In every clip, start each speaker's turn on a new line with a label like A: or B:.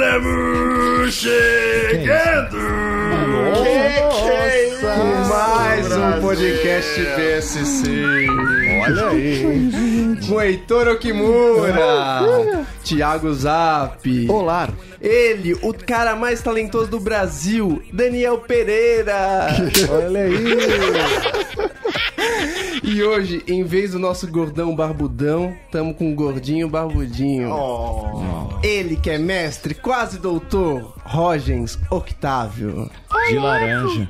A: Estamos chegando!
B: Que que é isso?
C: Mais um
A: Brasil.
C: podcast PSC.
A: Olha aí!
C: Com Heitor Okimura, Thiago Zap,
B: Olá.
C: ele, o cara mais talentoso do Brasil, Daniel Pereira.
B: Olha aí.
C: E hoje, em vez do nosso gordão barbudão, tamo com um gordinho barbudinho.
B: Oh.
C: Ele que é mestre, quase doutor, Rogens Octávio.
D: De laranja.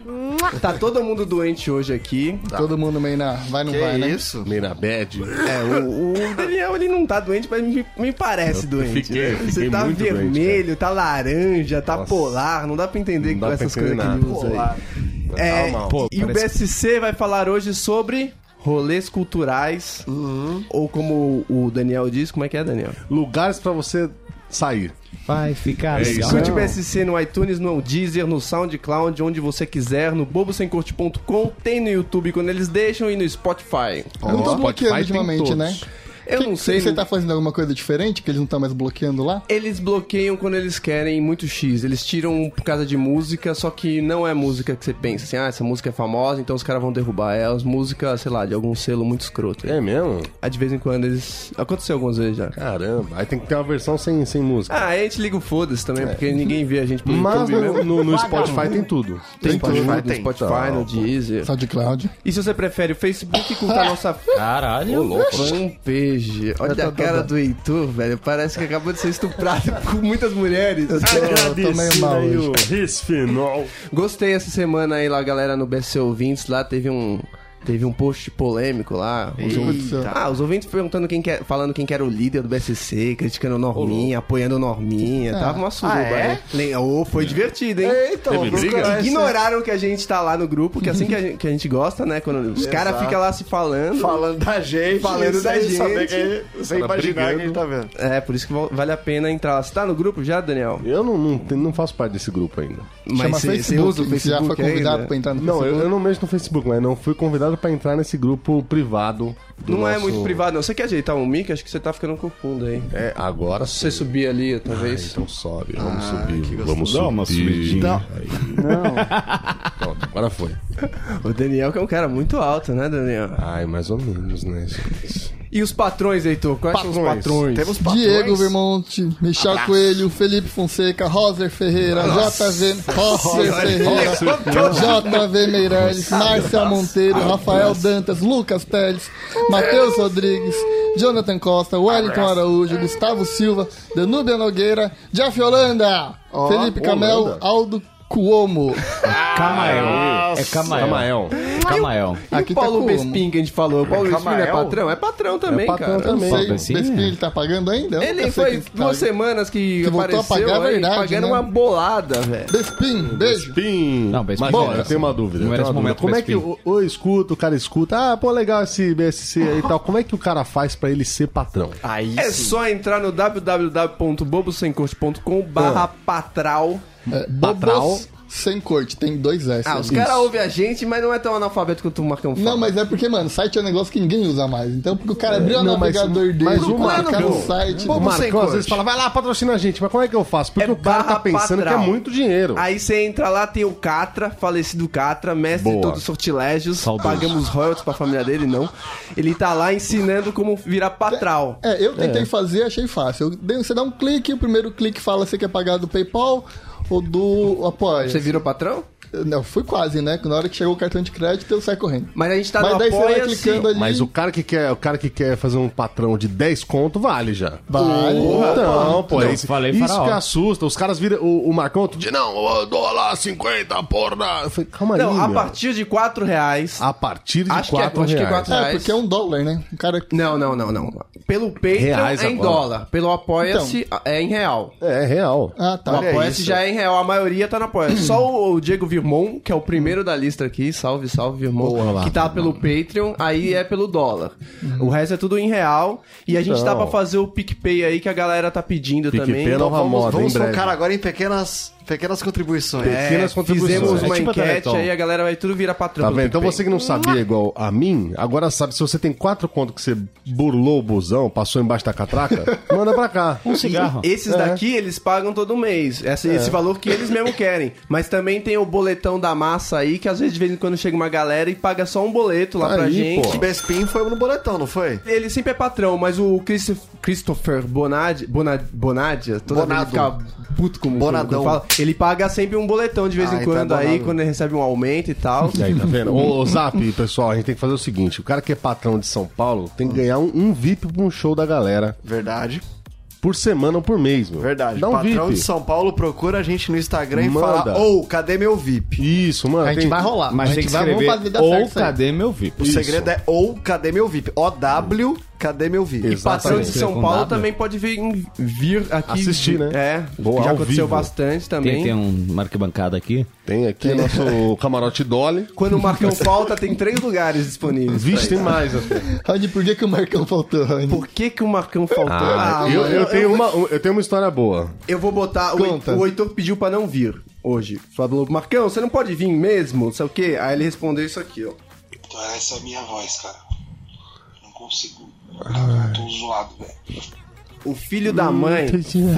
C: Tá todo mundo doente hoje aqui.
B: Todo mundo meio na... Vai, não
A: Que
B: vai, né?
A: isso? Meira bad.
C: É, o, o Daniel ele não tá doente, mas me, me parece doente.
D: fiquei- eu
C: Você
D: fiquei
C: tá
D: muito doente,
C: vermelho, tá laranja, tá
A: Nossa.
C: polar, não dá pra
A: Não
C: entender com
A: dá pra
C: essas coisas
A: entender
C: que ele
A: nada.
C: usa aí. É,
A: Tá mal.
D: Pô,
C: e o
D: parece-
C: BSC vai falar hoje sobre rolês culturais, ou como o o Daniel diz, como é que é, Daniel?
A: Lugares pra você sair.
D: Vai ficar
A: É
B: Ah,
A: isso.
C: Curte
D: legal.
C: BSC no iTunes, no Deezer, no SoundCloud, onde você quiser, no bobosemcurte.com, tem no YouTube quando eles deixam e no Spotify.
B: Não
A: Ó,
B: tá bloqueando
A: Spotify tem
B: ultimamente,
A: todos.
B: né?
C: Eu
B: Que-
C: não sei.
B: Você
C: não-
B: tá fazendo alguma coisa diferente que eles não estão mais bloqueando lá?
C: Eles bloqueiam quando eles querem muito X. Eles tiram um por causa de música, só que não é música que você pensa assim, ah, essa música é famosa, então os caras vão derrubar. É as músicas, sei lá, de algum selo muito escroto.
A: É mesmo?
C: Aí de vez em quando eles. Aconteceu algumas vezes já.
A: Caramba. Aí tem que ter uma versão sem, sem música.
C: Ah, aí a gente liga o foda-se também, porque ninguém vê a gente pelo
A: Mas
C: YouTube
A: no,
C: mesmo.
A: no- no Spotify tem tudo.
C: Tem tudo,
A: Spotify
C: no Spotify, no Deezer.
B: SoundCloud.
C: E se você prefere o Facebook, curta a nossa
D: Caralho.
C: fanpage. Olha a
B: tô- tô-
C: cara
B: tô.
C: do Heitor, velho. Parece que acabou de ser estuprado por muitas mulheres.
B: tô meio mal
A: aí
B: hoje.
A: o Risfinol.
C: Gostei essa semana aí lá, a galera, no BC Ouvintes, lá teve um. Teve um post polêmico lá. Os ouvintes,
B: Eita.
C: ah, os ouvintes perguntando quem que é- falando quem que era o líder do BSC, criticando o Norminha, apoiando o Norminha.
B: Ah.
C: Tava uma suruba, né? Le- Ô, foi divertido, hein?
B: Eita,
A: Teve briga?
B: procurar esse-
C: Ignoraram que a gente tá lá no grupo, que é assim que a gente, que a gente gosta, né? Quando os caras ficam lá se falando.
E: Falando da gente.
C: Falando
E: sem
C: da gente.
E: Saber que, sem
A: Cara,
E: imaginar
A: brigando.
E: quem tá vendo.
C: É, por isso que val- vale a pena entrar lá. Você tá no grupo já, Daniel?
A: Eu não, não, te- não faço parte desse grupo ainda.
B: Chama
C: você- você
B: Facebook.
C: usa o
B: você já foi
C: Facebook né?
B: convidado
C: ainda?
B: pra entrar no
A: Não, eu,
B: Facebook?
A: eu não mexo no Facebook, mas não fui convidado pra entrar nesse grupo privado. do
C: Não é
A: nosso-
C: muito privado, não. Você quer ajeitar um mic? Acho que você tá ficando corcunda aí.
A: É, agora sim.
C: Se você subir ali,
A: Ah,
C: talvez.
A: então sobe,
C: Ah,
A: vamos subir, vamos
D: Dá
A: subir.
D: uma subidinha.
A: Não. Pronto, agora foi.
B: então,
C: O Daniel que é um cara muito alto, né, Daniel?
A: Ai, mais ou menos, né?
C: E os patrões, Heitor? Quais são os
A: Patrões.
C: patrões?
E: Temos patrões.
B: Diego Vermonte, Michel Coelho, Felipe Fonseca, Roser Ferreira, JV Roser Ferreira, JV Meirelles, Márcia Monteiro, Rafael Dantas, Lucas Teles, Matheus Rodrigues, Jonathan Costa, Wellington Araújo, Gustavo Silva, Danúbia Nogueira, Jeff Holanda, Felipe Camel,
A: Holanda.
B: Aldo Cuomo.
D: Camael. É Camael.
A: Camael.
D: Camael.
C: E
B: Aqui
C: o
B: tá
C: Paulo
B: como?
C: Bespin que a gente falou. O Paulo Bespin não é
E: Camael?
C: patrão? É patrão também,
A: É patrão
C: cara.
A: também.
B: Não sei,
D: Sim.
B: o Bespin ele tá pagando ainda? Eu
C: Ele
B: nunca sei
C: foi
B: quem que tá
C: duas
B: aí.
C: semanas que,
B: Que voltou a
C: apareceu
B: pagar a
C: aí,
B: verdade,
C: pagando
B: né?
C: uma bolada, velho.
B: Bespin, beijo.
A: Pim.
D: Não, Bespin
A: Mas, bom,
D: merece.
A: eu tenho uma dúvida.
D: Não
A: eu tenho
D: merece
A: uma dúvida.
D: momento
A: Como é que
D: Bespin.
A: eu, eu escuto, o cara escuta, ah, pô, legal esse BSC aí e tal. Como é que o cara faz pra ele ser patrão?
E: Aí
C: É
E: sim.
C: só entrar no www.bobosemcorte.com
B: Ah.
C: barra patral.
B: É,
A: Patral.
B: Bobos sem corte, tem dois S.
C: Ah,
B: ali.
C: os caras ouvem a gente, mas não é tão analfabeto quanto o Marcão fala.
B: é Não, mas é porque, mano, site é um negócio que ninguém usa mais. Então, porque o cara abriu o
A: Não, mas-
B: navegador dele,
A: mas
B: o
A: uma-
B: cara
A: não,
B: no
A: não.
B: site.
C: Pô,
A: o
C: Bobo sem
A: Marcão Tipo, às
C: corte.
A: vezes fala, vai lá, patrocina a gente, mas como é que eu faço? Porque
C: É
A: o cara tá
C: barra
A: pensando
C: patral.
A: que é muito dinheiro.
C: Aí você entra lá, tem o Catra, falecido Catra, mestre
A: Boa.
C: de todos os sortilégios.
D: Saudoso.
C: Pagamos royalties pra família dele, não. Ele tá lá ensinando como virar patral.
B: É, eu tentei fazer, achei fácil. Eu dei- você dá um clique, o primeiro clique fala se quer pagar do PayPal ou do Apoia.
A: é.
C: Você virou patrão?
B: Eu- Não, fui quase, né? Na hora que chegou o cartão de crédito, eu saí correndo.
C: Mas a gente tá
B: Mas
C: no
B: daí você vai
C: apoia-se.
B: clicando ali.
A: Mas o cara que quer, o cara que quer fazer um patrão de 10 conto vale já.
B: Vale.
A: Então, pô,
D: Não,
A: isso,
D: falei
A: isso
D: faraó.
A: que assusta. Os caras viram o, o Marcão outro dia, não, eu dou lá 50, porra. Eu falei, calma aí,
C: Não, a
A: meu. Ah.
C: partir de 4 reais.
A: A partir de
C: Acho que é,
A: 4
C: acho que é
A: reais.
C: quatro.
B: É, porque é um dólar, né? O cara.
C: Não, não, não, não. Pelo Patreon
A: Reais
C: é em
A: agora. Então.
C: dólar. Pelo apoia-se é em real.
A: É, é real.
B: Ah,
C: O
B: tá.
C: apoia-se já é em real. A maioria tá no apoia-se. Só o, o Diego Virmon, que é o primeiro da lista aqui. Salve, salve,
A: Boa,
C: Virmon.
A: lá,
C: Que tá pelo Patreon, aí é pelo dólar. O resto é tudo em real. E a gente
A: Então.
C: tá pra fazer o PicPay aí que a galera tá pedindo
A: PicPay
C: também.
A: não-
C: Então,
A: Nova
E: vamos
A: moda, em
E: vamos
A: breve.
E: focar agora em pequenas Pequenas contribuições.
A: Pequenas contribuições.
C: né? Fizemos uma
D: É tipo a
C: enquete,
D: Teleton.
C: aí a galera vai tudo virar patrão.
A: Tá
C: do
A: vendo? Então
C: PicPay.
A: você que não sabia igual a mim, agora sabe. Se você tem quatro contos que você burlou o busão, passou embaixo da catraca, manda pra cá.
D: Um cigarro.
C: Esses
A: É.
C: daqui eles pagam todo mês. Esse, esse valor que eles mesmo querem. Mas também tem o boletão da massa aí, que às vezes de vez em quando chega uma galera e paga só um boleto lá
A: Tá
C: pra
A: aí,
C: gente.
E: O Bespin foi no boletão, não foi?
C: Ele sempre é patrão, mas o Christoph- Christopher Bonad, Bonad, Bonadia, toda vez
E: Bonado.
C: que fica puto como
E: Bonadão.
C: como fala, ele paga sempre um boletão de vez
E: Ah,
C: em
E: então é
C: quando aí,
E: bonado.
C: quando ele recebe um aumento e tal.
A: E aí, tá vendo? Ô, ô, Zap, pessoal, a gente tem que fazer o seguinte: o cara que é patrão de São Paulo tem que ganhar um, um VIP pra um show da galera
E: Verdade.
A: por semana ou por mês, meu.
E: Verdade.
A: Dá um
E: Patrão
A: VIP.
E: de São Paulo procura a gente no Instagram
A: Manda.
E: e fala: Ou, cadê meu VIP?
A: Isso, mano.
B: A gente vai rolar.
D: Mas
B: a
D: tem que
B: gente vai, vamos
D: escrever.
B: fazer dar
D: Ou
B: certo isso aí.
D: cadê meu VIP?
E: O segredo é ou cadê meu VIP? OW, cadê meu VIP?
A: Exato.
C: Patrão de
A: Exatamente.
C: São Paulo
D: Secundário.
C: também pode vir, vir aqui.
A: Assistir, né?
C: É,
A: Boa,
C: já
A: ao
C: aconteceu
A: vivo.
C: bastante também.
D: Tem, tem um- uma arquibancada aqui.
A: Tem aqui nosso camarote Dolly.
C: Quando o Marcão falta, tem três lugares disponíveis. pra
A: Vixe, tem
C: isso.
A: mais. até.
B: Raoni, por que, que o Marcão faltou, Raoni?
C: Por que, que o Marcão faltou? Ah,
A: eu,
C: mano,
A: eu tenho uma, eu tenho uma história boa.
C: eu vou botar. O,
B: Conta.
C: Heitor- o Heitor pediu pra não vir hoje. Falou, Marcão, você não pode vir mesmo? Não sei o quê. Aí ele respondeu isso aqui, ó.
F: Parece Então, é a minha voz, cara. Não consigo. Eu Tô zoado, velho.
C: O filho da mãe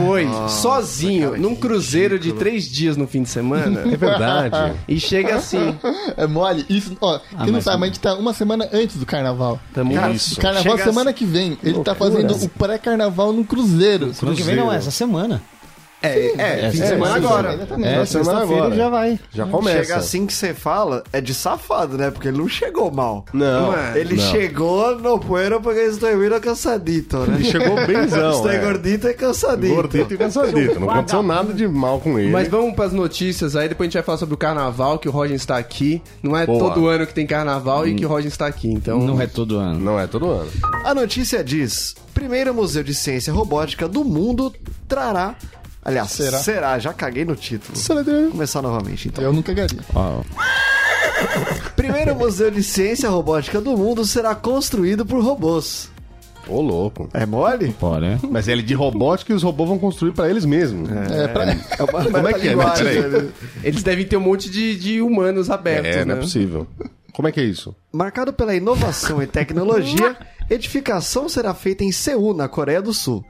C: foi sozinho num cruzeiro de três dias no fim de semana.
A: É verdade.
C: e chega assim.
B: É mole? Isso, ó, quem não
D: mas-
B: sabe, mas a gente tá uma semana antes do carnaval.
C: Tamo
A: Cara,
C: isso.
B: O carnaval
E: Chega
B: semana que vem. Ele tá fazendo o pré-carnaval no Cruzeiro.
D: Semana que vem não, é essa semana.
C: É, é, fim de
D: é,
C: semana
D: é,
C: agora.
B: Exatamente.
D: É,
A: semana
D: sexta-feira
A: agora.
D: já vai.
A: Já começa.
E: Chega assim que você fala, é de safado, né? Porque ele não chegou mal. é.
A: Não.
C: Mano,
E: Ele
A: Não.
E: chegou no pueiro porque estoy muito cansadito, né?
A: Ele chegou bemzão.
E: Estoy
A: é.
E: gordito e cansadito.
A: Gordito e cansadito. Não aconteceu nada de mal com ele.
C: Mas vamos pras notícias aí, depois a gente vai falar sobre o carnaval, que o Roger está aqui. Não é
A: Boa.
C: todo ano que tem carnaval e que o Roger está aqui, então.
D: Não é todo ano.
A: Não é todo ano.
E: A notícia diz: primeiro museu de ciência robótica do mundo trará. Aliás, será? já caguei no título. Vou começar novamente, então.
B: né? Eu nunca ganhei.
D: Ó,
E: Primeiro museu de ciência robótica do mundo será construído por robôs.
A: Ô, louco.
E: É mole?
D: pô, né?
A: Mas ele de robótica e os robôs vão construir pra eles mesmos.
B: É, pra...
E: É uma
A: Como é que é?
E: metalinguagem,
A: Peraí.
E: né?
C: Eles devem ter um monte de, de humanos abertos,
A: É,
C: né?
A: não é possível. Como é que é isso?
E: Marcado pela inovação e tecnologia, edificação será feita em Seul, na Coreia do Sul.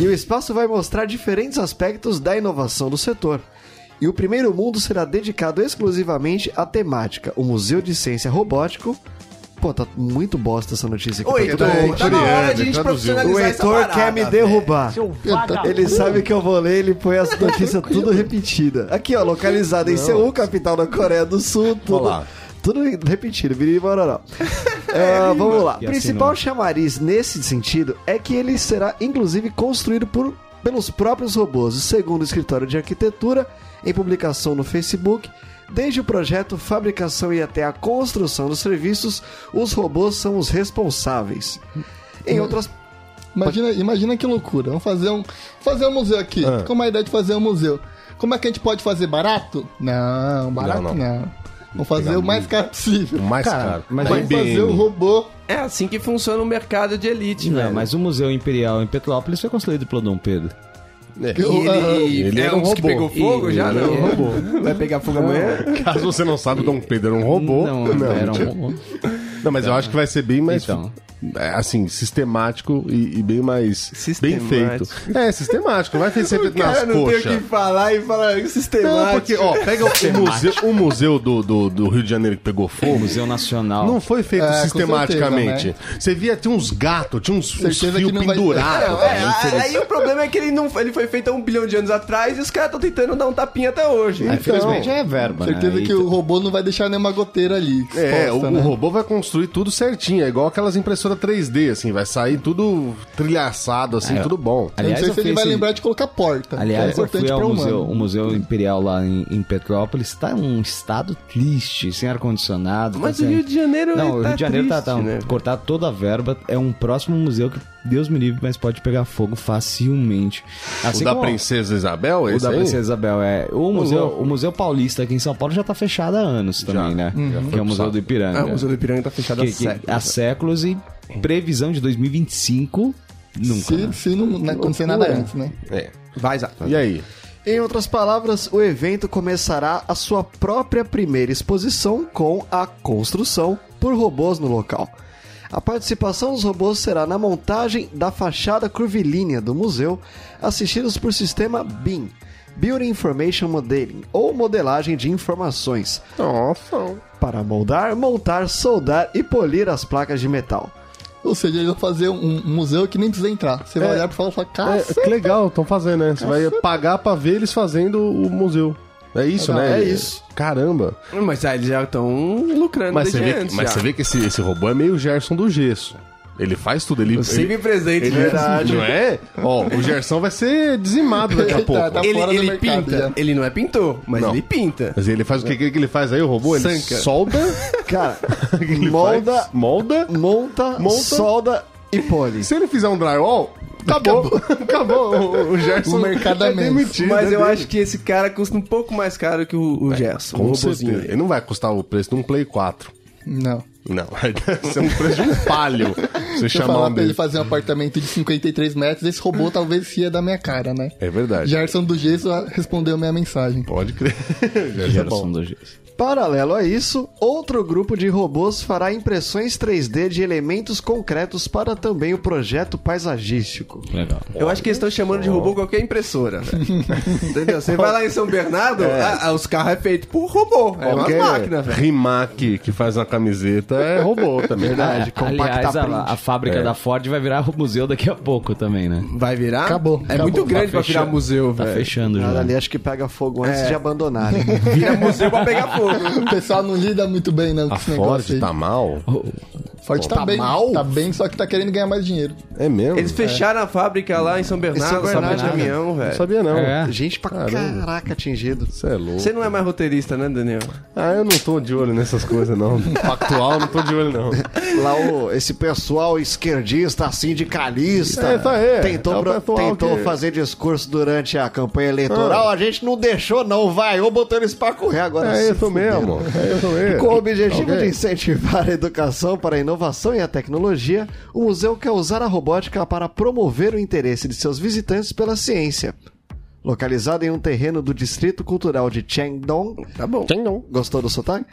E: E o espaço vai mostrar diferentes aspectos da inovação do setor. E o primeiro mundo será dedicado exclusivamente à temática, o Museu de Ciência Robótico. Pô, tá muito bosta essa notícia aqui.
C: Ô,
E: tá tudo
C: Heitor,
E: bem.
C: tá na hora de a gente
A: Traduziu.
E: O
C: profissionalizar essa
E: Heitor
C: parada,
E: quer me
C: velho.
E: derrubar. Ele
D: Ele...
E: sabe que eu vou ler, ele põe essa notícia tudo repetida. Aqui, ó, localizado em Seul, capital da Coreia do Sul, tudo.
A: Olá.
E: Tudo repetido, virei Bororó. Ah, vamos lá.
D: E assim
E: principal
D: não.
E: chamariz nesse sentido é que ele será inclusive construído por, pelos próprios robôs, segundo o escritório de arquitetura, em publicação no Facebook. Desde o projeto, fabricação e até a construção dos serviços, os robôs são os responsáveis. Em outras
B: Imagina, imagina que loucura. Vamos fazer um, fazer um museu aqui.
A: Ah.
B: Tô Com uma ideia de fazer um museu. Como é que a gente pode fazer barato? Não, barato
A: Não,
B: não.
A: não.
B: Vamos fazer o mais caro possível.
A: O mais caro.
D: mas
A: Da
D: vai
B: Vamos fazer
A: IBM.
B: o robô.
C: É assim que funciona o mercado de elite,
D: Não,
C: velho.
D: mas o Museu Imperial em Petrópolis foi construído pelo Dom Pedro.
A: É.
C: E ele,
A: Ele
C: é
A: era
C: um
A: um
C: dos que
A: robô. é
C: pegou fogo
D: Ele
C: já? né?
D: era
C: Não.
D: um
C: Vai pegar fogo amanhã?
A: Caso você não saiba, o Dom Pedro era um robô.
D: Não,
B: é.
D: era um robô.
A: Não, mas eu acho que vai ser bem mais.
D: Então.
A: é, Assim, sistemático e, e bem mais.
C: Sistemático.
A: Bem feito. É, sistemático. Não vai ser feito nas
C: Cara, não tem o
A: coxas.
C: que falar e falar é
A: Não,
C: sistemático.
A: porque, ó, pega o museu, o museu do, do, do Rio de Janeiro que pegou fogo.
D: Museu Nacional.
A: Não foi feito
B: É, com
A: sistematicamente.
B: certeza, né?
A: Você via, tinha uns gatos, tinha uns, uns
B: Certeza
A: fios
B: que não vai ter.
A: pendurados.
C: É,
A: velho.
C: a- aí o problema é que ele, não, ele foi feito há um bilhão de anos atrás e os caras estão tentando dar um tapinha até hoje.
D: É, Infelizmente é verba,
B: Certeza
D: né?
B: que o robô não vai deixar nenhuma goteira ali.
A: É,
B: exposta,
A: o,
B: né?
A: o robô vai construir tudo certinho, é igual aquelas impressoras 3D, assim, vai sair tudo trilhaçado, assim, tudo bom.
B: Eu não
D: É, Aliás,
B: sei
D: eu
B: se ele
D: fui
B: vai
D: esse-
B: lembrar de colocar porta. que
D: Aliás,
B: é
D: eu fui
B: importante pra
D: ao
B: humano.
D: museu, o Museu Imperial lá em, em Petrópolis. Tá um estado triste, sem ar-condicionado.
C: Mas
D: tá
C: o
D: sem-
C: Rio de Janeiro ele
D: Não, o Rio de Janeiro tá,
C: triste,
D: tá
C: né?
D: cortar toda a verba. É um próximo museu que Deus me livre, mas pode pegar fogo facilmente. Assim
A: o da
D: como-
A: Princesa Isabel,
D: O
A: esse
D: da
A: aí?
D: Princesa Isabel, é. O museu,
A: louco.
D: o museu Paulista aqui em São Paulo já tá fechado há anos também, né? Que é o Museu do Ipiranga.
C: Ah, o Museu do Ipiranga tá fechado há
D: que, que,
C: séculos.
D: há séculos e previsão de 2025 nunca. né?
B: né, Se, se não, não acontecer nada antes, né?
A: É.
C: Vai, Zá.
A: E aí?
E: Em outras palavras, o evento começará a sua própria primeira exposição com a construção por robôs no local. A participação dos robôs será na montagem da fachada curvilínea do museu, assistidos por sistema BIM, Building Information Modeling, ou modelagem de informações,
A: Nossa.
E: para moldar, montar, soldar e polir as placas de metal.
B: Ou seja, eles vão fazer um um museu que nem precisa entrar. Você vai olhar pro fora e falar,
A: É,
B: cacete.
A: que legal, estão fazendo, né? Você vai pagar pra ver eles fazendo o museu. É isso, né?
E: É isso.
A: Caramba.
C: Mas ah, eles já estão lucrando
A: Mas você
C: desde
A: vê,
C: antes.
A: que- mas
C: já.
A: você vê que esse, esse robô é meio Gerson do Gesso. Ele faz tudo, ele.
C: Eu
A: ele-
C: sempre presente,
A: ele-
C: né?
A: Não é? Ó, o Gerson vai ser dizimado daqui a
B: Ele tá-
A: pouco.
B: tá-
C: Ele,
B: fora do
C: ele
B: mercado
C: pinta.
B: já.
C: Ele não é pintor, mas
A: Não.
C: ele pinta.
A: Mas ele faz o que, que que ele faz aí, o robô? Ele
C: Sanca.
A: solda,
E: Cara,
A: ele
E: molda,
A: faz- molda.
E: monta,
A: Monta.
E: solda e pole.
A: Se ele fizer um drywall, acabou. Acabou. O- O Gerson
B: O mercado é
A: é
B: menos.
A: demitido.
C: Mas
A: é
C: eu
A: dele.
C: acho que esse cara custa um pouco mais caro que o, o Gerson. o
A: Com
C: robozinho
A: certeza. Ele não vai custar o preço de um Play 4.
B: Não.
A: Não, vai ser um preço de um palio. Você
B: Se eu
A: chamar
B: falar
A: um
B: pra ele
A: dele.
B: fazer um apartamento de 53 metros, esse robô talvez ia da minha cara, né?
A: É verdade.
B: Gerson do Gesso respondeu minha mensagem.
A: Pode crer. Já tá
D: Geração
A: bom.
D: do gesso.
E: Paralelo a isso, outro grupo de robôs fará impressões 3D de elementos concretos para também o projeto paisagístico.
D: Legal.
C: Eu acho que eles estão chamando de robô qualquer impressora. velho. Entendeu? Você vai lá em São Bernardo, ah, ah, os carros é feito por robô. É uma
A: Qualquer
C: máquina, velho.
A: Rimac que faz uma camiseta é robô também.
E: Verdade,
D: Aliás,
E: compacta
D: a,
E: print.
D: a fábrica da Ford vai virar museu daqui a pouco também, né?
C: Vai virar?
B: Acabou,
C: É
B: acabou.
C: muito grande pra virar
D: fechando.
C: museu,
D: Tá
C: velho.
D: fechando já.
E: Cara, ali acho que pega fogo antes
C: É.
E: de né? abandonarem.
C: Vira museu pra pegar fogo.
B: O pessoal não lida muito bem, não, com
A: A
B: esse
A: Ford
B: negócio aí.
A: tá mal?
B: Forte tá,
E: Tá
B: bem.
E: mal?
B: Tá bem, só que tá querendo ganhar mais dinheiro.
A: É mesmo?
C: Eles fecharam a fábrica lá em São Bernardo,
E: Bernardo,
C: Bernardo
E: né?
C: São Damião,
A: Não
C: velho.
A: sabia não.
D: É.
E: Gente pra
A: Caramba.
E: caraca atingido.
A: Você é louco.
C: Você não é mais roteirista, né, Daniel?
A: Ah, eu não tô de olho nessas coisas, não. Factual, não tô de olho, não.
E: Lá o, esse pessoal esquerdista, sindicalista,
A: É, tá aí.
E: tentou,
A: É o
E: pro-
A: pessoal
E: tentou
A: que- Ah.
E: fazer discurso durante a campanha eleitoral. A gente não deixou, não, vai. Ou botando eles pra correr agora.
A: É
E: se
A: isso
E: fuderam.
A: mesmo. É isso mesmo.
E: Com o objetivo
A: Alguém?
E: de incentivar a educação para a inovação e a tecnologia, o museu quer usar a robótica para promover o interesse de seus visitantes pela ciência. Localizado em um terreno do Distrito Cultural de Chengdong.
C: Tá bom.
A: Quem não?
E: Gostou do sotaque?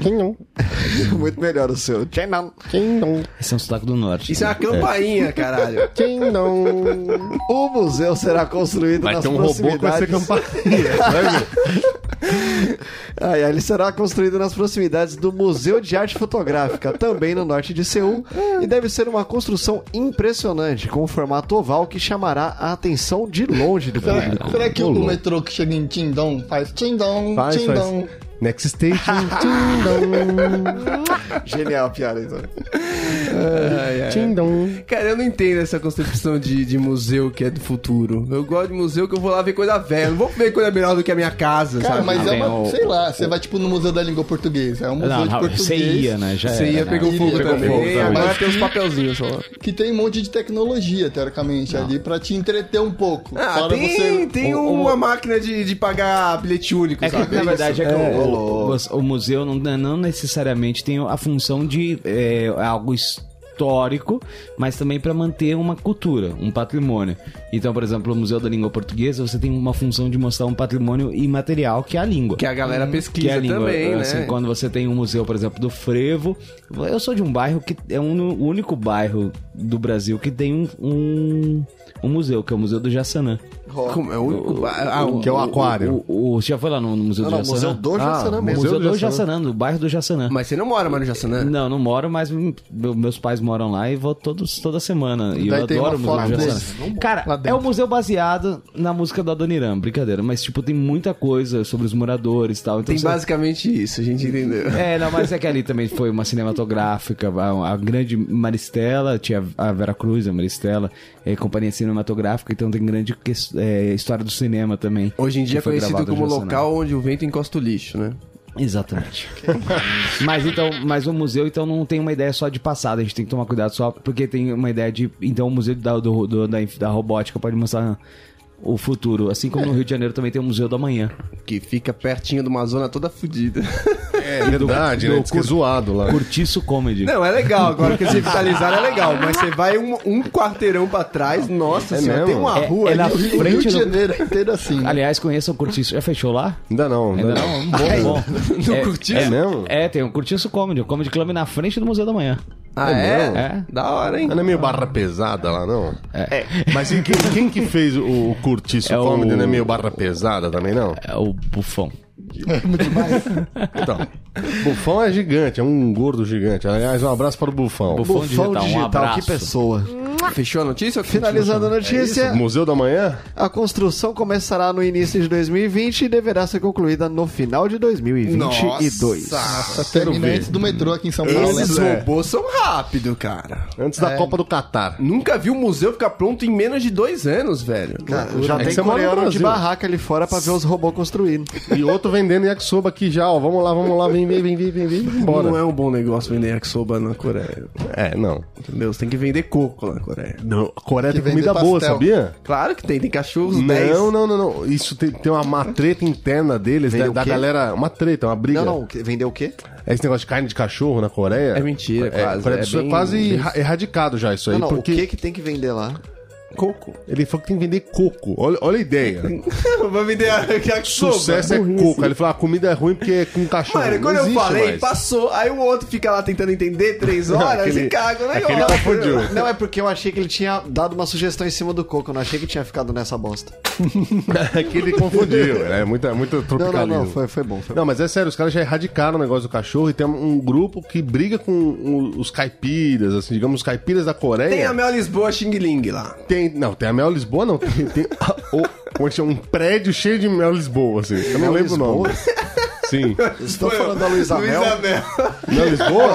A: Quem não?
E: Muito melhor o seu. Chengdong.
A: Quem não?
D: Esse é um sotaque do norte.
C: Isso é uma campainha, caralho.
A: Quem não?
E: O museu será construído
A: Vai
E: nas
D: É.
A: ter um robô que vai ser
E: proximidades.
A: campainha. vai ver.
E: Ah, ele será construído nas proximidades do Museu de Arte Fotográfica, também no norte de Seul, e deve ser uma construção impressionante, com um formato oval que chamará a atenção de longe do
A: É,
B: Será,
E: público.
B: será que o, metrô que chega em Tindom faz Tindom,
A: Faz,
B: Tindom?
A: faz. Next station. Tindom.
E: Genial a piada, então.
A: Tindom.
C: Cara, eu não entendo essa concepção de, de museu que é do futuro. Eu gosto de museu que eu vou lá ver coisa velha. Não vou ver coisa melhor do que a minha casa,
B: Cara,
C: sabe? Ah,
B: mas é
D: Tem
B: uma.
D: o-
B: sei lá, você vai tipo no Museu da Língua Portuguesa. É um museu
D: Não,
B: de
D: não,
B: português.
D: você ia, né? Já
C: Você
D: era,
C: ia,
D: né?
C: pegou fogo
B: Pegou
C: também.
A: fogo também.
C: Agora
B: Mas
C: tem uns
B: que-
C: papelzinhos só.
B: Que tem um monte de tecnologia, teoricamente, ali, pra te entreter um pouco.
C: Ah,
B: Fora
C: tem,
B: você-
C: tem uma máquina de, de pagar bilhete único,
D: É que,
C: sabe?
D: na verdade, é que
E: É.
D: o, o- o- o museu não, né, não necessariamente tem a função de é, algo histórico, mas também para manter uma cultura, um patrimônio. Então, por exemplo, o Museu da Língua Portuguesa, você tem uma função de mostrar um patrimônio imaterial, que é a língua.
C: Que a galera pesquisa
D: que é a língua.
C: também,
D: assim,
C: né?
D: Quando você tem um museu, por exemplo, do frevo. Eu sou de um bairro que é um, o único bairro do Brasil que tem um, um, um museu, que é o Museu do Jaçanã.
C: Como é o único... Ah, o-
A: Que é o aquário.
D: O, o- você já foi lá no, no Museu
E: Não,
D: do
E: não, Museu
D: Jaçanã?
E: do Jaçanã mesmo.
D: Ah, Museu do
A: Jaçanã.
D: Jaçanã, no bairro do Jaçanã.
C: Mas você não mora mais no Jaçanã?
D: Não, não moro, mas m- meu- meus pais moram lá e vou todos, toda semana. E eu
B: Daí tem
D: adoro o
B: uma
D: Museu do
B: foto
D: Jaçanã. Cara,
B: Lá
D: é
B: dentro.
D: um museu baseado na música do Adoniran, brincadeira. Mas, tipo, tem muita coisa sobre os moradores e tal. Então
C: Tem
D: você-
C: basicamente isso, a gente entendeu.
D: É, não, mas é que ali também foi uma cinematográfica, a, a grande Maristela, tinha a Vera Cruz, a Maristela, é, companhia cinematográfica, então tem grande que- é, história do cinema também.
C: Hoje em dia é
D: que foi
C: conhecido
D: gravado em
C: como
D: Jaçanã.
C: local onde o vento encosta o lixo, né?
D: Exatamente. mas então, mas o museu então não tem uma ideia só de passado, a gente tem que tomar cuidado só porque tem uma ideia de, então o museu da, do- do- da, da robótica pode mostrar o futuro, assim como no Rio de Janeiro também tem o museu do amanhã.
C: Que fica pertinho de uma zona toda fodida.
A: É verdade, né? Diz que é zoado lá.
D: Curtiço Comedy.
C: Não, é legal. Agora que eles revitalizaram é legal. Mas você vai um, um quarteirão pra trás, nossa
A: É
C: senhora,
A: mesmo?
C: tem uma
D: É-
C: rua
D: é
C: ali.
D: na
B: O Rio,
D: frente
B: Rio de
D: do-
B: Janeiro é inteiro assim. né?
D: Aliás, conheçam o Curtiço. Já fechou lá?
A: Ainda não, né?
D: Ainda
A: ainda não.
D: não? Bom, bom.
C: No
D: É-
C: Curtiço?
A: É mesmo?
D: É, tem um Curtiço Comedy. O Comedy Club na frente do Museu da Manhã.
C: Ah, é?
D: mesmo? É.
C: Da hora, hein?
A: Não é meio barra pesada lá, não? É. Mas e quem, quem que fez o, o Curtiço
D: É o-
A: Comedy não é meio barra pesada também, não?
D: É o Bufão.
A: Então, Bufão é gigante, é um gordo gigante. Aliás, um abraço para o Bufão.
D: Bufão,
E: Bufão
D: digital, um
E: digital,
D: abraço.
E: que pessoa.
C: Fechou a notícia?
E: Finalizando a
D: É
E: notícia,
A: Museu da Manhã?
E: a construção começará no início de 2020 e deverá ser concluída no final de 2022.
B: Nossa, termina antes do metrô aqui em São Paulo.
C: Esses
B: né?
C: robôs são rápidos, cara. É.
A: Antes da Copa do Catar.
C: Nunca vi um museu ficar pronto em menos de dois anos, velho.
E: Cara, Ah, já
A: É que
E: tem
A: você mora no
E: coreano de
A: Brasil.
E: barraca ali fora pra ver os robôs construindo.
A: E outro vendendo yakisoba aqui já, ó. Vamos lá, vamos lá, vem, vem, vem, vem, vem, vem. Bora.
C: Não é um bom negócio vender yakisoba na Coreia.
A: É, não.
C: Entendeu? Você tem que vender coco lá na Coreia.
A: não. a Coreia
B: Que
A: tem comida
B: vender
A: boa,
B: pastel.
A: sabia?
C: Claro que tem, tem cachorros 10.
A: Não, não, não, não. Isso tem, tem uma, uma treta interna deles,
E: Vem
A: da,
E: o
A: da
E: quê?
A: galera. Uma treta, uma briga.
E: Não, não, que- vender o quê?
A: É Esse negócio de carne de cachorro na Coreia.
C: É mentira, quase.
A: Coreia do
C: É
A: Sul
C: bem-
A: é quase
C: bem-
A: erra- erradicado já isso aí.
E: Não, não,
A: porque
E: o que que tem que vender lá?
C: Coco.
A: ele falou que tem que vender coco. Olha, olha a ideia.
C: Vai vender yakisoba.
A: Sucesso é coco. Aí ele falou, a comida é ruim porque é com cachorro.
C: Mano,
A: Não
C: quando eu
A: existe
C: falei,
A: mais.
C: passou. Aí o outro fica lá tentando entender três horas
A: Aquele-
C: e caga o
A: aquele
C: negócio.
A: confundiu.
E: Não, é porque eu achei que ele tinha dado uma sugestão em cima do coco, eu não achei que tinha ficado nessa bosta.
A: É que ele confundiu. É muito, é muito
E: Não, não,
A: tropicalismo.
E: não, foi, foi bom. Foi bom.
A: Não, mas é sério, os caras já erradicaram o negócio do cachorro e tem um grupo que briga com o- os caipiras, assim, digamos, os caipiras da Coreia.
C: Tem a Mel Lisboa Xing Ling lá.
A: Tem- não, tem a Mel Lisboa, não. Tem, tem a- o- como é que chama? um prédio cheio de Mel Lisboa, assim. Eu não
E: Mel
A: lembro o nome. Sim.
E: Estou falando da Luísa Mel.
A: Mel Lisboa?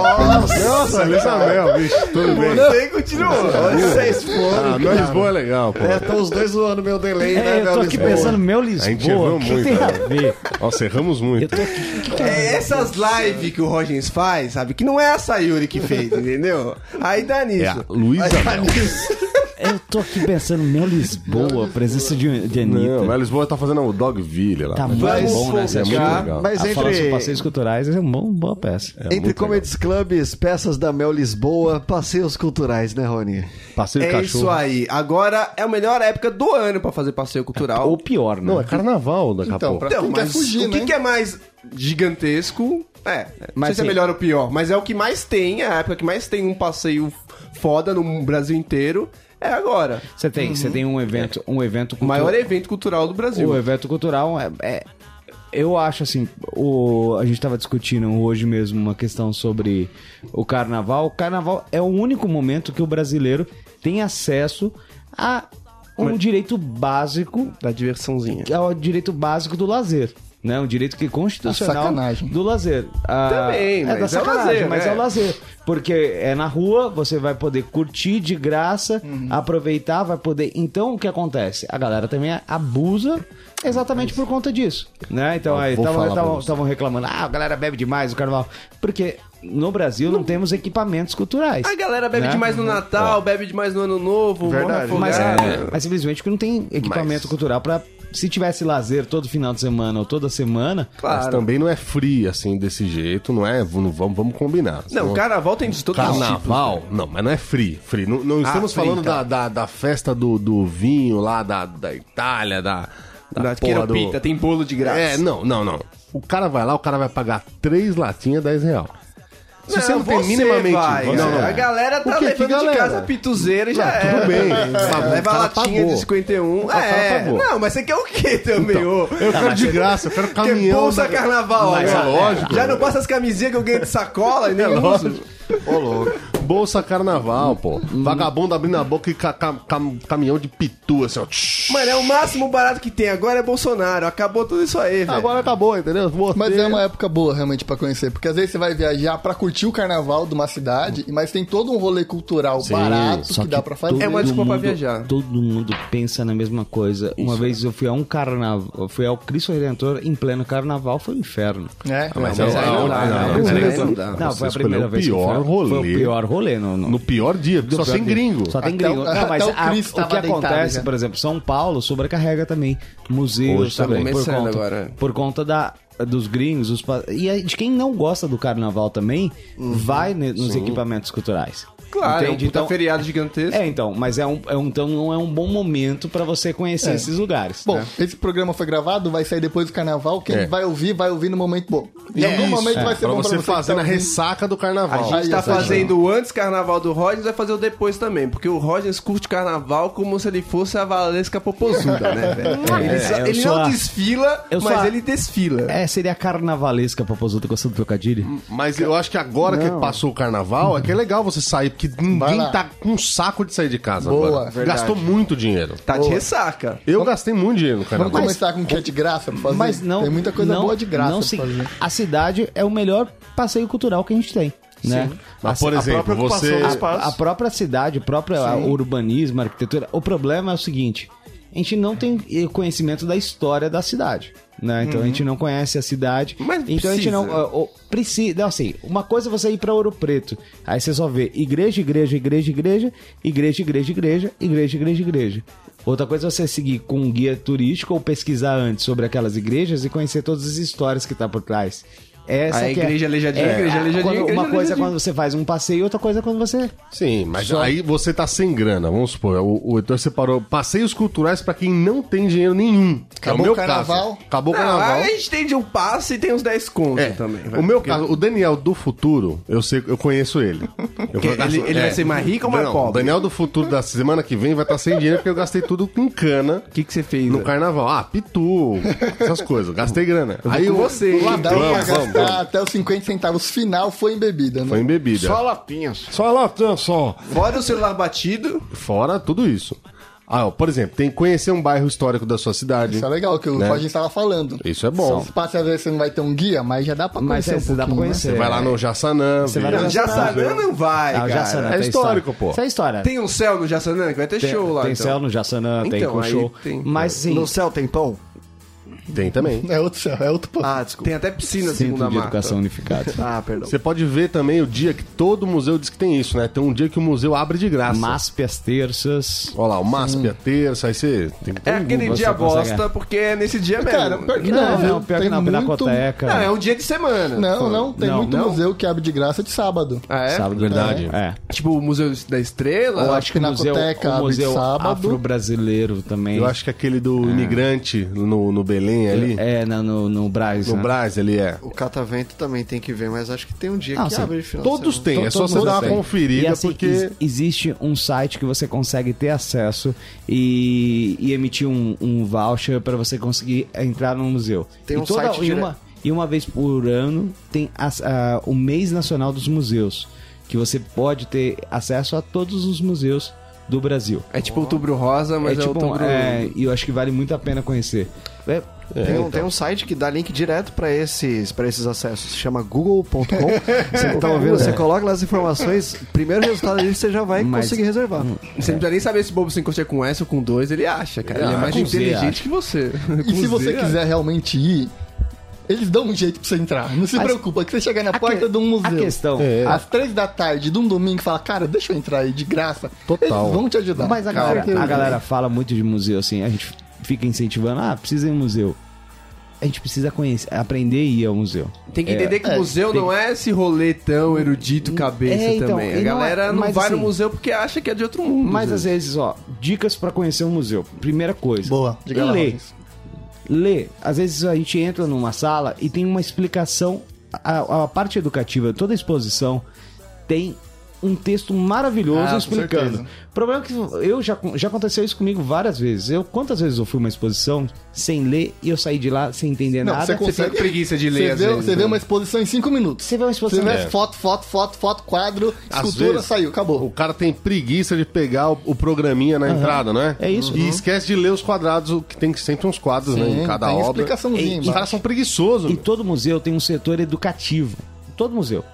A: Nossa, Luísa Mel, bicho, tudo bem.
C: Você continuou.
E: Vocês foram.
A: Ah, Mel Lisboa é legal, pô.
E: É, estão os dois zoando meu delay, né,
D: É, eu tô
E: Mel
D: aqui
E: Lisboa?
D: pensando, meu
A: A gente errou
D: Lisboa, o que
A: muito,
D: tem a
A: né?
D: ver?
A: Nossa, erramos muito.
D: Eu tô aqui, que que tem a
C: É essas lives que o Rogens faz, sabe? Que não é a Sayuri que fez, entendeu? Aí dá
A: É a
C: nisso.
A: Luísa Mel.
D: Eu tô aqui pensando, meu Lisboa, a presença de, de
A: Não,
D: Anitta.
A: Mel Lisboa tá fazendo o Dogville lá.
D: Tá muito
E: Mas-
D: bom, né?
A: é
D: Essa
A: muito
D: música.
A: legal.
E: Mas
D: a fala sobre
E: entre,
D: passeios culturais é uma boa peça.
A: É
E: entre
A: muito
E: comedy clubs, peças da Mel Lisboa, passeios culturais, né, Rony?
A: Passeio de
C: É
A: cachorro.
C: isso aí. Agora é a melhor época do ano pra fazer passeio cultural.
D: Ou pior, né?
A: Não, é carnaval daqui a
B: Então,
A: pouco.
B: pra
C: Então,
B: quem quer
C: mas
B: fugir,
C: o que,
B: né?
C: que é mais gigantesco? É, não sei
D: Mas
C: se é
D: sim.
C: melhor ou pior, mas é o que mais tem, é a época que mais tem um passeio foda no Brasil inteiro, é agora.
D: Você tem, você tem um evento, um evento
C: O maior
D: cultu-
C: evento cultural do Brasil.
D: O evento cultural é. é- eu acho assim, o, a gente tava discutindo hoje mesmo uma questão sobre o carnaval. O carnaval é o único momento que o brasileiro tem acesso a um direito básico,
C: Da diversãozinha.
D: que é o direito básico do lazer. Né? Um direito que é
A: Ah,
B: A
D: constitucional
B: sacanagem.
D: do lazer. Ah,
C: Também, mas
D: da
C: é o
D: sacanagem,
C: lazer,
D: mas
C: né?
D: é o lazer. Porque é na rua, você vai poder curtir de graça,
A: Uhum.
D: aproveitar, vai poder. Então o que acontece? A galera também abusa exatamente por conta disso. Né? Então aí
A: vou falar pra você.
D: estavam reclamando, ah, a galera bebe demais no carnaval. Porque no Brasil não, temos equipamentos culturais.
C: A galera bebe
D: né?
C: demais no Natal, bebe demais no Ano Novo, morre
E: Verdade.
D: Mas, é,
C: afogado.
D: mas simplesmente que não tem equipamento cultural pra. Se tivesse lazer todo final de semana ou toda semana,
A: Mas
C: Claro.
A: também não é free, assim, desse jeito, não é? Não, vamos, vamos combinar.
C: Não,
A: Senão-
C: carnaval tem de todos os tipos.
A: Carnaval? Não, mas não é free. free. Não, não estamos
C: free,
A: falando
C: tá.
A: da, da, da festa do, do vinho lá da, da Itália, da. Da,
C: Da
A: porra do-
C: queropita, tem bolo de graça.
A: É, não, não, não. O cara vai lá, o cara vai pagar três latinhas, 10 real. Se você não tem minimamente.
C: vai.
A: Não, não.
C: A galera
A: Por
C: tá
A: que? Que
C: levando
A: galera?
C: de casa a pituzeira e já é.
A: tudo bem. Mas o
C: Leva a
A: cara
C: latinha
A: pagou.
C: de 51.
A: cara
C: É.
A: pagou.
C: Não, mas você quer o quê também, ô?
A: Eu quero de graça, eu quero
C: Que
A: caminhão.
C: bolsa
A: da-
C: carnaval,
A: Mas é
C: agora.
A: lógico.
C: Já não passa as camisinhas que eu ganhei de sacola e nem
A: É
C: uso.
A: lógico. Bolsa carnaval, pô. Vagabundo abrindo a boca e ca- ca- cam- caminhão de pitu, assim, ó. Tsh.
C: Mano, é o máximo barato que tem agora é Bolsonaro. Acabou tudo isso aí, velho.
A: Agora
D: tá
A: acabou, entendeu? Vou
B: Mas
A: ter-
B: é uma época boa realmente pra conhecer, porque às vezes você vai viajar pra curtir o carnaval de uma cidade, mas tem todo um rolê cultural barato que,
D: Só
B: dá pra
D: todo
B: fazer.
C: É uma desculpa pra
D: mundo-
C: viajar.
D: Todo mundo pensa na mesma coisa. Uma vez eu fui a um carnaval, eu fui ao Cristo Redentor em pleno carnaval, foi um inferno.
B: né?
A: mas
C: mas
A: é
C: aí
A: o-
C: não
A: não,
C: dá, né?
A: não,
C: Mas aí
A: peraí.
C: não dá.
D: Não,
A: Você
D: foi a primeira
A: escolheu o
D: vez que eu
A: pior
D: fui. Foi
A: rolê.
D: o pior rolê, não. não.
A: No pior dia, só sem gringo.
D: Só tem
B: Até
D: gringo.
B: o-
D: não, mas
B: até o
D: a-
B: Chris
D: o
B: tava
D: que
B: deitado
D: acontece,
B: já.
D: por exemplo, São Paulo sobrecarrega também museus
A: Hoje tá
D: também, por
C: começando
D: conta,
C: agora.
D: por conta da dos gringos, os pa- e aí de quem não gosta do carnaval também,
B: Uhum.
D: vai ne- nos equipamentos culturais.
C: Claro, é um
D: Entende? Então,
C: puta feriado gigantesco.
D: É, então, mas é um, é um- então não é um bom momento pra você conhecer esses
B: É.
D: lugares.
B: Bom,
C: É.
D: né?
B: esse programa foi gravado, vai sair depois do carnaval. Quem
A: É.
B: vai ouvir, vai ouvir no momento bom. Em algum
A: isso. É.
B: momento vai ser
A: pra
B: bom pra
A: você
B: você.
A: fazer na
B: que tá ouvindo.
A: ressaca do
C: A
A: carnaval.
C: gente
B: Aí,
C: tá
B: essa
C: fazendo o antes carnaval do Rodgers, vai fazer o depois também, porque o Rodgers curte carnaval como se ele fosse a Valesca Popozuda, né, velho? Ele,
D: É,
C: só-
D: eu
C: ele
D: sou
C: não
D: a-
C: desfila,
D: eu sou
C: mas
D: a-
C: ele desfila.
D: É, seria carnavalesca, Popozuto, gostando do
B: Hum,
D: trocadilho?
A: Mas eu acho que agora que passou o carnaval, é que é legal você sair, porque
B: Vai
A: ninguém
B: lá.
A: tá com um saco de sair de casa
B: Boa,
A: agora.
B: verdade.
A: Gastou muito dinheiro.
C: Tá de ressaca.
A: Eu gastei muito dinheiro no
B: Vamos
A: carnaval.
B: começar com o que é de graça pra fazer.
D: Mas não.
B: Tem muita coisa
D: não-
B: boa de graça
D: não
B: pra
D: se-
B: fazer.
D: A cidade é o melhor passeio cultural que a gente tem. Né?
A: Mas, por
E: a
A: exemplo,
E: própria ocupação
A: você.
E: do espaço.
D: A própria cidade, o próprio a- urbanismo, a arquitetura. O problema é o seguinte: a gente não tem eh, conhecimento da história da cidade. Né? Então a gente não conhece a cidade.
C: Uhum. Mas
D: então a gente
C: precisa.
D: não. ah, oh, precisa. não, Assim, uma coisa é você ir pra Ouro Preto. Aí você só vê igreja, igreja, igreja, igreja, igreja, igreja, igreja, igreja, igreja, igreja. Outra coisa é você seguir com um guia turístico ou pesquisar antes sobre aquelas igrejas e conhecer todas as histórias que tá por trás. Essa
C: A
D: que é-
C: igreja aleijadinha, igreja aleijadinha,
D: quando-
C: igreja
D: Uma coisa é
C: aleijadinha.
D: quando você faz um passeio, outra coisa é quando você
A: Sim, mas aí você tá sem grana, vamos supor. O, o Heitor separou passeios culturais pra quem não tem dinheiro nenhum.
B: Acabou
A: é o meu
B: o carnaval.
A: caso. Acabou o
C: Não,
A: carnaval.
C: a gente tem de um passe e tem uns 10 contos
A: É,
C: também.
A: o meu caso, o Daniel do futuro, eu sei, eu conheço ele. Eu
C: Que ele- ele vai ser mais rico ou mais pobre?
A: O Daniel do futuro da semana que vem vai estar sem dinheiro porque eu gastei tudo com cana
C: O que, que você fez?
A: no
C: velho?
A: carnaval. Ah, pitu, essas coisas, gastei grana.
C: vou
A: Aí
C: com
A: eu-
C: você, hein?
A: Lá-
B: Dá pra
A: Vamos,
B: gastar
A: vamos, vamos.
B: até os 50 centavos final foi em bebida, né?
A: Foi em bebida.
E: Só lapinhas.
A: Só latão, só.
C: Fora o celular batido,
A: Fora tudo isso. Ah, ó, por exemplo, tem que conhecer um bairro histórico da sua cidade.
B: Isso é legal, que o
A: Né?
B: Roger estava falando.
A: Isso é bom.
B: Os passos às vezes você não vai ter um guia, mas já dá pra
D: Mas
B: conhecer
D: é,
B: um
D: você
B: pouquinho.
D: dá pra conhecer.
A: Você vai lá no Jassanã.
D: Você
A: vê.
D: vai no
C: o
D: Jassanã.
C: Jassanã não vai,
D: Ah, o
C: cara.
D: Jassanã
A: É
D: tem
A: histórico,
D: história.
A: pô.
D: Isso é história.
C: Tem um céu no Jassanã que vai ter
D: Tem-
C: show lá,
D: Tem
C: então.
D: céu no Jassanã, tem
C: Então,
D: com
C: aí
D: show.
C: tem.
D: Mas sim,
E: No céu tem pão?
A: Tem também.
B: É outro céu, é outro ponto.
E: Ah, desculpa.
C: Tem até piscina,
D: Centro
C: segunda
D: de
C: marca.
D: Educação Unificada.
E: Ah, perdão.
A: Você pode ver também o dia que todo museu diz que tem isso, né? Tem um dia que o museu abre de graça.
D: MASP às terças.
A: Olha lá, o MASP
D: Hum.
A: é terça, aí você tem um
C: É aquele
D: Você
C: dia
D: consegue-
C: bosta, porque é nesse dia mesmo.
B: Cara, pior que
D: Não,
B: não, viu?
D: não, pior que
B: Tem
D: não,
B: muito-
D: Pinacoteca.
C: Não, é um dia de semana.
B: Não, não, tem
D: Não,
B: muito
D: não?
B: museu que abre de graça de sábado.
C: Ah, é?
D: Sábado.
A: Verdade.
D: É.
C: Tipo o Museu da Estrela.
D: Eu acho que o museu,
B: Pinacoteca
D: o
B: abre
D: museu
B: sábado.
D: afro-brasileiro também.
A: Eu acho que aquele do imigrante no, no Belém ali,
D: É, na- no, no Braz.
A: no
D: né?
A: Brás ali, é.
E: O catavento também tem que ver, mas acho que tem um dia
D: Ah,
E: que
D: sim.
E: abre de final de
A: Todos
E: semana.
A: têm,
D: Todo-
A: é só
D: todo
A: você
D: mundo
A: dar uma
D: tem.
A: conferida,
D: E assim,
A: porque...
D: ex- existe um site que você consegue ter acesso e, e emitir um, um voucher para você conseguir entrar no museu.
E: Tem
D: E
E: um site
D: e
E: direto.
D: uma, e uma vez por ano tem as- a- o mês nacional dos museus, que você pode ter acesso a todos os museus do Brasil.
C: É tipo outubro rosa, mas é,
D: é tipo, um-
C: outubro.
D: é, e eu acho que vale muito a pena conhecer. É,
E: Tem, um, tem um site que dá link direto pra esses, pra esses acessos. Se chama google.com. Você que tá ouvindo, você coloca lá as informações. Primeiro resultado ali você já vai
D: Mas-
E: conseguir reservar.
C: Você não precisa nem saber se o bobo se encosta com S ou com dois, ele acha, cara. Ele é
D: Ah,
C: mais
D: com Z,
C: inteligente
D: acho.
C: que você. é.
B: E se você quiser realmente ir, eles dão um jeito pra você entrar. Não se
D: Mas-
B: preocupa, que você chegar na
D: a
B: porta
D: que-
B: de um
D: A
B: museu.
D: questão. a-
B: Às três da tarde de um domingo, e fala, cara, deixa eu entrar aí de graça.
A: Total.
B: Eles vão te ajudar.
D: Mas a
B: Com
D: galera,
B: certeza.
D: a galera fala muito de museu, assim, a gente fica incentivando, ah, precisa ir em museu. A gente precisa conhecer, aprender a ir ao museu.
C: Tem que entender que
B: É,
C: museu não é esse rolê tão erudito cabeça
D: É, então,
C: também. A
D: e não é-
C: galera não,
D: mas
C: vai no
D: assim-
C: museu porque acha que é de outro mundo.
D: Mas às
C: gente.
D: vezes, ó, dicas pra conhecer um museu. Primeira coisa.
B: Boa, diga lá,
D: Lê.
B: Rogers.
D: Lê. Às vezes a gente entra numa sala e tem uma explicação. A, a parte educativa, toda a exposição tem um texto maravilhoso
B: Ah, com
D: explicando.
B: certeza.
D: O problema é que eu já, já aconteceu isso comigo várias vezes. Eu quantas vezes eu fui uma exposição sem ler e eu saí de lá sem entender
B: Não,
D: nada?
B: você
C: Você fica
B: consegue
C: com preguiça de ler,
B: Você
C: às
B: vê,
C: vezes,
B: você vê
C: né?
B: uma exposição em cinco minutos.
D: Você vê uma
B: Você
D: exposição
B: vê
A: É.
B: foto, foto, foto, foto, quadro,
A: Às
B: escultura,
A: vezes-
B: saiu,
A: O
B: acabou.
A: cara tem preguiça de pegar o, o programinha na entrada, não é?
D: É isso.
A: E
D: Uhum.
A: esquece de ler os quadrados, o que tem sempre uns quadros né, em
B: Sim,
A: cada
B: tem
A: obra.
B: explicaçãozinha
A: E- Os
B: embaixo.
A: caras são preguiçosos.
D: E todo museu tem um setor educativo. Todo museu.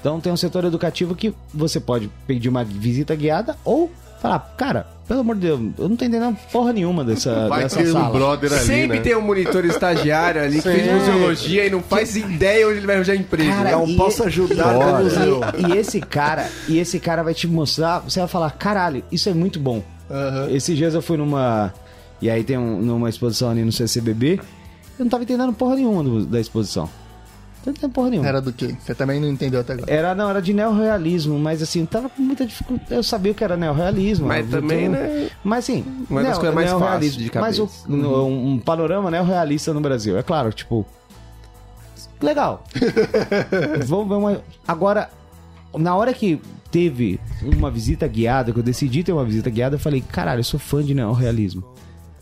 D: Então tem um setor educativo que você pode pedir uma visita guiada ou falar, cara, pelo amor de Deus, eu não tô entendendo porra nenhuma dessa,
A: Vai
D: dessa
A: ter um
D: sala.
A: brother ali,
C: Sempre
A: né?
C: tem um monitor estagiário ali que fez museologia e não faz ideia onde ele vai arranjar emprego.
D: Cara,
C: É um-
E: Não posso ajudar
A: Bora.
E: no museu.
D: E, e esse cara, e esse cara vai te mostrar, você vai falar, caralho, isso é muito bom. Esses dias eu fui numa. E aí tem um- numa exposição ali no CCBB. Eu não tava entendendo porra nenhuma do- da exposição. Não entendendo porra nenhuma.
B: Era do quê? Você também não entendeu até agora.
D: Era, não, era de neorrealismo, mas assim, tava com muita dificuldade. Eu sabia o que era neorrealismo.
C: Mas
D: eu-
C: também,
D: eu-
C: né?
D: Mas sim.
C: Uma das coisas mais
D: neorrealismo,
C: fáceis de
D: Mas o- no- um panorama neorrealista no Brasil. É claro, tipo. Legal. Vamos ver uma. Agora, na hora que teve uma visita guiada, que eu decidi ter uma visita guiada, eu falei, caralho, eu sou fã de neorrealismo.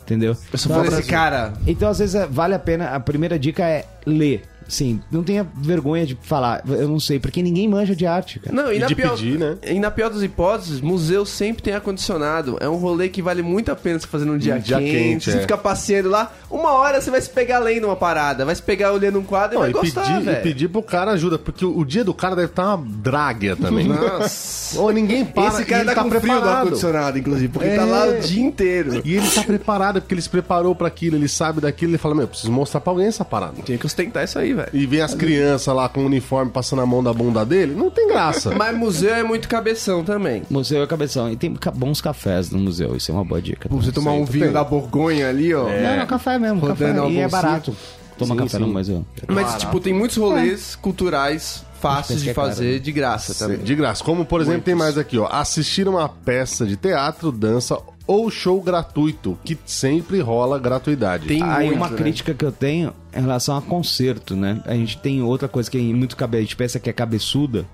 D: Entendeu?
C: Eu sou fã desse assim, cara.
D: Então, às vezes, é- vale a pena. A primeira dica é ler. Sim, não tenha vergonha de falar. Eu não sei, porque ninguém manja de arte, cara.
C: Não, e,
A: E
C: na
A: de
C: pior,
A: pedir, né?
C: e na pior das hipóteses, museu sempre tem ar-condicionado. É um rolê que vale muito a pena você fazer num dia,
A: dia
C: quente.
A: quente,
C: você
A: é.
C: fica passeando lá, uma hora você vai se pegar lendo uma parada, vai se pegar olhando um quadro
A: Não,
C: e vai
A: e,
C: gostar,
A: pedir, e
C: velho.
A: pedir pro cara ajuda, porque o o dia do cara deve estar uma draga também.
C: Nossa.
A: Ou ninguém para
C: Esse cara
A: e ele
C: tá,
A: tá
C: com frio do
A: preparado.
C: ar-condicionado, inclusive, porque tá
A: É.
C: lá o dia inteiro.
A: E ele tá preparado, porque ele se preparou pra aquilo, ele sabe daquilo, ele fala, meu, eu preciso mostrar pra alguém essa parada.
C: Tem que ostentar isso aí, velho.
A: E vem as crianças lá com o uniforme passando a mão da bunda dele, não tem graça.
C: Mas museu é muito cabeção também.
D: Museu é cabeção. E tem ca- bons cafés no museu, isso é uma boa dica.
C: Você
D: também.
C: tomar um vinho da Borgonha ali, ó.
A: É.
D: Não, não, café mesmo. Café.
C: Rodando a
D: E é
C: bolsinha.
D: barato. Toma
A: Sim, sim.
D: café no museu.
C: Mas, tipo, tem muitos rolês
A: É.
C: culturais fáceis
D: Acho que
C: de
D: é caro.
C: fazer de graça também.
A: De graça. Como, por exemplo, tem mais aqui, ó. Assistir uma peça de teatro, dança ou show gratuito, que sempre rola gratuidade. Ah,
C: Tem
D: Aí
C: muito,
D: uma
C: né?
D: crítica que eu tenho em relação a concerto, né? A gente tem outra coisa que é muito cabe... a gente pensa que é cabeçuda,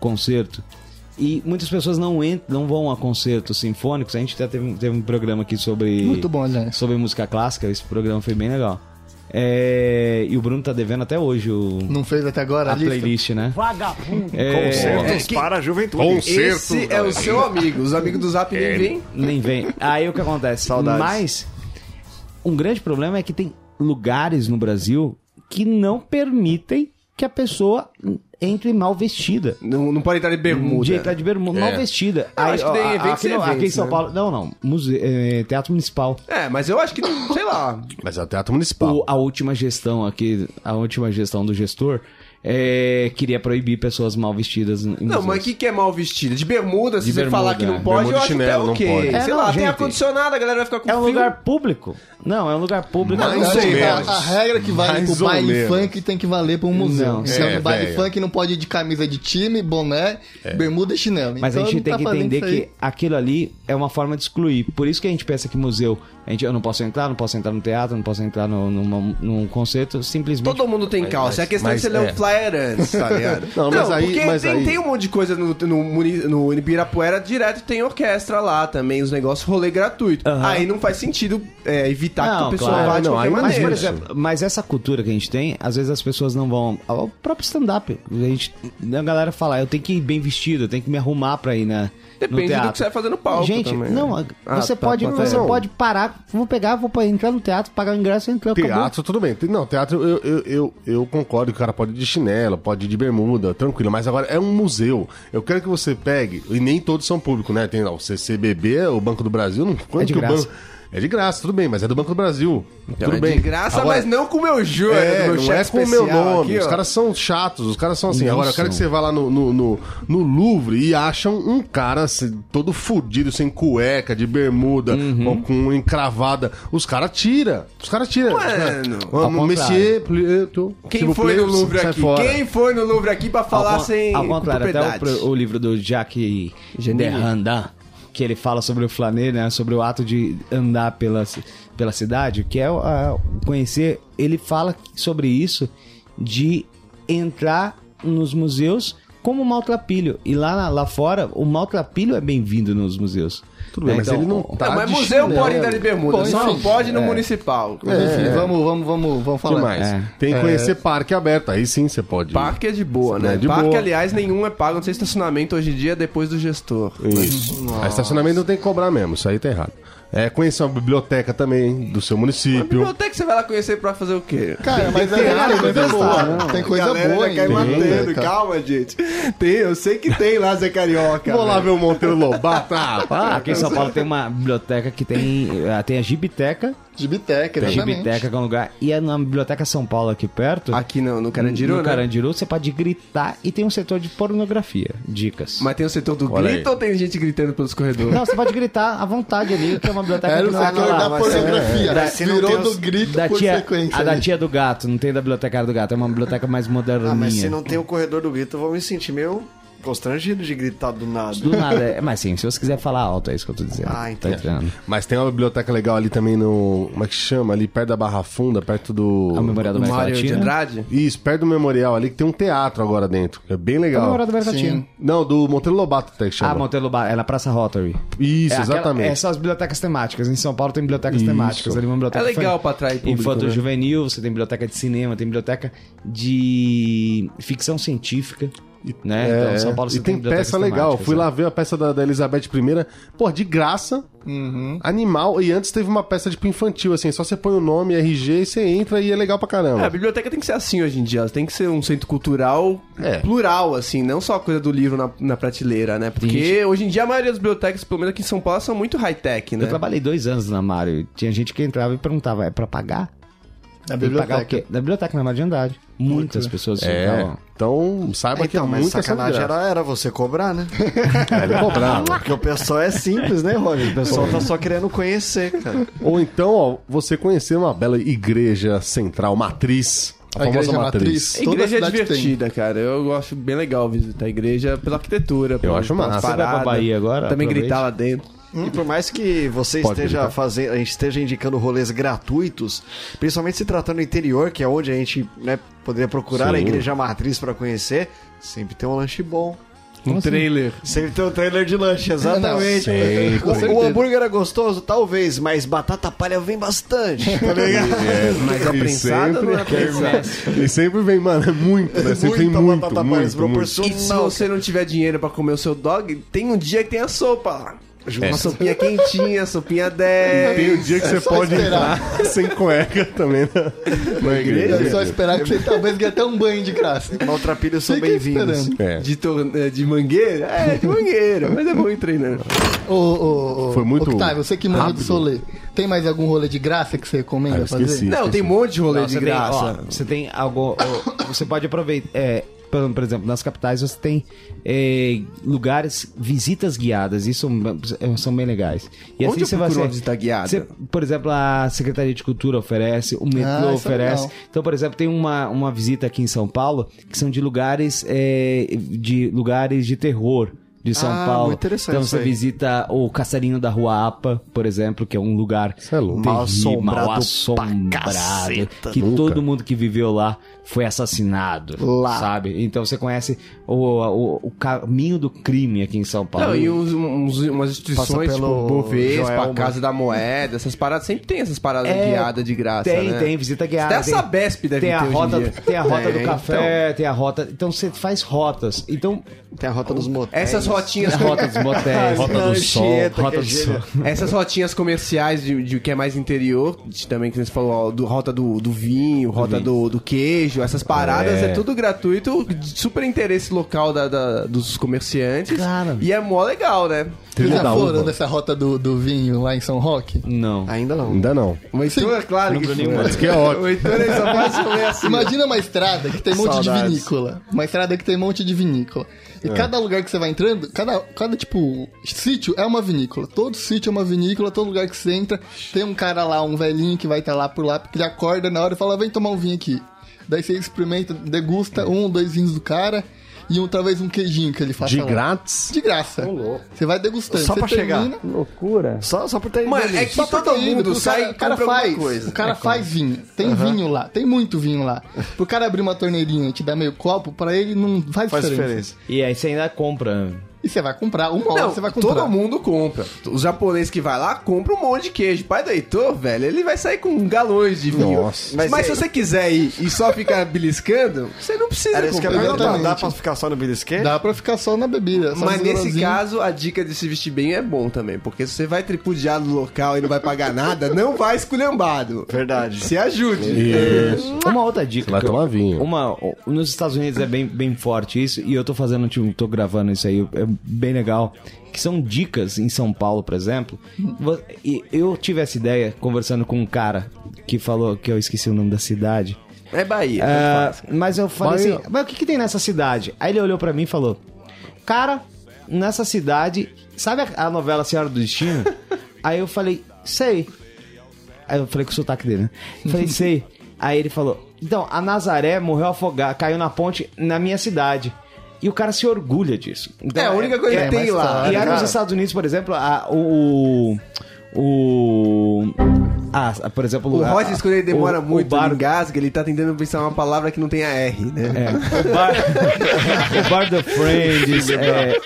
D: concerto. E muitas pessoas não entram, não vão a concertos sinfônicos. A gente até teve, um- teve um programa aqui sobre
B: Muito bom, aliás.
D: sobre música clássica. Esse programa foi bem legal. É, E o Bruno tá devendo até hoje o...
B: Não fez até agora a,
D: a
B: lista?
D: playlist, né? Vagabundo.
A: É,
E: Concertos para a juventude.
C: Esse é o seu amigo. Os amigos do Zap
A: É.
C: nem vêm.
D: Nem vem. Aí o que acontece?
E: Saudades.
D: Mas um grande problema é que tem lugares no Brasil que não permitem que a pessoa entre mal vestida.
C: Não, não pode entrar de bermuda.
A: tá
D: De entrar de bermuda, mal vestida.
C: Eu acho que tem
D: a-
C: eventos
D: aqui,
C: e
D: não, aqui em
C: eventos,
D: São
C: né?
D: Paulo. Não, não. Muse- é, teatro Municipal.
C: É, mas eu acho que, sei lá.
A: Mas é o teatro municipal.
D: O- a última gestão aqui, a última gestão do gestor, é, queria proibir pessoas mal vestidas. em
C: Não,
D: museus.
C: mas o que, que é mal vestido? De bermuda, se
D: De
C: você
D: bermuda,
C: falar que
D: é.
C: não pode,
A: Bermuda e
C: eu acho
A: chinelo,
C: que é
A: não
C: ok.
A: pode.
D: É,
C: sei
D: não,
C: lá, tem
D: gente.
C: ar-condicionado, a galera vai ficar com
D: É um
C: frio.
D: lugar público? Não, é um lugar público.
A: Mas-
B: Eu
A: Mais
B: acho
A: ou
B: que a,
A: menos.
B: a regra que vale
A: Mais
B: pro
A: ou
B: baile
A: menos.
B: funk tem que valer pra um museu.
D: Não,
B: então,
A: é,
B: no baile
A: velho.
B: funk não pode ir de camisa de time, boné, bermuda e chinelo.
D: Mas
B: Então,
D: a gente
B: não
D: tem
B: tá
D: que
B: fazendo
D: entender
B: isso aí.
D: que aquilo ali é uma forma de excluir. Por isso que a gente pensa que museu, a gente, eu não posso entrar, não posso entrar no teatro, não posso entrar no, numa- num concerto, simplesmente.
C: Todo mundo tem calça. é a questão
A: mas
C: de você ler
A: é.
C: o flyer antes, tá ligado?
A: Não, mas aí-
C: porque
A: mas
C: tem,
A: aí-
C: tem um monte de coisa no, no, Muni- no Ibirapuera, direto tem orquestra lá também, os negócios, rolê gratuito.
D: Aham.
C: Aí não faz sentido é, evitar que a pessoa
D: claro,
C: vá de
A: não,
C: qualquer
A: aí-
C: maneira.
D: Mas, por
A: Isso.
D: exemplo, mas essa cultura que a gente tem, às vezes as pessoas não vão. O próprio stand-up. A, gente- a galera fala, eu tenho que ir bem vestido, eu tenho que me arrumar pra ir na. no
C: Depende
D: teatro.
C: do que você vai fazer no palco
D: Gente,
C: também,
D: não,
C: né? Ah,
D: você,
C: tá,
D: pode,
C: tá, tá,
D: você
A: não.
D: pode parar, vou pegar, vou entrar no teatro, pagar o ingresso e entrar acabou.
A: Teatro, tudo bem. Tem- Não, teatro, eu, eu, eu, eu concordo que o cara pode ir de chinelo, pode ir de bermuda, tranquilo. Mas agora é um museu. Eu quero que você pegue, e nem todos são públicos, né? Tem lá o CCBB, o Banco do Brasil, não quanto
D: de
A: que o
D: graça.
A: banco. É de graça, tudo bem, mas é do Banco do Brasil. tudo
C: é
A: bem.
C: de graça,
A: Agora-
C: mas não com o meu joelho,
A: É,
C: meu
A: não
C: chefe
A: é com o meu
C: especial
A: nome.
C: aqui,
A: os
C: ó.
A: caras são chatos, os caras são assim.
D: Não
A: Agora, eu quero
D: são.
A: que você vá lá no, no, no- no Louvre e acham um cara assim, todo fudido, sem cueca, de bermuda, com,
C: Uhum.
A: com encravada. Os caras tira. Os caras tira. Os cara-
C: Mano,
A: Vamos,
D: ao contrário.
A: Monsieur, pleto, s'il
C: Quem
A: vous
C: foi
A: plaît,
C: no Louvre
A: sai
C: aqui?
A: fora.
C: Quem foi no Louvre aqui pra
D: Ao
C: falar
D: con-
C: sem
D: Ao contrário, até o,
C: propriedade?
D: pro- o livro do Jacques Derrida, que ele fala sobre o flanê, né? Sobre o ato de andar pela, ci- pela cidade, que é o- a- o conhecer. Ele fala sobre isso de entrar nos museus como um maltrapilho. E lá, na- lá fora, o maltrapilho é bem-vindo nos museus.
A: Tudo bem,
D: Né,
A: mas
D: então,
A: ele não
D: o-
A: tá
C: não, mas
A: de
C: museu
A: chinelo.
C: pode entrar de bermuda,
B: Bom,
C: só não
B: enfim,
C: pode no municipal.
B: Mas,
A: É.
B: enfim, vamos, vamos, vamos, vamos
A: que
B: falar.
A: mais?
D: É.
A: Tem que conhecer parque aberto. Aí sim você pode. ir.
C: Parque é de boa, né?
A: É de
C: Parque,
A: boa.
C: aliás, nenhum é pago, não sei estacionamento hoje em dia é depois do gestor.
A: Isso. Aí Estacionamento não tem que cobrar mesmo, isso aí tá errado. É, conhecer uma biblioteca também do seu município.
C: Biblioteca que você vai lá conhecer pra fazer o quê?
B: Cara, mas
C: Tem
B: é,
C: nada
B: tem coisa boa. Tem coisa boa
C: já cai
B: ainda, né,
C: matando,
B: cara.
C: calma, gente. Tem, eu sei que tem lá Zé Carioca.
A: Vou lá ver o Monteiro Lobato. Ah,
D: Ah,
A: pá.
D: aqui em São Paulo tem uma biblioteca que tem, eh, tem a Gibiteca.
B: Gibiteca,
D: A
B: exatamente.
D: Gibiteca que é um lugar. E é na Biblioteca São Paulo aqui perto.
C: Aqui não, no Carandiru,
D: no
C: né?
D: Carandiru, você pode gritar e tem um setor de pornografia. Dicas.
C: Mas tem o setor do
A: Olha
C: grito
A: aí.
C: ou tem gente gritando pelos corredores?
D: Não, você pode gritar à vontade ali, que é uma nome do ataque
B: Era o
D: do
E: Tá,
D: gato
B: setor
D: lá?
B: da pornografia.
D: Da-
E: é, se não tem
B: Virou
E: os-
B: do grito
D: Da
B: por
D: tia,
B: sequência.
D: a da
B: ali.
D: tia do gato, não tem da bibliotecária do gato, é uma biblioteca mais moderninha.
E: Ah, mas se não tem o corredor do grito, eu vou me sentir meio constrangido de gritar do nada.
D: Do nada, é- mas sim, se você quiser falar alto, é isso que eu tô dizendo.
E: Ah, entendi.
D: Tá entrando.
A: Mas tem uma biblioteca legal ali também no. Como é que chama? Ali perto da Barra Funda, perto do.
D: A memória do América
C: Mário de
D: Latina.
C: Andrade?
A: Isso, perto do memorial ali que tem um teatro agora dentro. É bem
D: A
A: legal.
D: memória do América Latina.
A: Não, do Monteiro Lobato até que chama.
D: Ah, Monteiro Lobato, é na Praça Rotary.
A: Isso,
D: É aquela-
A: exatamente.
D: é, são as bibliotecas temáticas. Em São Paulo tem bibliotecas
A: Isso.
D: temáticas. Ali uma
C: É
D: biblioteca
C: legal pra atrair público,
D: Infanto
C: né?
D: juvenil, você tem biblioteca de cinema, tem biblioteca de ficção científica. Né?
A: É,
D: então, São Paulo
A: e
D: você
A: tem,
D: bibliotecas
A: peça legal.
D: temáticas,
A: Fui
D: né?
A: lá ver a peça da, da Elizabeth I, pô, de graça, Uhum. animal. E antes teve uma peça tipo infantil, assim, só você põe o nome, RG e você entra e é legal pra
C: É, a
A: caramba.
C: biblioteca tem que ser assim hoje em dia. ela Tem que ser um centro cultural
A: É.
C: plural, assim, não só a coisa do livro na, na prateleira, né? Porque
D: Gente.
C: hoje em dia a maioria das bibliotecas, pelo menos aqui em São Paulo, são muito high-tech, né?
D: Eu trabalhei dois anos na Mário. e Tinha gente que entrava e perguntava: é pra pagar?
B: Na
D: Tem que pagar o
B: biblioteca.
D: quê? Da biblioteca na Mário de Andrade. Muitas pessoas
A: É,
D: ficavam.
A: então saiba que é
E: Então, mas
A: muita
E: sacanagem
A: sacanagem.
E: era, era você cobrar, né?
A: Ele cobrava.
E: Porque o pessoal é simples, né, Rony? O pessoal tá só querendo conhecer, cara.
A: Ou então, ó, você conhecer uma bela igreja central, matriz. A,
B: A
A: famosa
B: igreja
A: matriz.
B: matriz.
C: A
B: Toda
C: igreja é
B: cidade tem.
C: divertida, cara. Eu gosto bem legal visitar a igreja pela arquitetura. pelas-
A: acho
C: pelas
A: massa. Você
D: vai pra
C: paradas.
D: Bahia agora?
C: Também
D: Aproveite.
C: gritar lá dentro. um
E: E por mais que você
A: Pode
E: esteja
A: gritar.
E: fazendo, a gente esteja indicando rolês gratuitos, principalmente se tratando do interior, que é onde a gente né, poderia procurar a
A: Sim.
E: igreja matriz pra conhecer, sempre tem um lanche bom.
C: Um trailer.
E: Sempre tem um trailer de lanche, exatamente.
A: Sempre.
E: O- O, hambúrguer é gostoso, talvez, mas batata palha vem bastante.
A: É,
C: Mas a
A: e
C: prensada
A: sempre-
C: não é a prensada.
A: E sempre vem, mano, é muito, né? Sempre tem muito, muito, muito.
C: E se
E: desproporcional.
C: você não tiver dinheiro pra comer o seu dog, tem um dia que tem a sopa lá. Uma sopinha quentinha, sopinha 10.
A: Tem o dia que você
B: É só
A: pode
B: esperar.
A: entrar sem cueca também na, na
B: É só
A: igreja.
B: esperar que você talvez ganhe até um banho de graça.
E: Maltrapilhos são
B: Fica
E: bem-vindos.
B: esperando.
A: É.
C: De, torne- de mangueira? É, de mangueira. mas é bom ir treinando.
B: Ô, ô, ô,
A: Foi muito
B: Octavio, você que manda de
A: rápido.
B: solê. Tem mais algum rolê de graça que você
A: Ah,
B: recomenda
A: eu
B: fazer?
A: esqueci.
C: Não, tem um monte de rolê
D: Não,
C: de
D: você tem,
C: graça.
D: ó, você tem algo. ó, Você pode aproveitar. é, por, por exemplo, nas capitais você tem é, lugares, visitas guiadas, isso são, são bem legais. E assim
C: Onde eu
D: você
C: procuro
D: ser-
C: uma visita guiada?
D: você- por exemplo, a Secretaria de Cultura oferece, o metrô
B: Ah, isso é
D: oferece.
B: legal.
D: então, por exemplo, tem uma, uma visita aqui em São Paulo que são de lugares é, de lugares de terror. De São
E: Ah,
D: Paulo.
E: muito interessante
D: então
E: isso
D: você
E: aí.
D: visita o Caçarinho da Rua Apa, por exemplo, que é um lugar
A: Isso é louco.
D: terrível,
E: Mal-assombrado
D: mal
E: pra
D: assombrado,
E: caceta.
D: que
A: Nunca.
D: todo mundo que viveu lá foi assassinado,
B: Lá.
D: sabe? Então você conhece o, o, o caminho do crime aqui em São Paulo.
C: Não, e uns- uns- umas instituições,
E: Passa pelo
C: tipo, Bovespa,
E: Joelma.
C: Casa da Moeda, essas paradas. Sempre tem essas paradas
D: É,
C: guiadas de graça,
D: tem,
C: né?
D: tem, visita guiada.
C: Até a
D: tem-
C: Sabesp deve
D: tem a
C: ter hoje em
D: rota,
C: dia. É,
D: Tem a rota do
E: Tem,
D: café, tem a rota... Então você faz rotas. Então,
E: Tem a rota dos
A: É.
E: motéis.
C: Essas rotinhas...
D: É a rota dos motéis,
A: Rota do sol,
E: Anchieta,
D: rota
E: que é
D: do
E: gênio.
D: sol.
C: Essas rotinhas comerciais de, de que é mais interior, de- também que você falou, ó, do, rota do, do vinho, rota do, do queijo, essas paradas, é, tudo gratuito, de super interesse local da, da- dos comerciantes.
D: Cara.
C: E é mó legal, né?
B: Vocês
A: Trilha
B: já
A: da
B: foram
A: uva.
B: nessa rota do, do vinho lá em São Roque?
D: Não.
E: Ainda não.
A: Ainda não.
C: O Heitor, é claro que foi.
A: Mas que é ótimo.
C: O Heitor ele só faz rolê assim.
B: Imagina uma estrada que tem um monte de
E: Saudades.
B: vinícola. Uma estrada que tem um monte de vinícola. E
A: É.
B: cada lugar que você vai entrando, cada, cada tipo, sítio é uma vinícola. Todo sítio é uma vinícola, todo lugar que você entra, tem um cara lá, um velhinho que vai estar lá por lá, porque ele acorda na hora e fala, vem tomar um vinho aqui. Daí você experimenta, degusta um, dois vinhos do cara e um, talvez um queijinho que ele faça
A: De
B: lá.
A: grátis.
B: De graça. Você vai degustando.
E: Só
B: você
E: pra chegar.
B: termina-
A: É.
E: Só, só por ter
C: Mano,
E: ido ali.
C: é que
B: só pra
C: todo
B: ter ido,
C: mundo
B: pro
C: sai
B: cara,
C: e
B: o cara
C: compra
B: faz,
C: alguma coisa.
B: O cara faz vinho. Tem vinho lá, tem muito vinho lá. Pro cara abrir uma torneirinha e te dar meio copo, pra ele não faz,
E: faz
B: diferença.
E: diferença.
D: E aí você ainda compra.
B: E você vai comprar, uma hora
C: Não,
B: você vai comprar.
C: todo mundo compra. Os japoneses que vai lá compra um monte de queijo. Pai do Heitor, velho, ele vai sair com galões de vinho.
A: Nossa.
C: Mas,
E: Mas
C: se
E: é-
C: você quiser ir e só ficar beliscando, você não precisa
E: Era isso que eu ia
C: comprar.
E: perguntar. Dá
B: Exatamente.
E: pra ficar só no belisquete?
B: Dá pra ficar só na bebida. só
C: Mas
B: no
C: nesse
B: gorozinho.
C: caso, a dica de se vestir bem é bom também, porque se você vai tripudiar no local e não vai pagar nada, não vai esculhambado.
E: Verdade.
C: Se ajude.
A: Isso.
D: Uma outra dica.
A: Vai
D: que eu-
A: tomar vinho.
D: Uma, nos Estados Unidos é bem, bem forte isso, e eu tô fazendo, tipo, tô gravando isso aí, é bem legal. Que são dicas em São Paulo, por exemplo. Vo- e Eu tive essa ideia conversando com um cara que falou que eu esqueci o nome da cidade.
C: É Bahia.
D: Ah, mas eu falei
A: Bahia.
D: assim, mas o que, que tem nessa cidade? Aí ele olhou pra mim e falou: Cara, nessa cidade, sabe a, a novela Senhora do Destino? Aí eu falei, sei. Aí eu falei com o sotaque dele, né? Eu Falei, sei. Aí ele falou, então, a Nazaré morreu afogada, caiu na ponte na minha cidade. E o cara se orgulha disso. Então,
C: É a única coisa que tem
D: mas
C: lá. né,
D: E aí nos
E: cara.
D: Estados Unidos, por exemplo, a- o... O... Ah, por exemplo...
C: O
D: a-
C: Rogers, quando ele demora
D: o- o
C: muito,
D: bar-
C: ele engasga, ele tá tentando pensar uma palavra que não tenha R, né?
D: é, o bar, o bar do Friends, é,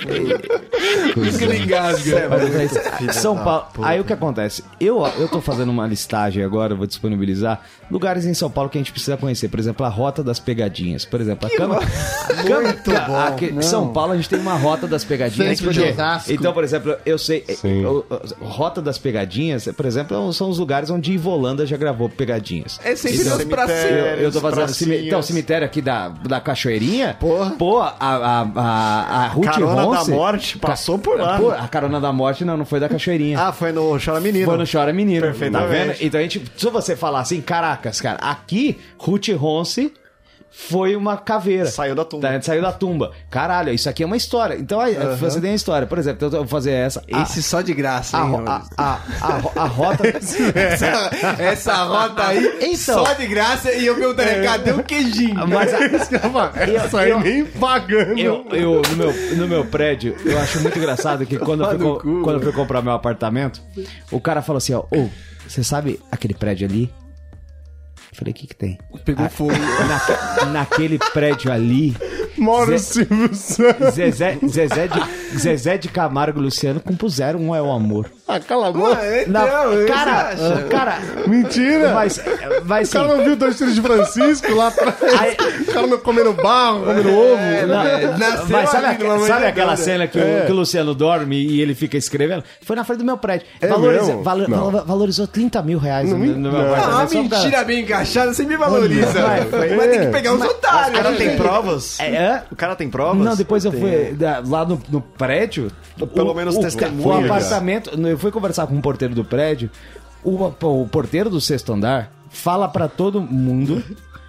D: Mas, é São Paulo. Aí o que acontece? Eu, eu tô fazendo uma listagem agora, vou disponibilizar lugares em São Paulo que a gente precisa conhecer. Por exemplo, a Rota das Pegadinhas. Por exemplo, a Câmara. a Câmara- a- aqui- São Paulo a gente tem uma Rota das Pegadinhas.
B: Centro de
D: porque-
B: Osasco.
D: Então, por exemplo, eu sei.
A: Sim.
D: eu- eu- Rota das Pegadinhas, por exemplo, são os lugares onde Ivolanda já gravou pegadinhas.
C: É sempre nos pra
D: Eu,
C: cima.
D: eu tô fazendo
E: Pracinhas.
D: cemitério, então, cemitério aqui da, da Cachoeirinha.
E: Porra.
D: Pô, a, a, a, a Ruth
E: Carona da
D: Ronce-
E: Morte passou por lá. né?
D: Pô, a Carona da Morte não, não foi da Cachoeirinha.
E: Ah, foi no Chora Menino.
D: Foi no Chora Menino.
E: Perfeitamente.
D: Tá vendo? Então a gente. Se você falar assim, caracas, cara, aqui, Ruth Ronce foi uma caveira.
E: Saiu da tumba.
D: Tá, a gente saiu da tumba. Caralho, isso aqui é uma história. Então aí, você tem a história. Por exemplo, então eu vou fazer essa. A-
C: Esse só de graça,
D: a,
C: hein,
D: Ah, ro- a,
C: Rogers?
D: a, a, a rota.
C: essa, essa rota aí,
D: Então.
C: só de graça, e eu perguntaria, cadê o queijinho?
D: Mas a,
A: Essa aí
B: é?
D: eu-
A: nem pagando.
D: Eu, eu no, meu, no meu prédio, eu acho muito engraçado que quando eu, fui, co- quando eu fui comprar meu apartamento, o cara falou assim, ó, ô, você sabe aquele prédio ali? Eu falei, o que que tem?
C: Pegou fogo.
D: Na- naquele prédio ali,
A: Moro
D: Zé-
A: Silvio Santos.
D: Zezé, Zezé, de, Zezé de Camargo e Luciano compuseram Um É o Amor.
A: Ah, cala a boca.
D: Na-
C: Então,
D: cara, cara,
A: Mentira.
D: mas, mas
A: O
D: sim,
A: cara não viu dois filhos de Francisco lá atrás?
D: Aí-
A: O cara não comendo barro,
C: É,
A: comendo ovo.
D: Não, é,
C: nasceu
D: mas sabe,
C: ali
D: aque-
C: numa É.
D: sabe
C: manhã
D: aquela
C: doida.
D: cena que, o, que o Luciano dorme e ele fica escrevendo? Foi na frente do meu prédio.
C: É
A: mesmo?
D: valo-
A: Não.
D: valo- valorizou 30 mil reais no, no meu
C: Ah, uma
D: apartamento. Só por causa-
C: mentira bem encaixada, você me valoriza.
D: Vai,
A: vai.
C: Mas tem que pegar os
E: O
C: otários.
E: cara
C: né,
E: tem
C: velho?
E: provas?
D: É, hã?
E: O cara tem provas?
D: Não, depois eu fui da- lá no, no prédio.
E: Pelo menos
D: o, O
E: testemunhas.
D: apartamento. Eu fui conversar com o porteiro do prédio. O, o porteiro do sexto andar fala pra todo mundo.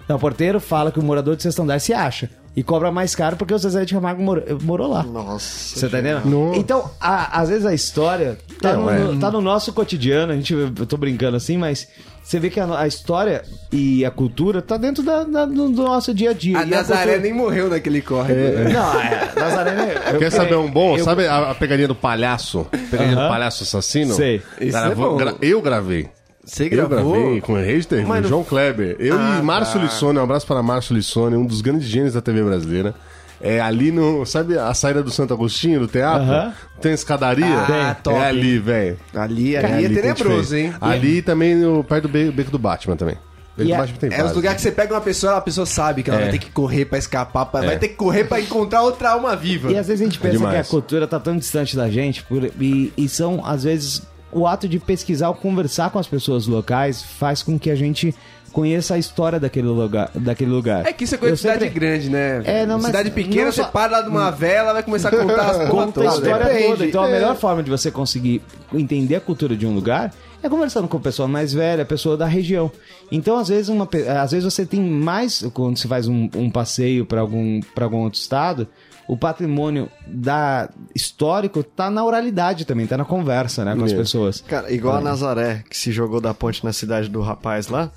D: Então, o porteiro fala que o morador do sexto andar se acha. E cobra mais caro porque o Zezé de Camargo morou, morou lá.
E: Nossa.
D: Você tá entendendo? Então, a- às vezes a história tá, no,
A: é.
D: tá no nosso cotidiano, a gente, eu tô brincando assim, mas você vê que a, a história e a cultura tá dentro da- da- do, do nosso dia a dia.
C: A
D: E
C: Nazaré
D: cultura-
C: nem morreu naquele córrego.
D: Não, é, Nazaré nem... eu-
A: Quer saber um bom?
D: eu-
A: Sabe a, a pegadinha do palhaço? Pegadinha do
D: Aham.
A: palhaço assassino?
D: Sei.
C: Isso é bom.
A: eu gravei.
C: Você
A: Eu
C: gravou?
A: gravei com o Register, com o João Kleber. Eu
C: Ah,
A: e Márcio
C: tá.
A: Lissone, um abraço para Márcio Lissone, um dos grandes gênios da TV brasileira. É ali no. Sabe a saída do Santo Agostinho, do teatro?
D: Aham.
A: Tem escadaria?
C: Ah,
A: Tem.
C: top.
A: É ali, velho.
C: Ali,
A: É
C: ali é
A: ali que a gente
C: tenebroso,
A: fez.
C: hein?
A: Ali também, no, perto do be- beco do Batman também. Beco
D: E
A: do
D: a-
A: Batman tem
C: É os
A: vários.
C: lugares que você pega uma pessoa, a pessoa sabe que ela
A: É.
C: vai ter que correr pra escapar, pra- vai ter que correr pra encontrar outra alma viva.
D: E é às vezes a gente pensa
A: É demais.
D: que a cultura tá tão distante da gente por- e, e são, às vezes, o ato de pesquisar ou conversar com as pessoas locais faz com que a gente conheça a história daquele lugar. Daquele lugar.
C: É que isso é coisa
D: Eu
C: de cidade
D: sempre-
C: grande, né?
D: É, não, mas
C: cidade pequena,
D: não
C: você
D: só- Hum.
C: para lá de uma vela, vai começar a contar as porra
D: conta a
C: toda.
D: história
C: Depende.
D: toda. Então a
C: É.
D: melhor forma de você conseguir entender a cultura de um lugar é conversando com a pessoa mais velha, a pessoa da região. Então, às vezes, uma, pe- às vezes você tem mais, quando você faz um, um passeio para algum, pra algum outro estado, o patrimônio da histórico tá na oralidade também, tá na conversa né, com as pessoas.
E: Cara, igual a Nazaré, que se jogou da ponte na cidade do rapaz lá.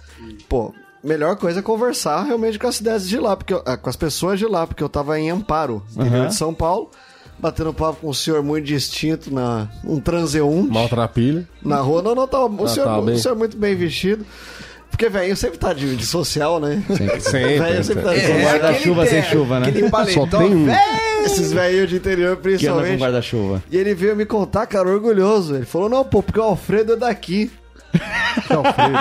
E: Pô, melhor coisa é conversar realmente com as cidades de lá, porque eu- ah, com as pessoas de lá, porque eu tava em Amparo, interior
D: Aham.
E: de São Paulo, batendo papo com um senhor muito distinto, na, um transeunte.
A: Maltrapilha.
E: Na rua, não, não, tava, o,
A: Ah,
E: senhor,
A: tava
E: o
A: bem.
E: senhor é muito bem vestido. Porque velho sempre tá de, de social, né?
A: Sempre.
E: Velho sempre tá de
C: É,
E: social. É,
D: guarda-chuva
C: aquele
D: sem
C: terno,
D: chuva, né?
C: Aquele paletó,
A: Só tem um.
C: velho.
E: Esses velhos de interior,
D: Que anda com
E: principalmente.
D: guarda-chuva.
E: E ele veio me contar, cara, orgulhoso. Ele falou, não, pô, porque o Alfredo é daqui.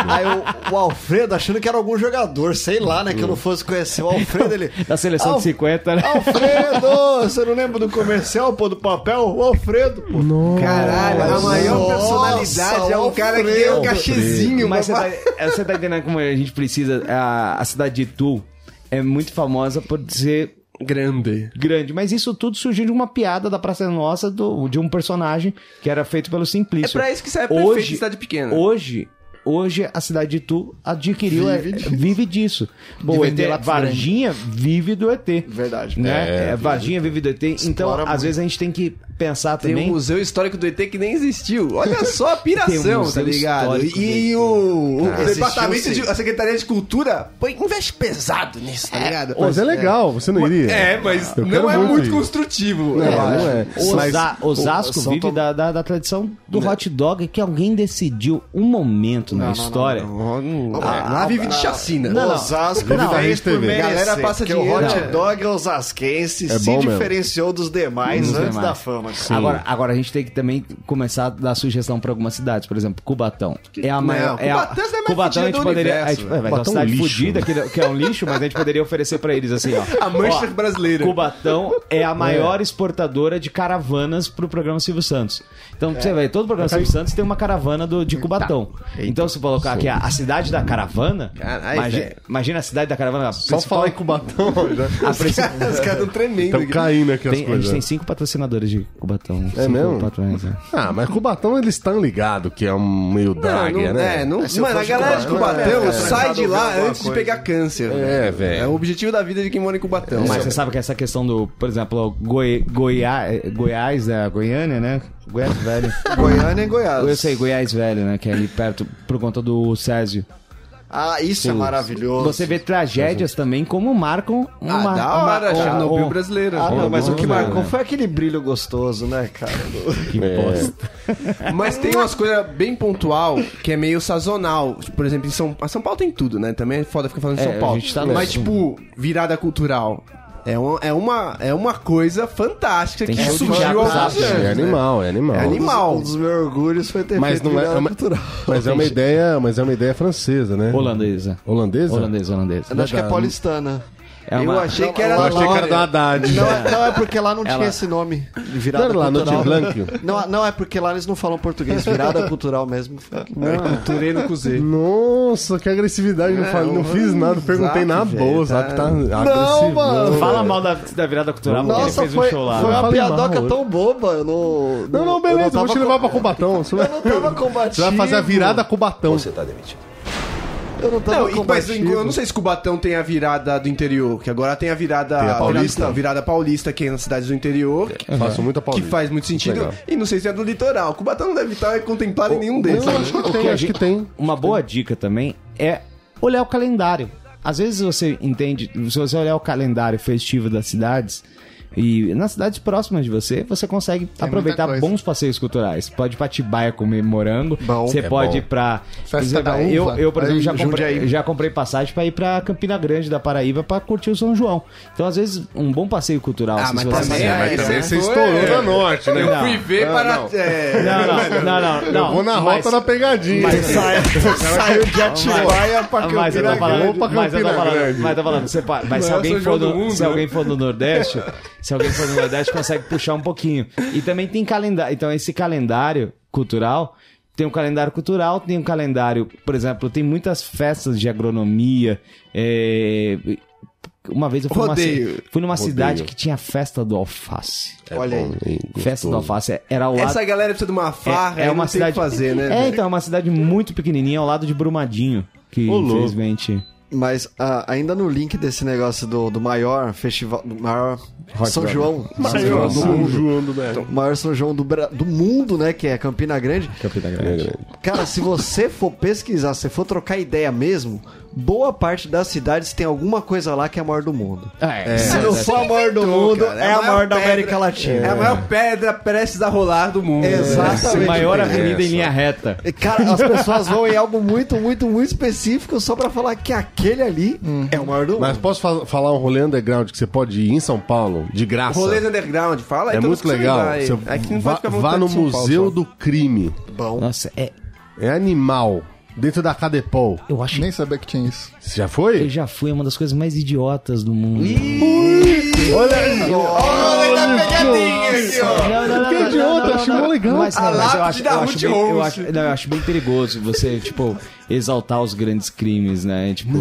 E: Aí o, o Alfredo achando que era algum jogador, sei lá, né? Que eu não fosse conhecer o Alfredo, ele.
D: Da seleção de
E: Alf-
D: 50, né?
E: Alfredo! Você não lembra do comercial, pô, do papel? O Alfredo, pô.
C: Caralho, a
E: Nossa,
C: maior personalidade é um cara que é um
E: Alfredo.
C: cachezinho,
D: Mas
C: mas
D: você tá, você tá entendendo como a gente precisa. A, a cidade de Itu é muito famosa por ser
C: grande.
D: grande. Mas isso tudo surgiu de uma piada da Praça Nossa do- de um personagem que era feito pelo
C: É
D: Simplício.
C: pra isso né? que serve
D: Hoje-
C: perfeito em cidade pequena.
D: Hoje, Hoje a cidade de Itu adquiriu, é- vive disso. Bom, o ET
G: vender
D: lá
G: lá pro
D: Varginha vive do ET.
G: Verdade.
D: Né? É, Varginha vive do ET. então,
E: Explora
D: às vezes a gente tem que pensar
C: Tem um
D: também.
C: museu histórico do ET que nem existiu. Olha só a
D: Tem um
C: piração, tá
D: museu
C: ligado?
D: histórico do
C: E
D: ET.
C: o, o
E: Cara,
C: departamento
E: existiu,
C: de, a Secretaria de Cultura põe investe pesado nisso, tá ligado?
A: Mas é legal, você não iria?
C: É, mas
A: Eu
C: não
A: quero
C: é
A: muito
C: muito
A: ir.
C: construtivo.
A: Não,
C: eu acho.
A: não é. Mas-
D: Osa- Osasco
E: são
D: vive
E: to-
D: da, da, da tradição do hot dog que alguém decidiu um momento na história.
C: Ah, Lá vive de chacina.
D: Não, não.
E: Osasco
A: Não,
E: não,
A: da
E: fez
A: Rede
E: por
A: TV.
E: merecer,
C: Galera passa
E: que
C: dinheiro.
E: o hot
C: Não.
E: dog osasquense
A: É
E: se
A: bom mesmo.
E: diferenciou dos demais
D: Dos
E: antes
D: demais.
E: da fama. cara.
D: Agora, agora a gente tem que também começar a dar sugestão pra algumas cidades, por exemplo, Cubatão. É a maior. é a,
C: Cubatão é a mais
D: Cubatão
C: fedida
D: a gente
C: do
D: poderia.
C: universo,
D: A gente, é, vai ser uma
A: Cubatão é um
D: cidade
A: lixo,
D: fodida, que, que é um lixo, mas a gente poderia oferecer pra eles assim, ó.
C: A Manchester
D: Ó,
C: brasileira.
D: Cubatão é a maior exportadora de caravanas pro programa Silvio Santos.
C: É.
D: Então, você vê, todo
C: Tá
D: programa Silvio Santos tem uma caravana do, de Cubatão. Então, se colocar aqui a, a cidade da caravana,
C: Caralho,
D: imagina,
C: velho.
D: imagina a cidade da caravana. a
A: Só
D: principal-
A: falar em Cubatão, já
D: a principal-
C: Os caras estão tremendo.
A: estão caindo aqui as
D: tem- a gente
A: coisas.
D: tem cinco patrocinadores de Cubatão.
A: É
D: cinco
A: mesmo?
D: Patrões, é.
A: Ah, mas Cubatão eles estão ligados que é um meio
C: não,
A: draga, né?
C: É, não,
E: se eu
C: mano, a
E: fosse
C: galera de
E: Cubatão,
C: Cubatão
E: é, é.
C: sai de lá
E: Alguma
C: antes de
E: coisa.
C: pegar câncer.
A: É,
C: É o
A: velho.
C: objetivo da vida de quem mora em Cubatão.
E: é
D: Mas você sabe que essa questão do, por exemplo, Goi, Goiá- Goiás, né? Goiânia, né? Goiás Velho.
E: Goiânia e Goiás.
D: Eu sei, Goiás Velho, né? Que é ali perto, por conta do Césio.
E: Ah, isso é maravilhoso.
D: Você vê tragédias também como marcam
C: Ah,
D: é uma...
C: da hora,
D: uma-
C: Chernobyl
D: um-
C: brasileiro.
E: Ah, não, mas o que
D: Vamos lá,
E: marcou
D: né?
E: foi aquele brilho gostoso, né, cara?
D: Que bosta.
C: Mas tem umas coisas bem pontual que é meio sazonal. Tipo, Por exemplo, em São Paulo. São Paulo tem tudo, né? Também é foda ficar falando de
D: É,
C: São Paulo.
D: a gente tá no-
C: Mas, tipo, virada cultural. É, um- é uma, é uma coisa fantástica
D: Tem
C: que
D: que
C: surgiu há
D: elogiar
C: alguns
D: os
A: É
C: anos. né?
A: animal, é animal.
C: É animal.
E: Um dos meus orgulhos foi ter
A: Mas não é, é uma-
E: cultural.
A: mas é uma ideia, mas é uma ideia francesa, né?
D: Holandesa.
A: Holandesa?
D: Holandesa, holandesa.
E: Eu acho que é
A: Verdade.
E: paulistana.
D: É uma-
E: Eu achei que
A: Eu
E: era
A: achei que era do
E: Lória.
A: Haddad.
E: Não, é- não é porque lá não
D: Ela-
E: tinha esse nome. de
A: Não
E: Virada
A: era lá no
E: cultural.
A: Blanco?
E: Não, não, é porque lá eles não falam português. Virada cultural mesmo.
C: Tureno com Z.
A: Nossa, que agressividade. Não, falei, não fiz nada, perguntei na boa. Zap tá agressivo.
E: mano.
D: Fala mal da, da virada cultural, porque ele
E: Nossa,
D: fez um
E: foi,
D: show lá.
E: foi uma
D: né?
A: Fala mal,
E: piadoca
A: eu-
E: tão boba. Eu não,
A: Não, não, beleza, vou te levar pra Cubatão. Você vai,
E: Eu não tava combativo.
A: você vai fazer a virada Cubatão.
E: Eu não tava
C: Não, e- mas
E: combativo.
C: eu não sei se Cubatão tem a virada do interior, que agora tem a virada
A: Tem a paulista?
C: virada, virada paulista que é nas cidades do interior, que,
A: Eu Faço muita
C: que
A: paulista.
C: faz muito sentido.
A: Legal.
C: E não sei se é do litoral. Cubatão não deve estar contemplado em nenhum deles.
A: Não,
C: né?
A: acho que
D: que
A: tem,
D: a
A: acho
D: gente-
A: que tem.
D: Uma boa dica também é olhar o calendário. Às vezes você entende, se você olhar o calendário festivo das cidades e nas cidades próximas de você, você consegue aproveitar
B: muita coisa.
D: bons passeios culturais. Pode ir pra Tibaia comer morango,
E: Bom.
D: você
E: É
D: pode
A: bom.
D: ir pra
B: Festa da uva.
D: eu, eu, por
B: Aí,
D: exemplo, já comprei,
E: Jundiaí.
D: já comprei passagem pra ir pra Campina Grande da Paraíba pra curtir o São João. Então, às vezes, um bom passeio cultural,
C: Ah,
D: se
C: mas
D: você
C: também
D: fizer-
C: é, mas também
A: você
C: estourou na
A: norte, né?
C: Eu fui ver para. é,
D: Não, não, não, não, não.
A: Vou na
D: mas-
A: rota da pegadinha.
E: Saiu de Atibaia pra
D: Ah, Mas eu
E: Campina
D: tô falando,
A: Grande. Pra
D: mas eu tô
A: Campina
D: falando,
A: Grande.
D: mas eu tô falando, você pa- mas se
C: Maior
D: alguém,
C: é São
D: for
C: João
D: do,
C: do mundo,
D: se
C: né?
D: alguém for do Nordeste, se alguém for do Nordeste, consegue puxar um pouquinho. E também tem calendário, então esse calendário cultural, tem um calendário cultural, tem um calendário, por exemplo, tem muitas festas de agronomia, é, Uma vez eu fui numa,
C: Rodeio.
D: ci- fui numa
A: Rodeio.
D: cidade que tinha festa do alface.
E: Olha aí.
D: Festa do alface é, era ao lado
C: Essa galera precisa de uma farra, é, uma cidade tem o que fazer, né?
D: é,
C: velho?
D: então, é uma cidade muito pequenininha ao lado de Brumadinho, que
A: Ô, louco.
D: infelizmente
E: Mas ah, ainda no link desse negócio do, do maior festival. Do maior São João. São João do
A: São
E: mundo.
A: João do Nerd.
E: O maior São João do, Bra- do mundo, né? Que é Campina Grande.
D: Campina Grande.
E: Cara, se você for pesquisar, se for trocar ideia mesmo, boa parte das cidades tem alguma coisa lá que é a maior do mundo.
D: É,
E: se não for a maior do
C: Então,
E: mundo,
C: cara,
E: é a maior da
C: pedra-
E: América
C: É a
E: Latina.
C: maior pedra prestes a rolar do mundo. É,
E: Exatamente.
D: é maior
E: Tem.
D: avenida em linha reta.
E: Cara, as pessoas vão em algo muito, muito, muito específico só pra falar que aquele ali
D: Hum.
E: é o maior do
A: Mas
E: mundo.
A: posso fa- falar um rolê underground que você pode ir em São Paulo, de graça?
C: Rolês underground, fala aí.
A: é
C: todos
A: muito
C: que você
A: legal.
C: vai.
A: Você
C: Aqui não
A: vá,
C: pode ficar à
A: vá
C: vontade
A: no
C: de São Paulo,
A: Museu
C: só.
A: do Crime.
E: Bom,
D: Nossa, é,
A: É animal. Dentro da Cadepol.
D: eu acho que
B: Nem sabia que tinha isso.
A: Você já
D: eu
A: foi?
D: já fui uma das coisas mais idiotas do mundo. Não, não, não,
A: Que
D: não,
A: idiota,
D: não, não,
A: achei
D: não.
A: mó legal.
D: Mas, não,
C: A
D: mas eu
C: lápide
D: acho,
C: da
D: eu acho
C: Ruth
D: bem, eu
C: Holmes.
D: acho, não, eu acho bem perigoso você, tipo, exaltar os grandes crimes, né? Tipo,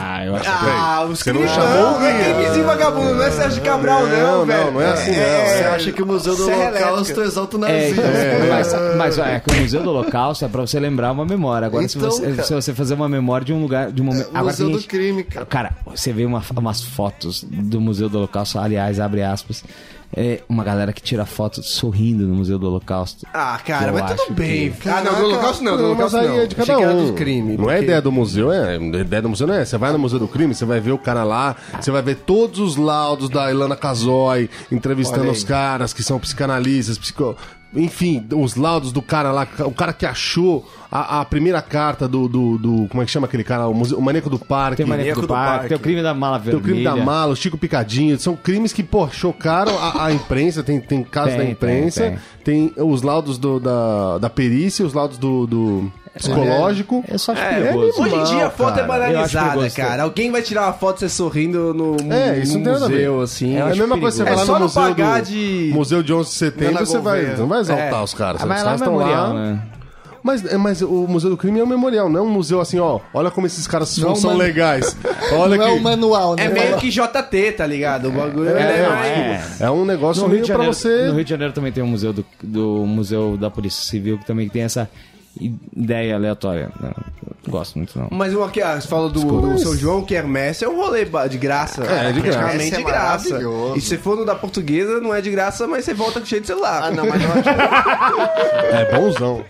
D: ah, eu acho
C: Ah, os
A: Você não
C: crimes-
A: chamou?
C: Não, é crimezinho vagabundo, não é Sérgio Cabral, não,
A: Não,
C: velho.
A: não, não é assim,
E: você acha que o Museu do
C: Serra
E: Holocausto exalta o
D: É,
E: nazismo?
D: então, mas, mas, ó, é que o Museu do Holocausto é pra você lembrar uma memória. Agora, Agora, se,
E: Então,
D: você,
E: cara-
D: se você fazer uma memória de um lugar, de um momento. Agora,
E: Museu
D: tem
E: do
D: gente-
E: Crime, cara.
D: Cara, você vê uma- umas fotos do Museu do Holocausto, aliás, abre aspas. É uma galera que tira foto sorrindo no Museu do Holocausto.
C: Ah, cara,
D: Eu
C: mas
D: acho
C: tudo bem. Ah, não,
E: Caraca.
C: do Holocausto não, do
A: Não, mas
C: Holocausto
A: aí
C: não.
A: é de cada
C: Achei que era
A: um.
C: dos crimes,
A: não é
C: porque-
A: ideia do museu, é. A ideia do museu não é. Você vai no Museu do Crime, você vai ver o cara lá, você vai ver todos os laudos da Ilana Casoy entrevistando os caras que são psicanalistas, psico... Enfim, os laudos do cara lá, o cara que achou a, a primeira carta do, do, do- Como é que chama aquele cara? O, museu, o Maníaco do Parque.
D: Tem o Maníaco do, Parque, tem o crime da mala
A: Tem
D: vermelha.
A: o crime da mala, o Chico Picadinho, são crimes que, pô, chocaram a, a imprensa, tem, tem casos
D: Tem,
A: da
D: tem,
A: imprensa, tem, os laudos do- da, da perícia, os laudos do, do psicológico.
D: Eu só acho
C: É,
D: perigoso.
C: hoje em dia a foto é
D: Eu acho
C: banalizada,
D: perigoso.
C: cara. Alguém vai tirar uma foto você sorrindo no, mu-
A: É, isso não
C: no
A: tem nada a ver.
C: museu, assim.
A: É a
C: Acho
A: mesma coisa você vai
C: É
A: lá
C: só
A: no
C: não
A: museu
C: pagar
A: do,
C: de-
A: museu de 11 de setembro,
E: Nana
A: você vai,
E: Gouveia.
A: você não vai exaltar
C: É.
A: os caras.
D: Ah,
A: os
D: mas lá é
A: caras estão
D: memorial,
A: lá.
D: né?
A: Mas, é, mas o Museu do Crime é um memorial, não é um museu assim, ó. Olha como esses caras são,
B: Não,
A: são
B: mano.
A: legais. Olha
B: Não é
A: que.
B: o manual, né?
C: É meio que JT, tá ligado? O bagulho
A: É,
C: ele é,
A: é,
C: mais-
A: é um negócio
D: No Rio,
A: meio
D: de
A: pra
D: Janeiro, no
A: você.
D: Rio de Janeiro também tem o museu do, do Museu da Polícia Civil, que também tem essa ideia aleatória. Não, não gosto muito, não.
C: Mas uma que ah, você falou do, do São João, que Hermes é um rolê ba- de graça.
A: É, de graça.
C: Praticamente de
E: Esse é
C: graça.
E: maravilhoso.
C: E se você for no da portuguesa, não é de graça, mas você volta cheio de celular.
E: Ah, não, mas eu acho
A: É bonzão.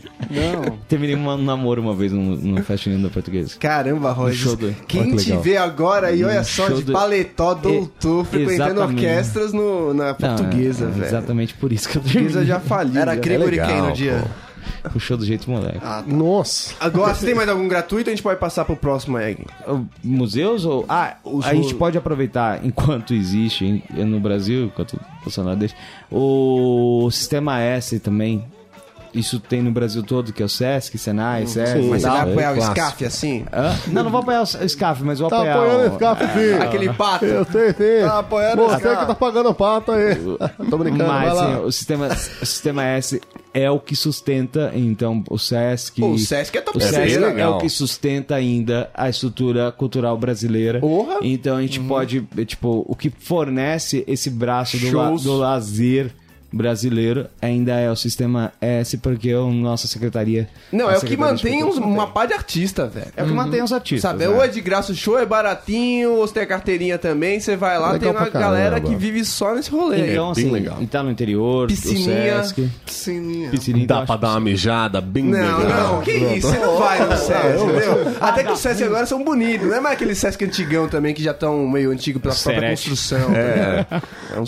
D: Terminei um namoro uma vez no, no Festinino da Portuguesa.
C: Caramba,
D: show
C: Roger.
D: do-
C: Quem
A: Olha que
C: te
A: legal.
C: vê agora e olha
D: Um
C: só,
D: show
C: de
D: do-
C: paletó, doutor,
D: E-
C: frequentando
D: exatamente.
C: orquestras no, na
D: Não,
C: portuguesa,
D: é
C: velho.
D: Exatamente por isso que eu
C: A portuguesa
D: terminei.
C: já faliu.
E: Era
C: já.
E: gringo
A: É
E: de
A: legal,
E: quem no dia?
D: Puxou do jeito moleque.
A: Ah. Nossa.
C: Agora, se tem mais algum gratuito, a gente pode passar pro próximo, Egg.
D: O- Museus ou. Ah, a gente pode aproveitar enquanto existe em- no Brasil, enquanto o Bolsonaro deixa. O sistema S também. Isso tem no Brasil todo, que é o Sesc, Senai, SESC.
A: sim.
D: e
C: É, Mas você
D: tal.
C: vai apoiar o
A: clássico.
C: SCAF assim?
D: Hã? Não, não vou apoiar o SCAF, mas vou
A: Tá
D: apoiar.
A: apoiando
D: o-
A: esse carro, filho.
C: Aquele pato.
A: Eu sei, sei.
C: Ah,
E: Tá
C: é
E: apoiando
A: Você
E: esse
D: é
E: cara.
A: que tá pagando o pato aí. Tô brincando, vai
D: Mas
A: lá.
D: assim, o sistema, o sistema S é o que sustenta, então, o SESC.
C: Pô, o Sesc é
D: O
C: top
D: SESC
A: bem
C: zero.
D: é
A: legal.
D: o que sustenta ainda a estrutura cultural brasileira.
C: Porra!
D: Então a gente pode, é, tipo, o que fornece esse braço do, la-
C: Shows.
D: do lazer brasileiro ainda é o sistema S, porque é a nossa secretaria.
C: Não,
D: a
C: é o que
D: Secretaria de
C: mantém
D: Cultura
C: uns- uma pá de artista, velho.
D: É o que mantém os artistas.
C: Uhum. Sabe,
D: né?
C: ou é de graça o show, é baratinho, ou você tem a carteirinha também, você vai lá,
A: Legal
C: tem uma
A: pra caramba.
C: galera que vive só nesse rolê.
D: Então,
A: É bem
D: assim,
A: legal.
D: e tá no interior,
C: Piscininha.
D: o Sesc,
E: Sininho.
D: piscininha. então,
A: Dá pra
D: acho-
A: dar uma mijada bem
C: Não,
A: legal.
C: não, que isso, você não vai no SESC, entendeu? Até que os SESC agora são bonitos, não é mais aquele SESC antigão também, que já estão meio antigo pela própria
D: Serete.
C: construção.
A: É.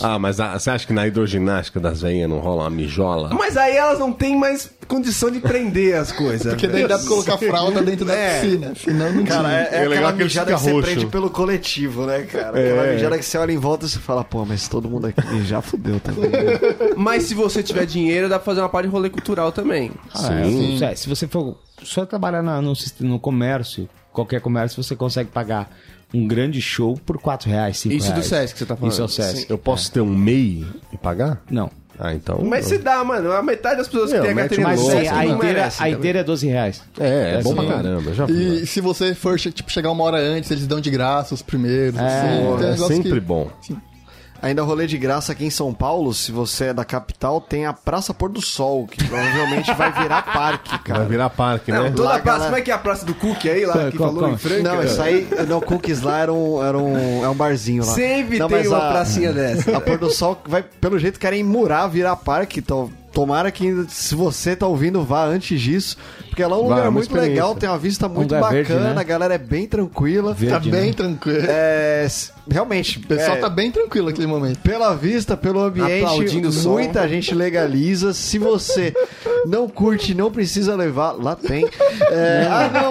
A: Ah, mas a- você acha que na hidroginástica das veinhas não rola uma mijola?
C: Mas aí elas não têm mais condição de prender as coisas.
B: Porque daí dá pra colocar fralda dentro da
C: É.
B: piscina. Senão não
E: Cara,
B: tinha.
E: é, é
A: É legal
E: aquela
A: que ele
E: mijada que
A: fica
E: você
A: roxo. É.
E: prende pelo coletivo, né, cara? Aquela mijada que você olha em volta e você fala, pô, mas todo mundo aqui já fudeu também. né?
C: Mas se você tiver dinheiro, dá pra fazer uma parte de rolê cultural também.
D: Ah, é, se- é, se você for só trabalhar na- no, sist- no comércio, qualquer comércio, você consegue pagar um grande show por 4 reais, 5
C: Isso do
D: reais.
C: Sesc que você tá falando.
D: Isso é o Sesc.
A: Eu posso ter um MEI e pagar?
D: Não.
A: Ah, então.
C: Mas se dá, mano, a metade das pessoas que
A: Meu,
C: tem a
A: mete
C: carteirinha
A: um
D: Mas
C: do
A: louco,
D: aí,
C: SESC
D: a,
C: assim, não
D: inteira,
C: merece
D: a
C: também.
D: inteira é 12 reais.
A: É, é, bom pra
D: Sim.
A: caramba, eu já vi.
B: E se você for, che- tipo, chegar uma hora antes, eles dão de graça os primeiros. assim,
A: Pô,
B: tem um
A: É
B: negócio
A: sempre
B: que-
A: bom.
E: Ainda rolê de graça aqui em São Paulo, se você é da capital, tem a Praça Pôr do Sol, que provavelmente vai virar parque,
A: Vai
E: cara.
A: virar parque, né?
C: Não, toda
E: Lá,
C: a praça,
E: galera-
C: como é que é a praça do Cook aí, lá,
D: Qual-
C: que
D: qual-
C: falou
D: qual?
C: em Franca?
E: Não, isso aí, não, Cookies lá era um, era um, é um barzinho lá.
C: Sempre
E: não,
C: tem
E: mas
C: uma
E: a-
C: pracinha dessa.
E: A Pôr do Sol vai, pelo jeito, querem murar, virar parque, então tomara que ainda- se você tá ouvindo, vá antes disso, porque lá é um
A: Vá, é
E: lugar
A: uma
E: muito
A: experiência.
E: legal, tem uma vista muito
D: lugar
E: bacana,
D: verde, né?
E: a galera é bem tranquila.
B: Tá
D: Verde,
B: bem
D: né?
B: tranquilo.
E: É, s- realmente,
B: O pessoal
E: é,
B: tá bem tranquilo naquele momento.
E: pela vista, pelo ambiente,
C: Aplaudindo o som.
E: muita gente legaliza. Se você não curte, não precisa levar, lá tem. É, ah, não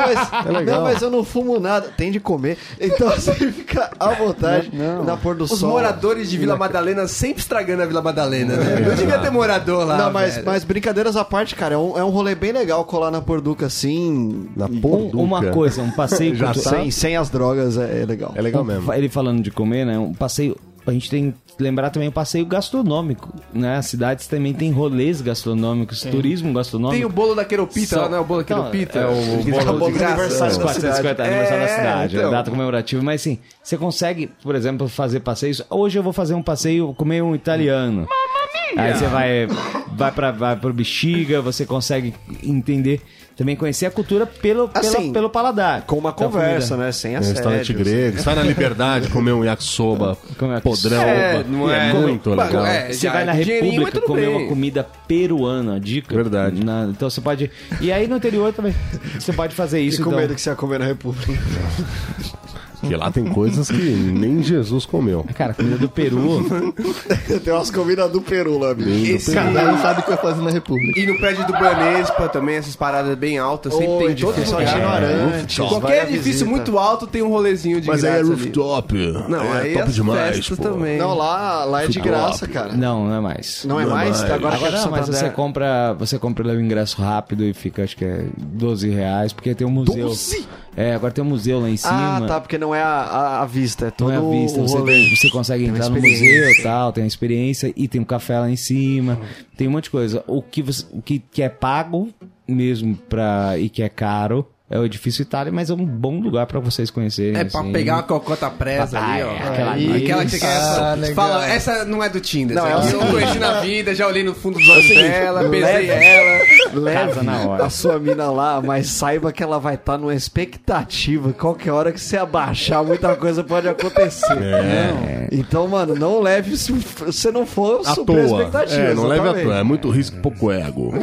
E: mas, não, mas eu não fumo nada. Tem de comer. Então você fica à vontade na pôr do
C: Os
E: sol.
C: moradores de Vila Madalena sempre estragando a Vila Madalena, né? Não devia ter morador lá.
E: Não, mas,
C: velho.
E: mas brincadeiras à parte, cara, é um, é um rolê bem legal colar na Porduca assim.
A: Na
E: e-
A: Porduca.
D: Um- uma coisa, um passeio
A: Já
D: cultural.
E: sem, sem as drogas é, é legal.
A: É legal
D: Um-
A: mesmo.
D: Ele falando de comer, né? Um passeio. A gente tem que lembrar também o passeio gastronômico, né? As cidades também têm rolês gastronômicos, turismo gastronômico.
C: Tem o bolo da Queropita
D: São-
C: lá, não é o bolo da
D: Não,
C: Queropita?
D: é o
C: Aquele
D: bolo
C: bolo
D: de
C: graça.
E: aniversário
D: Os
E: da
D: 450
C: cidade.
D: aniversário
C: É,
D: da cidade,
C: então.
D: é data comemorativa, mas sim, você consegue, por exemplo, fazer passeios. Hoje eu vou fazer um passeio, comer um italiano. Aí você vai, vai, pra, vai pro bexiga, você consegue entender, também conhecer a cultura pelo, pela-
E: Assim,
D: pelo paladar.
E: Com uma
D: da
E: conversa,
D: comida.
E: né? Sem
A: Um
E: assédio.
A: restaurante grego. Você vai na liberdade comer um yakisoba
D: Como é que-
A: podrão.
C: É, não é-
A: muito
C: Bah,
A: legal.
C: é.
D: Você
C: Já,
D: vai na
C: dinheirinho,
D: República
C: mas tudo
D: comer
C: bem.
D: uma comida peruana, dica.
A: Verdade.
D: Na- então você pode. E aí no interior também. Você pode fazer isso.
E: Fico com
D: então.
E: medo que você ia comer na República.
A: Porque lá tem coisas que nem Jesus comeu.
D: Cara, comida do Peru.
E: Tem umas comidas do Peru lá, bicho.
C: Esse-
B: Cada um sabe o que vai fazer na República.
C: E no prédio do Banespa também, essas paradas bem altas, sempre tem de
E: Todo
C: lugar.
D: né?
E: restaurante.
A: é
C: Qualquer edifício muito alto tem um rolezinho de
A: Mas aí é
C: grátis ali.
A: rooftop.
C: Não,
A: é
C: aí
A: top
C: as
A: demais.
C: festas
A: pô.
C: também.
E: Não, lá, lá é de
A: Futebol.
E: graça, cara. Não,
D: não, não é mais.
E: é mais? Tá Agora, que é
D: Agora
E: de
D: não, mas
E: Santander.
D: você compra, você compra lá o ingresso rápido e fica, acho que é 12 reais, porque tem um museu.
E: 12?
D: É, agora tem um museu lá em
E: Ah,
D: cima.
E: tá, porque não é a, a, a vista, é todo
D: Não é à vista,
E: o
D: você,
E: rolê.
D: tem- você consegue
E: uma
D: entrar no
E: experiência. Uhum.
D: museu tá? e tal, tem a experiência e tem um café lá em cima, tem um monte de coisa. O que, você, o que, que é pago mesmo pra, e que é caro é o Edifício Itália, mas é um bom lugar pra vocês conhecerem.
C: É pra
D: assim.
C: pegar uma cocota presa
D: Ah,
C: ali,
D: é,
C: ó.
D: aquela ali.
C: Tá, aquela que você quer.
B: Ah,
C: você
B: legal.
C: fala, essa não é do Tinder.
E: Não,
C: Não,
E: é o
C: aqui eu
E: seguinte.
C: conheci na vida, já olhei no fundo dos olhos dela,
E: é
C: é." beijei ela.
E: Leve
D: na hora.
E: a sua mina lá, mas saiba que ela vai estar numa expectativa. Qualquer hora que você abaixar, muita coisa pode acontecer.
D: É.
E: Então, mano, não leve se você não for
A: À
E: super
A: toa.
E: expectativa.
A: É, não leve à
E: exatamente.
A: toa. É muito risco, pouco ego.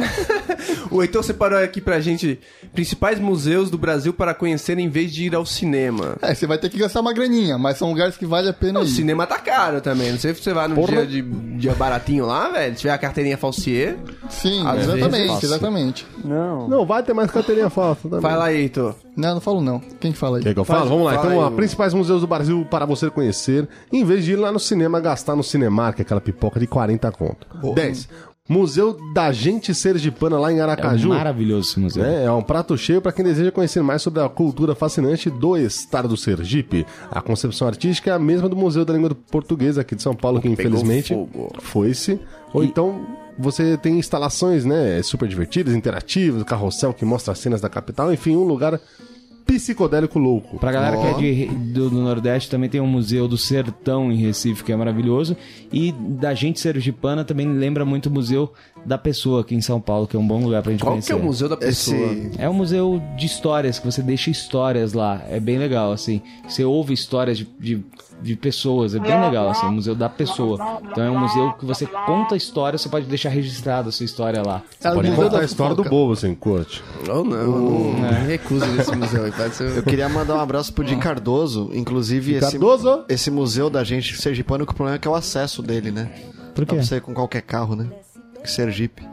C: O Heitor separou aqui pra gente principais museus do Brasil para conhecer em vez de ir ao cinema.
B: É, você vai ter que gastar uma graninha, mas são lugares que vale a pena
C: O
B: ir.
C: cinema tá caro também. Não sei se você vai num dia de dia baratinho lá, velho. Se tiver a carteirinha falsier,
B: Sim,
C: Às vezes
B: exatamente,
C: faço.
B: exatamente.
A: Não, vai ter mais carteirinha falsa também.
C: vai lá, Heitor.
B: Não, não falo não. Quem que fala aí?
A: Quer que eu falo? Vamos lá,
C: fala
A: então,
C: aí,
A: ó,
C: o-
A: principais museus do Brasil para você conhecer, em vez de ir lá no cinema gastar no Cinemark, aquela pipoca de 40 conto. 10. Museu da Gente Sergipana, lá em
D: É um
A: Aracaju.
D: maravilhoso esse museu.
A: É, é um prato cheio para quem deseja conhecer mais sobre a cultura fascinante do estado do Sergipe. A concepção artística é a mesma do Museu da Língua Portuguesa aqui de São Paulo, que infelizmente
C: fogo.
A: foi-se. Ou então você tem instalações, né, super divertidas, interativas, carrossel que mostra as cenas da capital, enfim, um lugar psicodélico louco.
D: Pra galera que é de- do, do Nordeste, também tem o Museu do Sertão em Recife, que é maravilhoso. E da gente sergipana também lembra muito o Museu da Pessoa aqui em São Paulo, que é um bom lugar pra gente
C: Qual
D: conhecer.
C: que é o museu da pessoa?
D: É um museu de histórias, que você deixa histórias lá. É bem legal, assim. Você ouve histórias de, de, de pessoas. É bem legal, assim. É um museu da pessoa. Então é um museu que você conta a história, você pode deixar registrado a sua história lá.
B: É o
A: Pode
B: Museu
A: contar
B: da
A: a história do
B: Fofoca.
A: bobo, assim, curte.
C: Ou Oh, não, eu não me recuso nesse museu. aí, Pode ser...
E: Eu queria mandar um abraço pro Di Cardoso, inclusive esse,
A: Cardoso?
E: esse museu da gente sergipano, que o problema é que é o acesso dele, né?
D: Por
E: Dá
D: quê?
E: pra você ir com qualquer carro, né? Sergipe.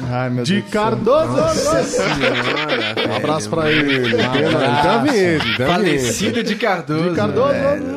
B: Ai, meu
A: De
B: Deus. do céu.
A: Cardoso! Um abraço pra ele. Tem a vinheta, tem a vinheta.
C: Falecido de Cardoso.
A: De Cardoso.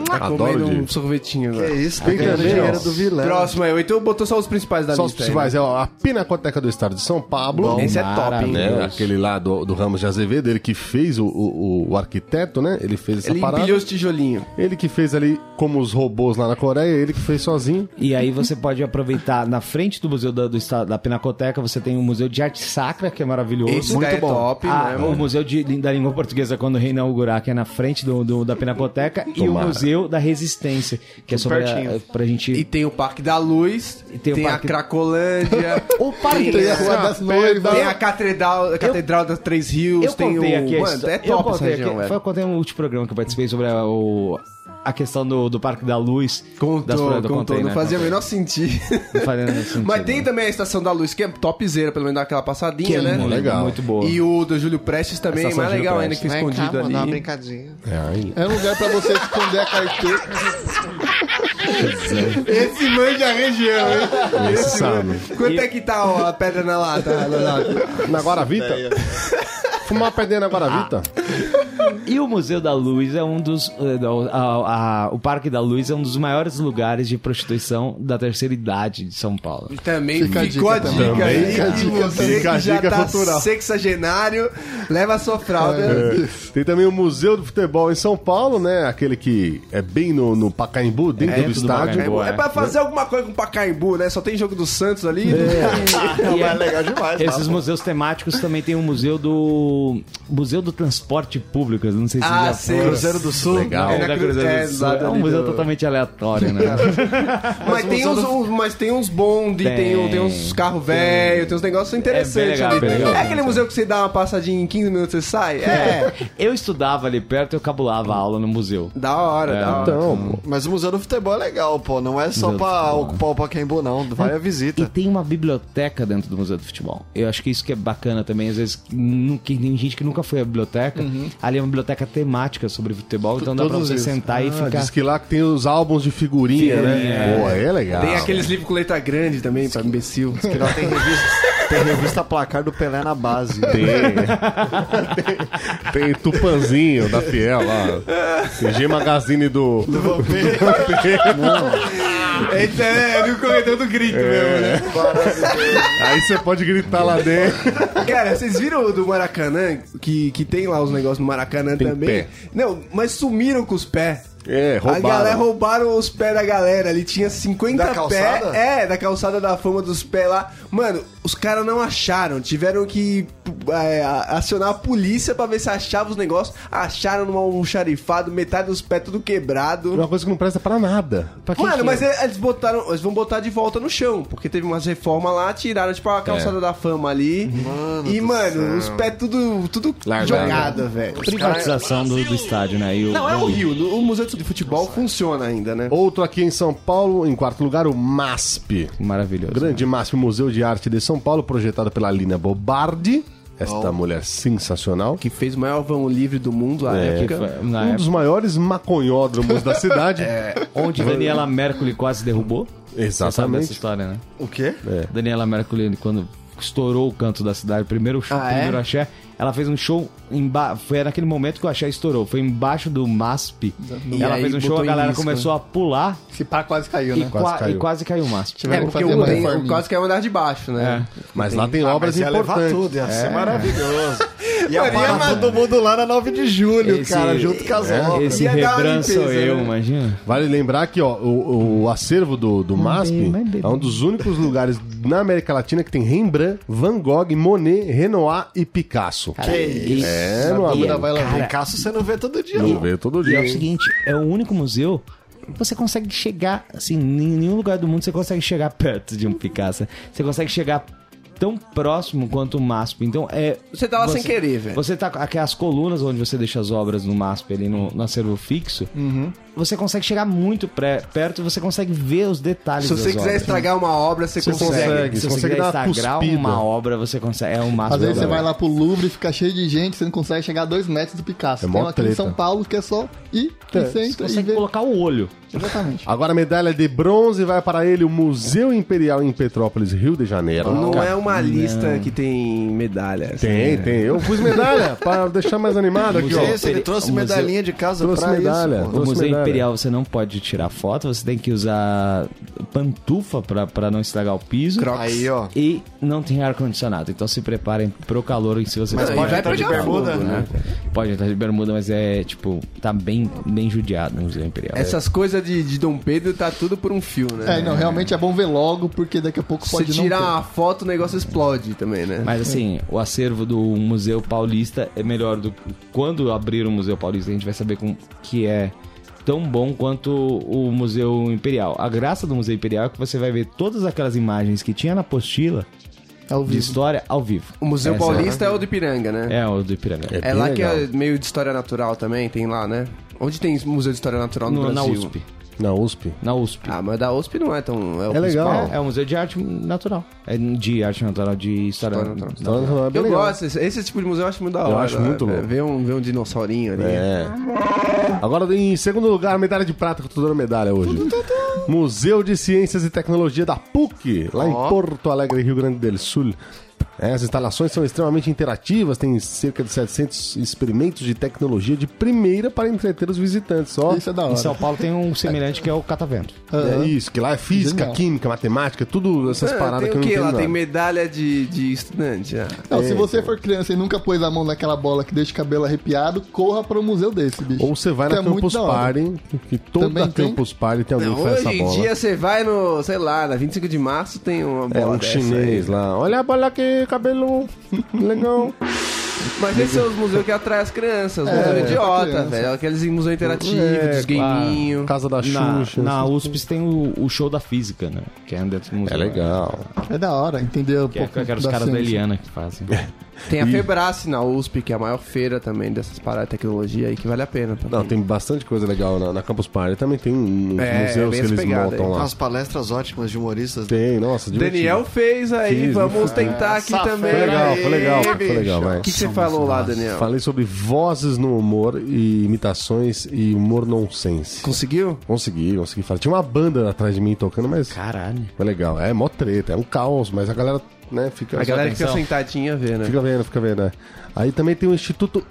C: Tá
A: Adoro
C: comendo um
A: Di.
C: sorvetinho
E: É
C: agora.
E: isso,
A: Tem
E: tem a
A: também,
E: dinheiro
A: ó.
E: do Vilé.
C: Próximo aí, então botou só os principais da
A: Só os
C: lista. aí, né?
A: festivais, é ó, a Pinacoteca do Estado de São Paulo.
C: Bom, Esse é top, hein?
A: né?
D: Maravilhoso.
A: Aquele lá do, do Ramos de Azevedo, ele que fez o, o, o arquiteto, né? Ele fez essa
C: Ele
A: parada.
C: empilhou os tijolinhos.
A: Ele que fez ali como os robôs lá na Coreia, ele que fez sozinho.
D: E aí você pode aproveitar na frente do Museu da, do Estado, da Pinacoteca, você tem o Museu de Arte Sacra, que é maravilhoso.
C: Esse daí é top,
D: Ah,
C: né,
D: o
C: mano?
D: Museu de- da Língua Portuguesa, quando reinaugurar, que é na frente do, do- da Pinacoteca, e o
A: Tomara.
D: Museu da Resistência, que é sobre a,
E: pertinho.
D: pra gente...
C: E tem o Parque da Luz,
D: E tem
C: tem,
D: o Parque-
C: a Cracolândia,
D: O Parque
B: Tem a
C: tem,
B: Rua das Noivas.
C: tem a Catedral, a Catedral das Três Rios,
D: Eu
C: tem
D: contei
C: o...
D: aqui a
C: Mano,
D: histó-
C: é
D: eu
C: top essa
D: contei
C: região,
D: aqui,
C: velho.
D: foi contei um último programa que eu participei sobre a, o- a questão do, do Parque da Luz. das
C: Contou,
D: praias,
C: contou,
D: eu contei,
C: não
D: né?
C: fazia o menor sentido.
D: Não fazia nenhum sentido,
C: Mas tem
D: né?
C: também a Estação da Luz, que é topzera, pelo menos dá aquela passadinha,
D: Que é
C: né?
D: muito
A: Legal.
D: legal. Muito boa.
C: E o do Júlio Prestes também,
D: Estação
C: mais
D: Júlio
C: legal ainda, que
D: Prestes.
C: foi escondido ali.
E: dá uma brincadinha.
A: É, aí.
B: É um lugar pra você esconder a carteira.
C: Esse manja a região, hein?
A: Esse sabe.
C: manja. Quanto é que tá ó, a pedra na lata? Leonardo?
A: Na Guaravita. Fumar perdendo na Guaravita.
D: E o Museu da Luz é um dos. eh, não, a- a- o Parque da Luz é um dos maiores lugares de prostituição da terceira idade de São Paulo.
C: Também
B: Fica a
C: ficou a
B: dica
C: dica,
A: também.
C: aí.
A: Fica a
C: que
A: dica
C: você
A: também.
C: que já
A: Fica a dica
C: tá
A: cultural.
C: sexagenário, leva a sua fralda.
A: É. Tem também o Museu do Futebol em São Paulo, né? Aquele que é bem no, no Pacaembu, dentro
D: É,
A: do
D: dentro do
A: estádio.
D: Pacaembu,
C: É pra fazer alguma coisa com o Pacaembu, né? Só tem jogo do Santos ali. tá,
D: E é-
E: legal demais.
D: um esses museus temáticos também tem o museu do. Museu do Transporte públicas, não sei se
C: Ah,
D: já
C: sei.
D: foi.
C: Cruzeiro
A: do Sul. Legal.
C: É,
D: Era
C: na
D: Cruzeiro
C: Cru-
D: do
C: é,
D: Sul.
C: lá
D: É um
C: ali
D: museu
C: do-
D: totalmente aleatório, né?
C: Mas tem, uns, uns- mas tem uns bondes, tem, um,
D: Tem.
C: tem, É uns carros velhos, tem uns negócios
D: bem
C: interessantes
D: legal,
C: ali.
D: bem legal.
C: é aquele museu que você dá uma passadinha em 15 minutos e você sai? É.
D: Eu estudava ali perto e eu cabulava a aula no museu.
C: da hora, da hora.
A: Então, pô.
E: Mas o Museu do Futebol é legal, pô. Não é só
D: Museu do
E: pra
D: Futebol.
E: ocupar o Pacaembu, não. Vai a
D: E
E: visita.
D: tem uma biblioteca dentro do Museu do Futebol. Eu acho que isso que é bacana também. Às vezes nu- que tem gente que nunca foi à biblioteca. Ali é uma biblioteca temática sobre futebol, então dá pra
A: Uhum. Todos
D: você
A: eles.
D: sentar e
A: Ah,
D: ficar.
A: Diz que lá que tem os álbuns de figurinha, né? Pô, aí é legal.
C: Tem aqueles livros com letra grande também, pra imbecil.
E: Que lá tem revista, tem revista placar do Pelé na base.
A: Tem. tem Tupanzinho da Fiel lá. Tem G Magazine do. Do
C: Eita, é, no corredor do grito
A: É,
C: mesmo, né?
A: Aí você pode gritar lá dentro.
C: Cara, vocês viram o do Maracanã? Que, que tem lá os negócios no Maracanã
A: Tem
C: também.
A: pé.
C: Não, mas sumiram com os pés.
A: É, roubaram.
C: A galera roubaram os pés da galera. Ali tinha 50
E: Da
C: pés.
E: calçada?
C: É, da calçada da fama dos pés lá. Mano, os caras não acharam. Tiveram que é, acionar a polícia pra ver se achavam os negócios. Acharam num almoxarifado, metade dos pés tudo quebrado.
A: É uma coisa que não presta pra nada.
D: Pra quem
C: Mano,
D: que-
C: mas é- eles botaram. Eles vão botar de volta no chão, porque teve umas reformas lá, tiraram, tipo,
D: É.
C: a calçada da fama ali. e, mano, os pés tudo, tudo
E: é
A: Largado.
C: jogado, velho.
D: privatização do, do estádio, né? E o-
C: Não, é o
D: o-
C: Rio. no- O Museu de Futebol funciona ainda, né?
A: Outro aqui em São Paulo, em quarto lugar, o MASP.
D: Maravilhoso.
A: Grande MASP, Museu de Arte de São Paulo, projetado pela Lina Bobardi.
E: Oh.
A: Esta mulher sensacional.
C: Que fez o maior vão livre do mundo né? à
D: né? Que
C: época.
D: foi- na
A: Um dos maiores maconhódromos da cidade.
E: É.
D: época- Onde Daniela Mercury quase derrubou. Você sabe essa
A: Exatamente.
D: história, né?
E: O quê?
D: Daniela Mercury, quando estourou o canto da cidade, o primeiro show,
E: Ah, é?
D: primeiro axé, ela fez um show emba... foi naquele momento que o axé estourou, foi embaixo do MASP.
C: E
D: ela
C: aí
D: fez um show,
C: botou
D: a
C: em
D: galera
C: risco,
D: começou a pular
B: Esse pá quase caiu,
D: e,
B: né?
D: qua-
A: Quase caiu.
D: e quase caiu o MASP.
C: É,
B: Tiveram que
C: porque
B: fazer
C: o
B: uma
C: bem,
B: reforminha.
C: o quase que é andar de baixo, né?
D: É.
A: Mas lá tem
E: Ah,
A: obras
E: mas ia levar
A: importantes. É.
E: tudo, ia ser maravilhoso. Ia parar todo mundo lá na 9 de julho,
D: Esse-
E: cara, junto com as
D: É,
E: obras.
D: Esse
C: Ia dar uma
D: rebran sou
C: limpeza,
D: eu,
C: né?
D: imagina.
A: Vale lembrar que ó, o, o acervo do, do MASP
D: bem, bem.
A: é um dos únicos lugares na América Latina que tem Rembrandt, Van Gogh, Monet, Renoir e Picasso.
D: isso.
A: É, meu amigo.
B: Ainda vai lá ver.
E: Ricaço você não vê todo dia,
A: Não
E: não.
A: vê todo
D: E
A: dia.
D: é o
A: hein?
D: seguinte, é o único museu que você consegue chegar, assim, em nenhum lugar do mundo você consegue chegar perto de um Picasso. Você consegue chegar tão próximo quanto o MASP. Então é
C: Você tá lá sem querer, velho.
D: Você tá com aquelas colunas onde você deixa as obras no MASP ali no, no acervo fixo.
C: Uhum.
D: Você consegue chegar muito pré- perto e você consegue ver os detalhes
C: Se você
D: das
C: quiser
D: obras.
C: estragar uma obra, você
D: Você
C: consegue.
A: consegue,
D: Se você
A: você consegue
D: quiser
A: dar uma
D: sagrar
A: cuspida.
D: uma obra, você consegue. É um MASP.
B: Às vezes você
D: da
B: vai
D: obra.
B: lá pro Louvre e fica cheio de gente, você não consegue chegar a dois metros do Picasso.
A: É
B: Tem
A: mó
B: um aqui em
A: treta.
B: São Paulo que é só ir, e
D: Você
B: senta e
D: consegue
B: ver.
D: colocar o olho.
B: Exatamente.
A: Agora a medalha de bronze vai para ele, o Museu Imperial em Petrópolis, Rio de Janeiro.
C: Não
A: Cara,
C: é uma lista que tem assim, né? medalhas.
D: é
A: Tem, tem. Eu pus medalha para deixar mais animado aqui, ó.
E: Esse, ele trouxe
D: O assim, né? museu-
E: medalhinha de casa
A: Trouxe
E: pra
A: medalha.
E: isso, pô.
D: O
A: Trouxe
D: Museu
A: medalha.
D: Imperial você não pode tirar foto, você tem que usar pantufa pra, pra não estragar o piso.
E: Aí, ó.
D: E não tem ar-condicionado, então se preparem pro calor e se você
E: Mas
D: tiver-
E: pode
C: vai
E: entrar de
C: pegar
E: bermuda,
C: fogo,
E: né?
D: Pode entrar de bermuda, mas é tipo, tá bem, bem judiado no Museu Imperial.
C: Essas coisas de, de Dom Pedro tá tudo por um fio, né?
B: É, não, realmente é bom ver logo, porque daqui a pouco
C: Se
B: pode não
C: tirar
B: ter.
C: uma foto, o negócio explode também, né?
D: Mas assim, o acervo do Museu Paulista é melhor do que. Quando abrir o Museu Paulista, a gente vai saber com que é tão bom quanto o Museu Imperial. A graça do Museu Imperial é que você vai ver todas aquelas imagens que tinha na apostila
B: É
D: de história ao vivo.
C: O Museu
D: Essa-
C: Paulista é o do Ipiranga, né?
D: É, o do Ipiranga.
A: É
C: É,
A: bem
C: lá que é
A: legal.
C: meio de história natural também, tem lá, né? Onde tem museu de história natural no,
D: No- na
C: Brasil?
D: USP.
A: Na USP.
D: Na USP.
C: Ah, mas da USP não é tão. É, o
A: É legal.
C: principal.
D: É, é um museu de arte natural. É de arte natural, de história,
C: História natural.
A: Então, é bem
C: Eu
A: legal.
C: gosto, esse, esse tipo de museu eu acho muito da
A: Eu
C: hora.
A: acho muito
C: né?
A: louco.
C: Ver um, ver um dinossaurinho ali.
A: É. Agora, em segundo lugar, medalha de prata, que eu tô dando medalha hoje. Museu de Ciências e Tecnologia da PUC, lá em Porto Alegre, Rio Grande do Sul. É, As instalações são extremamente interativas, tem cerca de 700 experimentos de tecnologia de primeira para entreter os visitantes. Ó,
B: Isso é da
D: Em
B: hora.
D: São Paulo tem um semelhante que é o catavento.
B: Aham.
A: É isso, que lá é física,
B: Genial. É,
A: química, matemática, tudo essas
C: Ah,
A: paradas
C: tem
A: que eu
C: o
A: não
C: que
A: entendo
C: lá?
A: nada.
C: Tem medalha de, de estudante. ah.
B: Não, se você for criança e nunca pôs a mão naquela bola que deixa o cabelo arrepiado, corra para um museu desse, bicho.
A: Ou você vai
B: Que
A: na
B: é muito
A: Campus
B: da hora.
A: Party, que toda
B: Também tem?
A: Campus Party tem alguém que faz
C: Hoje
A: essa
C: em
A: bola.
C: dia você vai no, sei lá, na 25 de março tem uma
A: É
C: bola
A: um
C: dessa
A: chinês
C: aí.
A: lá. Olha a bola que cabelo legal.
C: Mas esses são os museus que atraem as crianças, os museus idiota,
B: criança.
C: velho. Aqueles museus interativos,
A: É,
C: dos
D: claro.
C: gaminhos.
A: Casa da
D: Na,
A: Xuxa.
D: na
A: assim.
D: USP tem o, o show da física, né? Que é dentro do museu.
A: É legal.
B: É da hora, entender um
D: Que é,
B: pouco
D: que é os
B: da
D: caras da
B: ciência.
D: Eliana que fazem.
C: Tem a Febrace na USP, que é a maior feira também dessas paradas de tecnologia aí, que vale a pena. pra
A: Não,
C: quem-
A: tem bastante coisa legal na, na Campus Party. Também tem um, uns
C: É, bem
A: museus que
C: essa
A: eles
C: pegada
A: montam
C: aí.
A: lá.
E: Umas palestras ótimas de humoristas. né?
A: Tem, nossa, divertido.
C: Daniel fez aí,
A: Fiz,
C: vamos
A: fiz.
C: tentar aqui também.
A: foi legal,
C: Aí,
A: foi legal, foi
C: bicho.
A: legal, vai.
C: O que que você falou lá, Daniel?
A: Falei sobre vozes no humor e imitações e humor nonsense.
C: Conseguiu?
A: Consegui, consegui falar. Tinha uma banda atrás de mim tocando, mas
D: Caralho.
A: foi legal. É mó treta, é um caos, mas a galera, né, fica.
C: A galera que fica
D: atenção.
C: sentadinha vê, né?
A: Fica vendo, fica vendo. é. Aí também tem o Instituto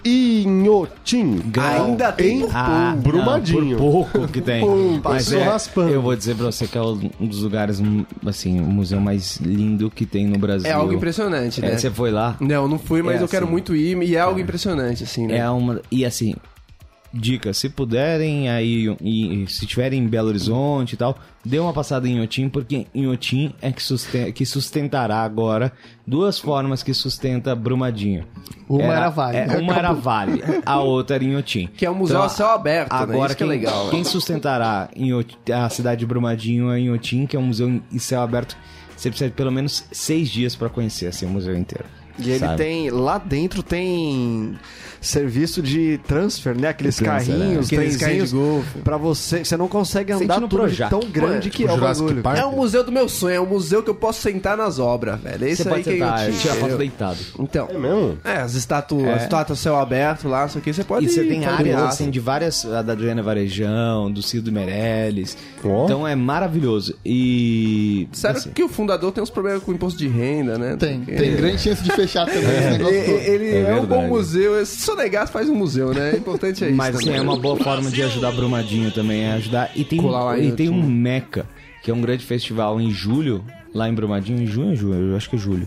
A: Inhotim.
C: Ainda tem
A: Em
C: por
D: Ah,
A: um Brumadinho.
D: Não, por pouco que tem.
A: Pô,
D: Mas
A: passou
D: é,
A: raspando.
D: eu vou dizer pra você que é um dos lugares, assim, o museu mais lindo que tem no Brasil.
C: É algo impressionante,
D: É,
C: né?
D: Você foi lá?
C: Não, não fui, mas
D: É
C: eu quero
D: assim.
C: muito ir e é algo impressionante, assim, né?
D: É uma. E assim, dica, se puderem aí, e- e se tiverem em Belo Horizonte e tal, dê uma passada em Inhotim, porque Inhotim é que, susten- que sustentará agora duas formas que sustenta Brumadinho.
B: Uma era Vale.
D: é, uma era Vale, a outra era Inhotim. Então,
C: Que é um museu a céu aberto, né?
D: Agora
C: Isso que é
D: quem,
C: legal, né?
D: quem sustentará Inhoti- a cidade de Brumadinho é Inhotim, que é um museu em céu aberto. Você precisa de pelo menos seis dias pra conhecer assim, o museu inteiro.
E: E ele
D: sabe?
E: tem. Lá dentro tem serviço de transfer, né? Aqueles
D: transfer,
E: carrinhos,
C: é. Aqueles carrinhos
E: trenzinhos.
C: de golfe.
E: Pra você. Você não consegue
D: Sente
E: andar
D: no
E: tudo de
D: Projac.
E: tão grande que
A: O
E: é o
A: Jurassic
E: bagulho.
A: Park.
C: É o museu do meu sonho, é um museu que eu posso sentar nas obras, velho. É isso
D: Você
C: aí
D: pode
C: que eu
D: sentar,
C: te-
D: tirar foto deitado.
C: Então.
A: É mesmo?
C: É, as estátuas, as estátuas céu aberto lá, isso aqui você pode
D: E você tem
C: pode ir
D: áreas
C: lá.
D: assim de várias. A da Adriana Varejão, do Cido Meirelles.
A: Ó.
D: Então é maravilhoso. E.
C: Sério
D: assim,
C: que o fundador tem uns problemas com o imposto de renda, né?
B: Tem,
C: Porque-
B: tem grande chance de fechar também esse
C: E-
B: negócio todo.
C: e- Ele
A: É
C: é, um bom
A: verdade.
C: museu. Se sonegar, faz um museu, né? O importante é isso.
D: Mas assim,
C: também.
D: é uma boa forma de ajudar Brumadinho também. É ajudar. E tem,
C: Colar lá
D: e
C: em
D: tem um
C: outubro.
D: Meca, que é um grande festival em julho, lá em Brumadinho, em junho, julho, eu acho que é julho.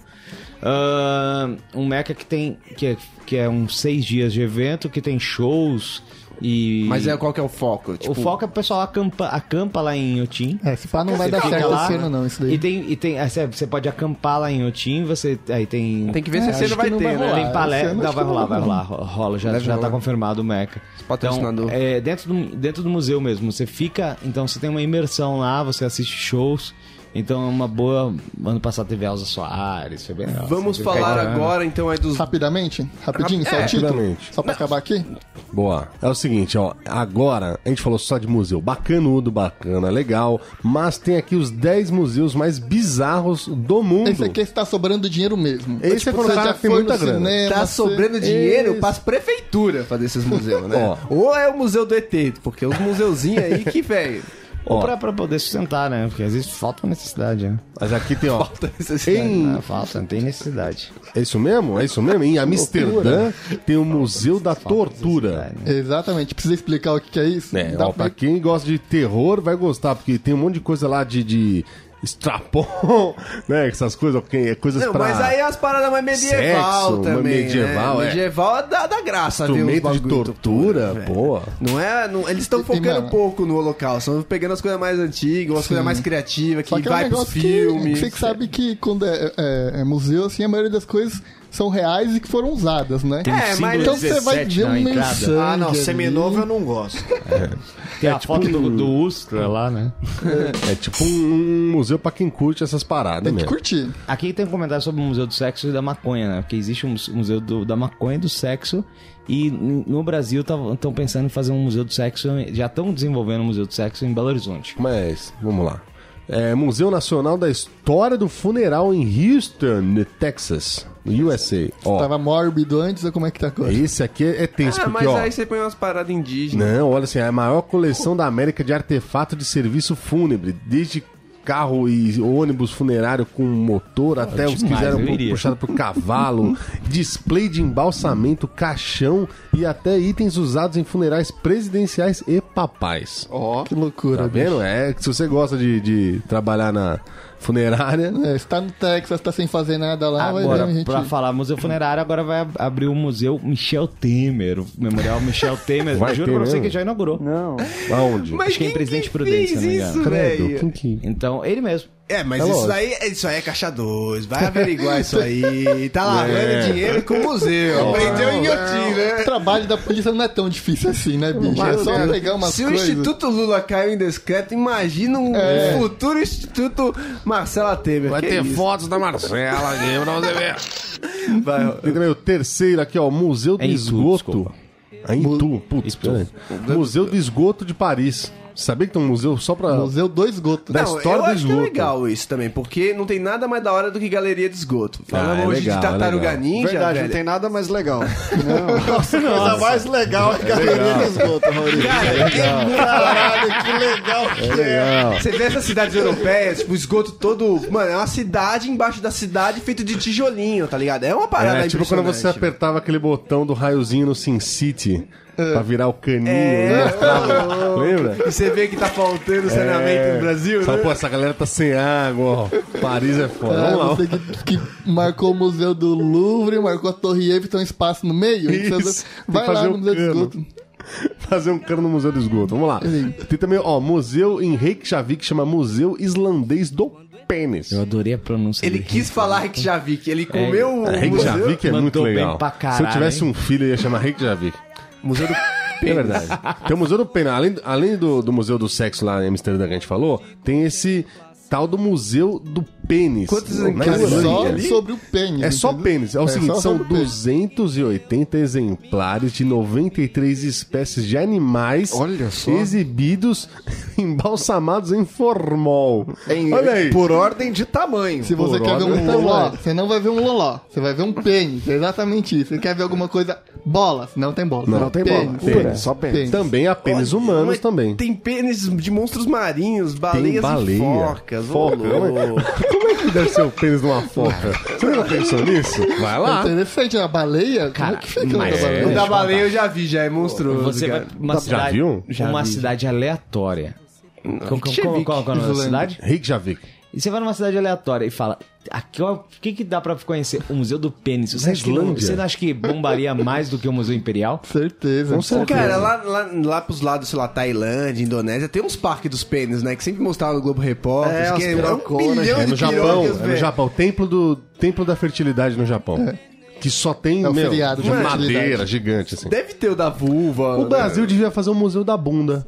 D: Ah, um Meca que tem. Que é, que é uns seis dias de evento, que tem shows e.
C: Mas é, qual que é o foco? Tipo,
D: O foco é o pessoal acampa, acampa lá em Inhotim.
B: É, se pá, não vai
D: Você
B: dar
D: fica
B: certo
D: lá,
B: esse ano, não, isso
D: E
B: daí.
D: tem, e tem aí você, você pode acampar lá em Otim, você aí tem
C: Tem que ver se
B: É,
C: esse
B: acho
C: ano vai
B: que não
C: ter,
B: vai
C: né?
B: rolar.
D: tem palestra,
B: esse ano
D: não,
B: acho
D: vai
B: que
D: rolar,
B: não
D: vai
B: vai
D: rolar, rola, já,
C: Deve
D: já tá
C: rolar.
D: confirmado o Meca.
C: Patrocinador.
D: Então, é, dentro, do, dentro do museu mesmo, você fica, então você tem uma imersão lá, você assiste shows, então é uma boa, ano passado teve Elza Soares, foi bem legal.
C: Vamos
B: assim.
D: Você fica
C: falar
D: aí, né?
C: agora, então, aí dos...
B: Rapidamente? Rapidinho, só
C: É,
B: o título?
A: rapidamente.
B: Só pra acabar aqui?
A: Boa. É o seguinte, ó. Agora a gente falou só de museu. Bacanudo, bacana, legal. Mas tem aqui os 10 museus mais bizarros do mundo.
B: Esse aqui está sobrando dinheiro mesmo. Tipo,
A: Esse é quando o
B: você
A: cara
B: já
A: tem
B: foi
A: muita
B: no
A: grana.
B: cinema,
C: Tá
B: você-
C: sobrando dinheiro
A: Esse.
C: para as prefeituras fazer esses museus, né?
A: Ó.
C: Ou é o museu do ET, porque os museuzinhos aí que, velho...
D: Ou
A: Ó.
D: pra, pra poder sustentar, né? Porque às vezes falta uma necessidade, né?
A: Mas aqui tem, ó.
C: falta necessidade.
A: Em...
D: Ah, falta, não tem necessidade.
A: É isso mesmo? É isso mesmo? Em Amsterdã tem o Museu da Tortura.
B: Exatamente, precisa explicar o que que é isso?
A: É,
B: Dá
A: ó, pra
B: pra-
A: quem gosta de terror vai gostar, porque tem um monte de coisa lá de, de strapon, né? Essas coisas, ok, coisas
C: Não,
A: pra...
C: mas aí é as paradas mais medieval
A: sexo,
C: também,
A: mas medieval,
C: né?
A: é.
C: Medieval dá, dá graça, viu? os
A: Instrumento de
C: bagulho né?
A: tortura,
C: velho.
A: boa.
C: Não é, não- eles estão
B: E- e,
C: focando
B: mano-
C: pouco no holocausto, estão pegando as coisas mais antigas, as coisas mais criativas, que,
B: Só que é um
C: vai pros
B: negócio que-
C: filmes.
B: que você que sabe que quando é, é- é museu, assim, a maioria das coisas são reais e que foram usadas, né?
D: Tem um
C: É,
D: símbolo
C: mas-
B: Então você vai
D: 17
B: ver
D: na
B: um meio
D: entrada.
B: sangue
E: Ah, não,
B: ali.
C: é
E: seminovo eu não gosto.
D: Tem a foto
B: tipo
D: do, do
B: um
D: Ustra lá, né?
A: É tipo um, um museu pra quem curte essas paradas
B: Tem que
A: mesmo.
B: curtir.
D: Aqui tem um comentário sobre o Museu do Sexo e da Maconha, né? Porque existe um mus- Museu do- da Maconha e do Sexo. E n- no Brasil estão pensando em fazer um Museu do Sexo. Já estão desenvolvendo um Museu do Sexo em Belo Horizonte.
A: Mas, vamos lá. É, Museu Nacional da História do Funeral em Houston, Texas, no USA. Ó,
B: Tava mórbido antes, ou como é que tá a coisa?
A: esse aqui é é tenso,
C: Ah,
A: porque,
C: mas
A: ó...
C: aí você põe umas paradas indígenas.
A: Não, olha assim, é a maior coleção da América de artefato de serviço fúnebre, desde carro e ônibus funerário com
B: Ah,
A: motor, até os que
D: demais,
A: fizeram
D: eu
A: pu-
D: iria.
A: puxado por cavalo, display de embalsamento, caixão e até itens usados em funerais presidenciais e papais.
B: Ó, que loucura,
A: Tá vendo? É, que se você gosta de, de trabalhar na funerária, né?
B: bicho. É, você tá no Texas, tá sem fazer nada lá, vai
D: Agora,
B: ver, gente.
D: pra falar museu funerário, agora vai ab- abrir o Museu Michel Temer. O Memorial Michel Temer.
A: Vai
D: Juro
A: ter
D: pra você
A: mesmo?
D: que já inaugurou.
A: aonde?
C: Mas
D: Acho que é em
C: quem
D: Presidente
C: que
D: Prudente,
C: fez
A: né,
D: se não me engano.
C: isso,
A: Credo,
C: velho?
A: quem que-
D: Então, ele mesmo.
C: É, mas
B: É
C: isso
B: lógico.
C: aí, isso aí é caixa 2. Vai averiguar isso aí. Tá lavando
A: É.
C: dinheiro com o museu. Aprendeu em Inhotim,
B: O
C: né?
B: trabalho da polícia não é tão difícil assim, né, bicho? É só
C: Mano,
B: pegar umas
C: Se
B: coisas.
C: o Instituto Lula caiu em discreto, imagina um
B: É.
C: futuro Instituto Marcela Temer.
A: Vai
C: que
A: ter
C: isso?
A: fotos da Marcela aqui pra você ver.
C: Vai, ó.
A: Tem também o terceiro aqui, ó. Museu do
D: É Itu,
A: Esgoto.
D: desculpa.
A: É em Tu, putz, peraí. Museu do Esgoto de Paris. Sabia que tem um museu só pra.
B: Museu né? do Esgoto.
A: Da história do
C: eu acho que é
A: esgoto.
C: legal isso também, porque não tem nada mais da hora do que galeria de esgoto. Falando
D: Ah, é
C: hoje
D: legal,
C: de
D: é
C: tartaruga
D: legal.
C: ninja,
E: Verdade,
C: velho.
E: não tem nada mais legal. Não. Nossa, coisa mais legal é galeria de esgoto, Maurício. Caralho, que legal que é.
C: Você vê essas cidades europeias, tipo, esgoto todo. Mano, é uma cidade embaixo da cidade feito de tijolinho, tá ligado? É uma parada
A: É, tipo quando
C: impressionante.
A: você apertava aquele botão do raiozinho no Sin City pra virar o caninho.
C: É,
A: né?
C: ô,
A: Lembra?
C: E você vê que tá faltando saneamento
A: É.
C: no Brasil,
A: Fala,
C: né?
A: Pô, essa galera tá sem água, ó. Paris é foda.
B: É,
A: Vamos lá.
B: você que, que marcou o Museu do Louvre, marcou a Torre Eiffel, tem um espaço no meio. e você
A: Isso.
B: vai
A: Tem que
B: lá
A: fazer
B: no
A: um
B: Museu do
A: cano.
B: Esgoto.
A: Fazer um cano no Museu do Esgoto. Vamos lá. Tem também, ó, museu em Reykjavik, chama Museu Islandês do Pênis.
D: Eu adorei a pronúncia
C: Ele
D: dele.
C: quis falar que já vi que ele comeu o museu,
A: Reykjavik é
D: Mandou
A: muito
D: bem
A: legal.
D: pra
A: Se eu
D: caralho,
A: tivesse
D: hein?
A: um filho, eu ia chamar Reykjavik. Museu do É verdade. Tem o Museu do Pênis. Além, além do, do Museu do Sexo lá em Amsterdã que a gente falou, tem esse tal do Museu do Pênis.
C: Quantos
A: Na
C: exemplares
B: É
A: Islândia.
B: só
C: ali?
B: sobre o pênis.
A: É só
B: entendeu?
A: pênis. É o
B: É
A: seguinte,
B: só
A: são
B: sobre o pênis.
A: 280 exemplares de 93 espécies de animais
E: Olha só.
A: exibidos embalsamados em formol.
E: Em-
A: Olha aí.
E: Por ordem de tamanho.
B: Se você
A: Por
B: quer ver
A: hora,
B: um
A: então
B: loló,
A: vai.
B: você não vai ver um loló. Você vai ver um pênis. É exatamente isso. Você quer ver alguma coisa... Bolas. Não tem bola.
A: Não
B: Só
E: tem
B: pênis,
E: bola.
B: pênis,
A: Pênis,
E: só pênis.
A: Também há pênis
C: Olha,
A: humanos
C: mas
A: também.
C: Tem pênis de monstros marinhos, baleias
A: baleia,
C: e focas.
A: foca, né?
C: Foca,
A: Como é que deve ser o pênis de uma foca? Você nunca pensou nisso? Vai
B: É
A: lá.
B: interessante. A baleia...
D: Cara,
B: como que fica
D: mas
B: a
A: é.
C: O
B: baleia?
C: da baleia eu já vi, já é monstruoso,
D: Você vai
C: cara.
D: pra uma cidade,
A: viu?
D: Uma cidade aleatória. Qual, qual, qual, qual, qual é o nome da cidade?
A: Reykjavik.
D: E você vai numa cidade aleatória e fala: aqui, ó, o que, que dá pra conhecer? O Museu do Pênis. Você,
A: Na
D: acha que, não-
A: Islândia.
D: você não acha que bombaria mais do que o Museu Imperial?
B: Certeza.
A: Com certeza.
C: Cara, lá, lá, lá pros lados, sei lá, Tailândia, Indonésia, tem uns parques dos pênis, né? Que sempre mostrava no Globo Repórter.
E: É,
C: que
E: as piroconas,
A: É no Japão,
C: pirocas,
A: é no
C: velho.
A: Japão. Templo, do, templo da fertilidade no Japão. Que só tem,
B: É o
A: meu,
B: feriado de
A: de
B: fertilidade.
A: madeira gigante, assim.
C: Deve ter o da vulva.
A: O
C: né?
A: Brasil devia fazer um museu da bunda.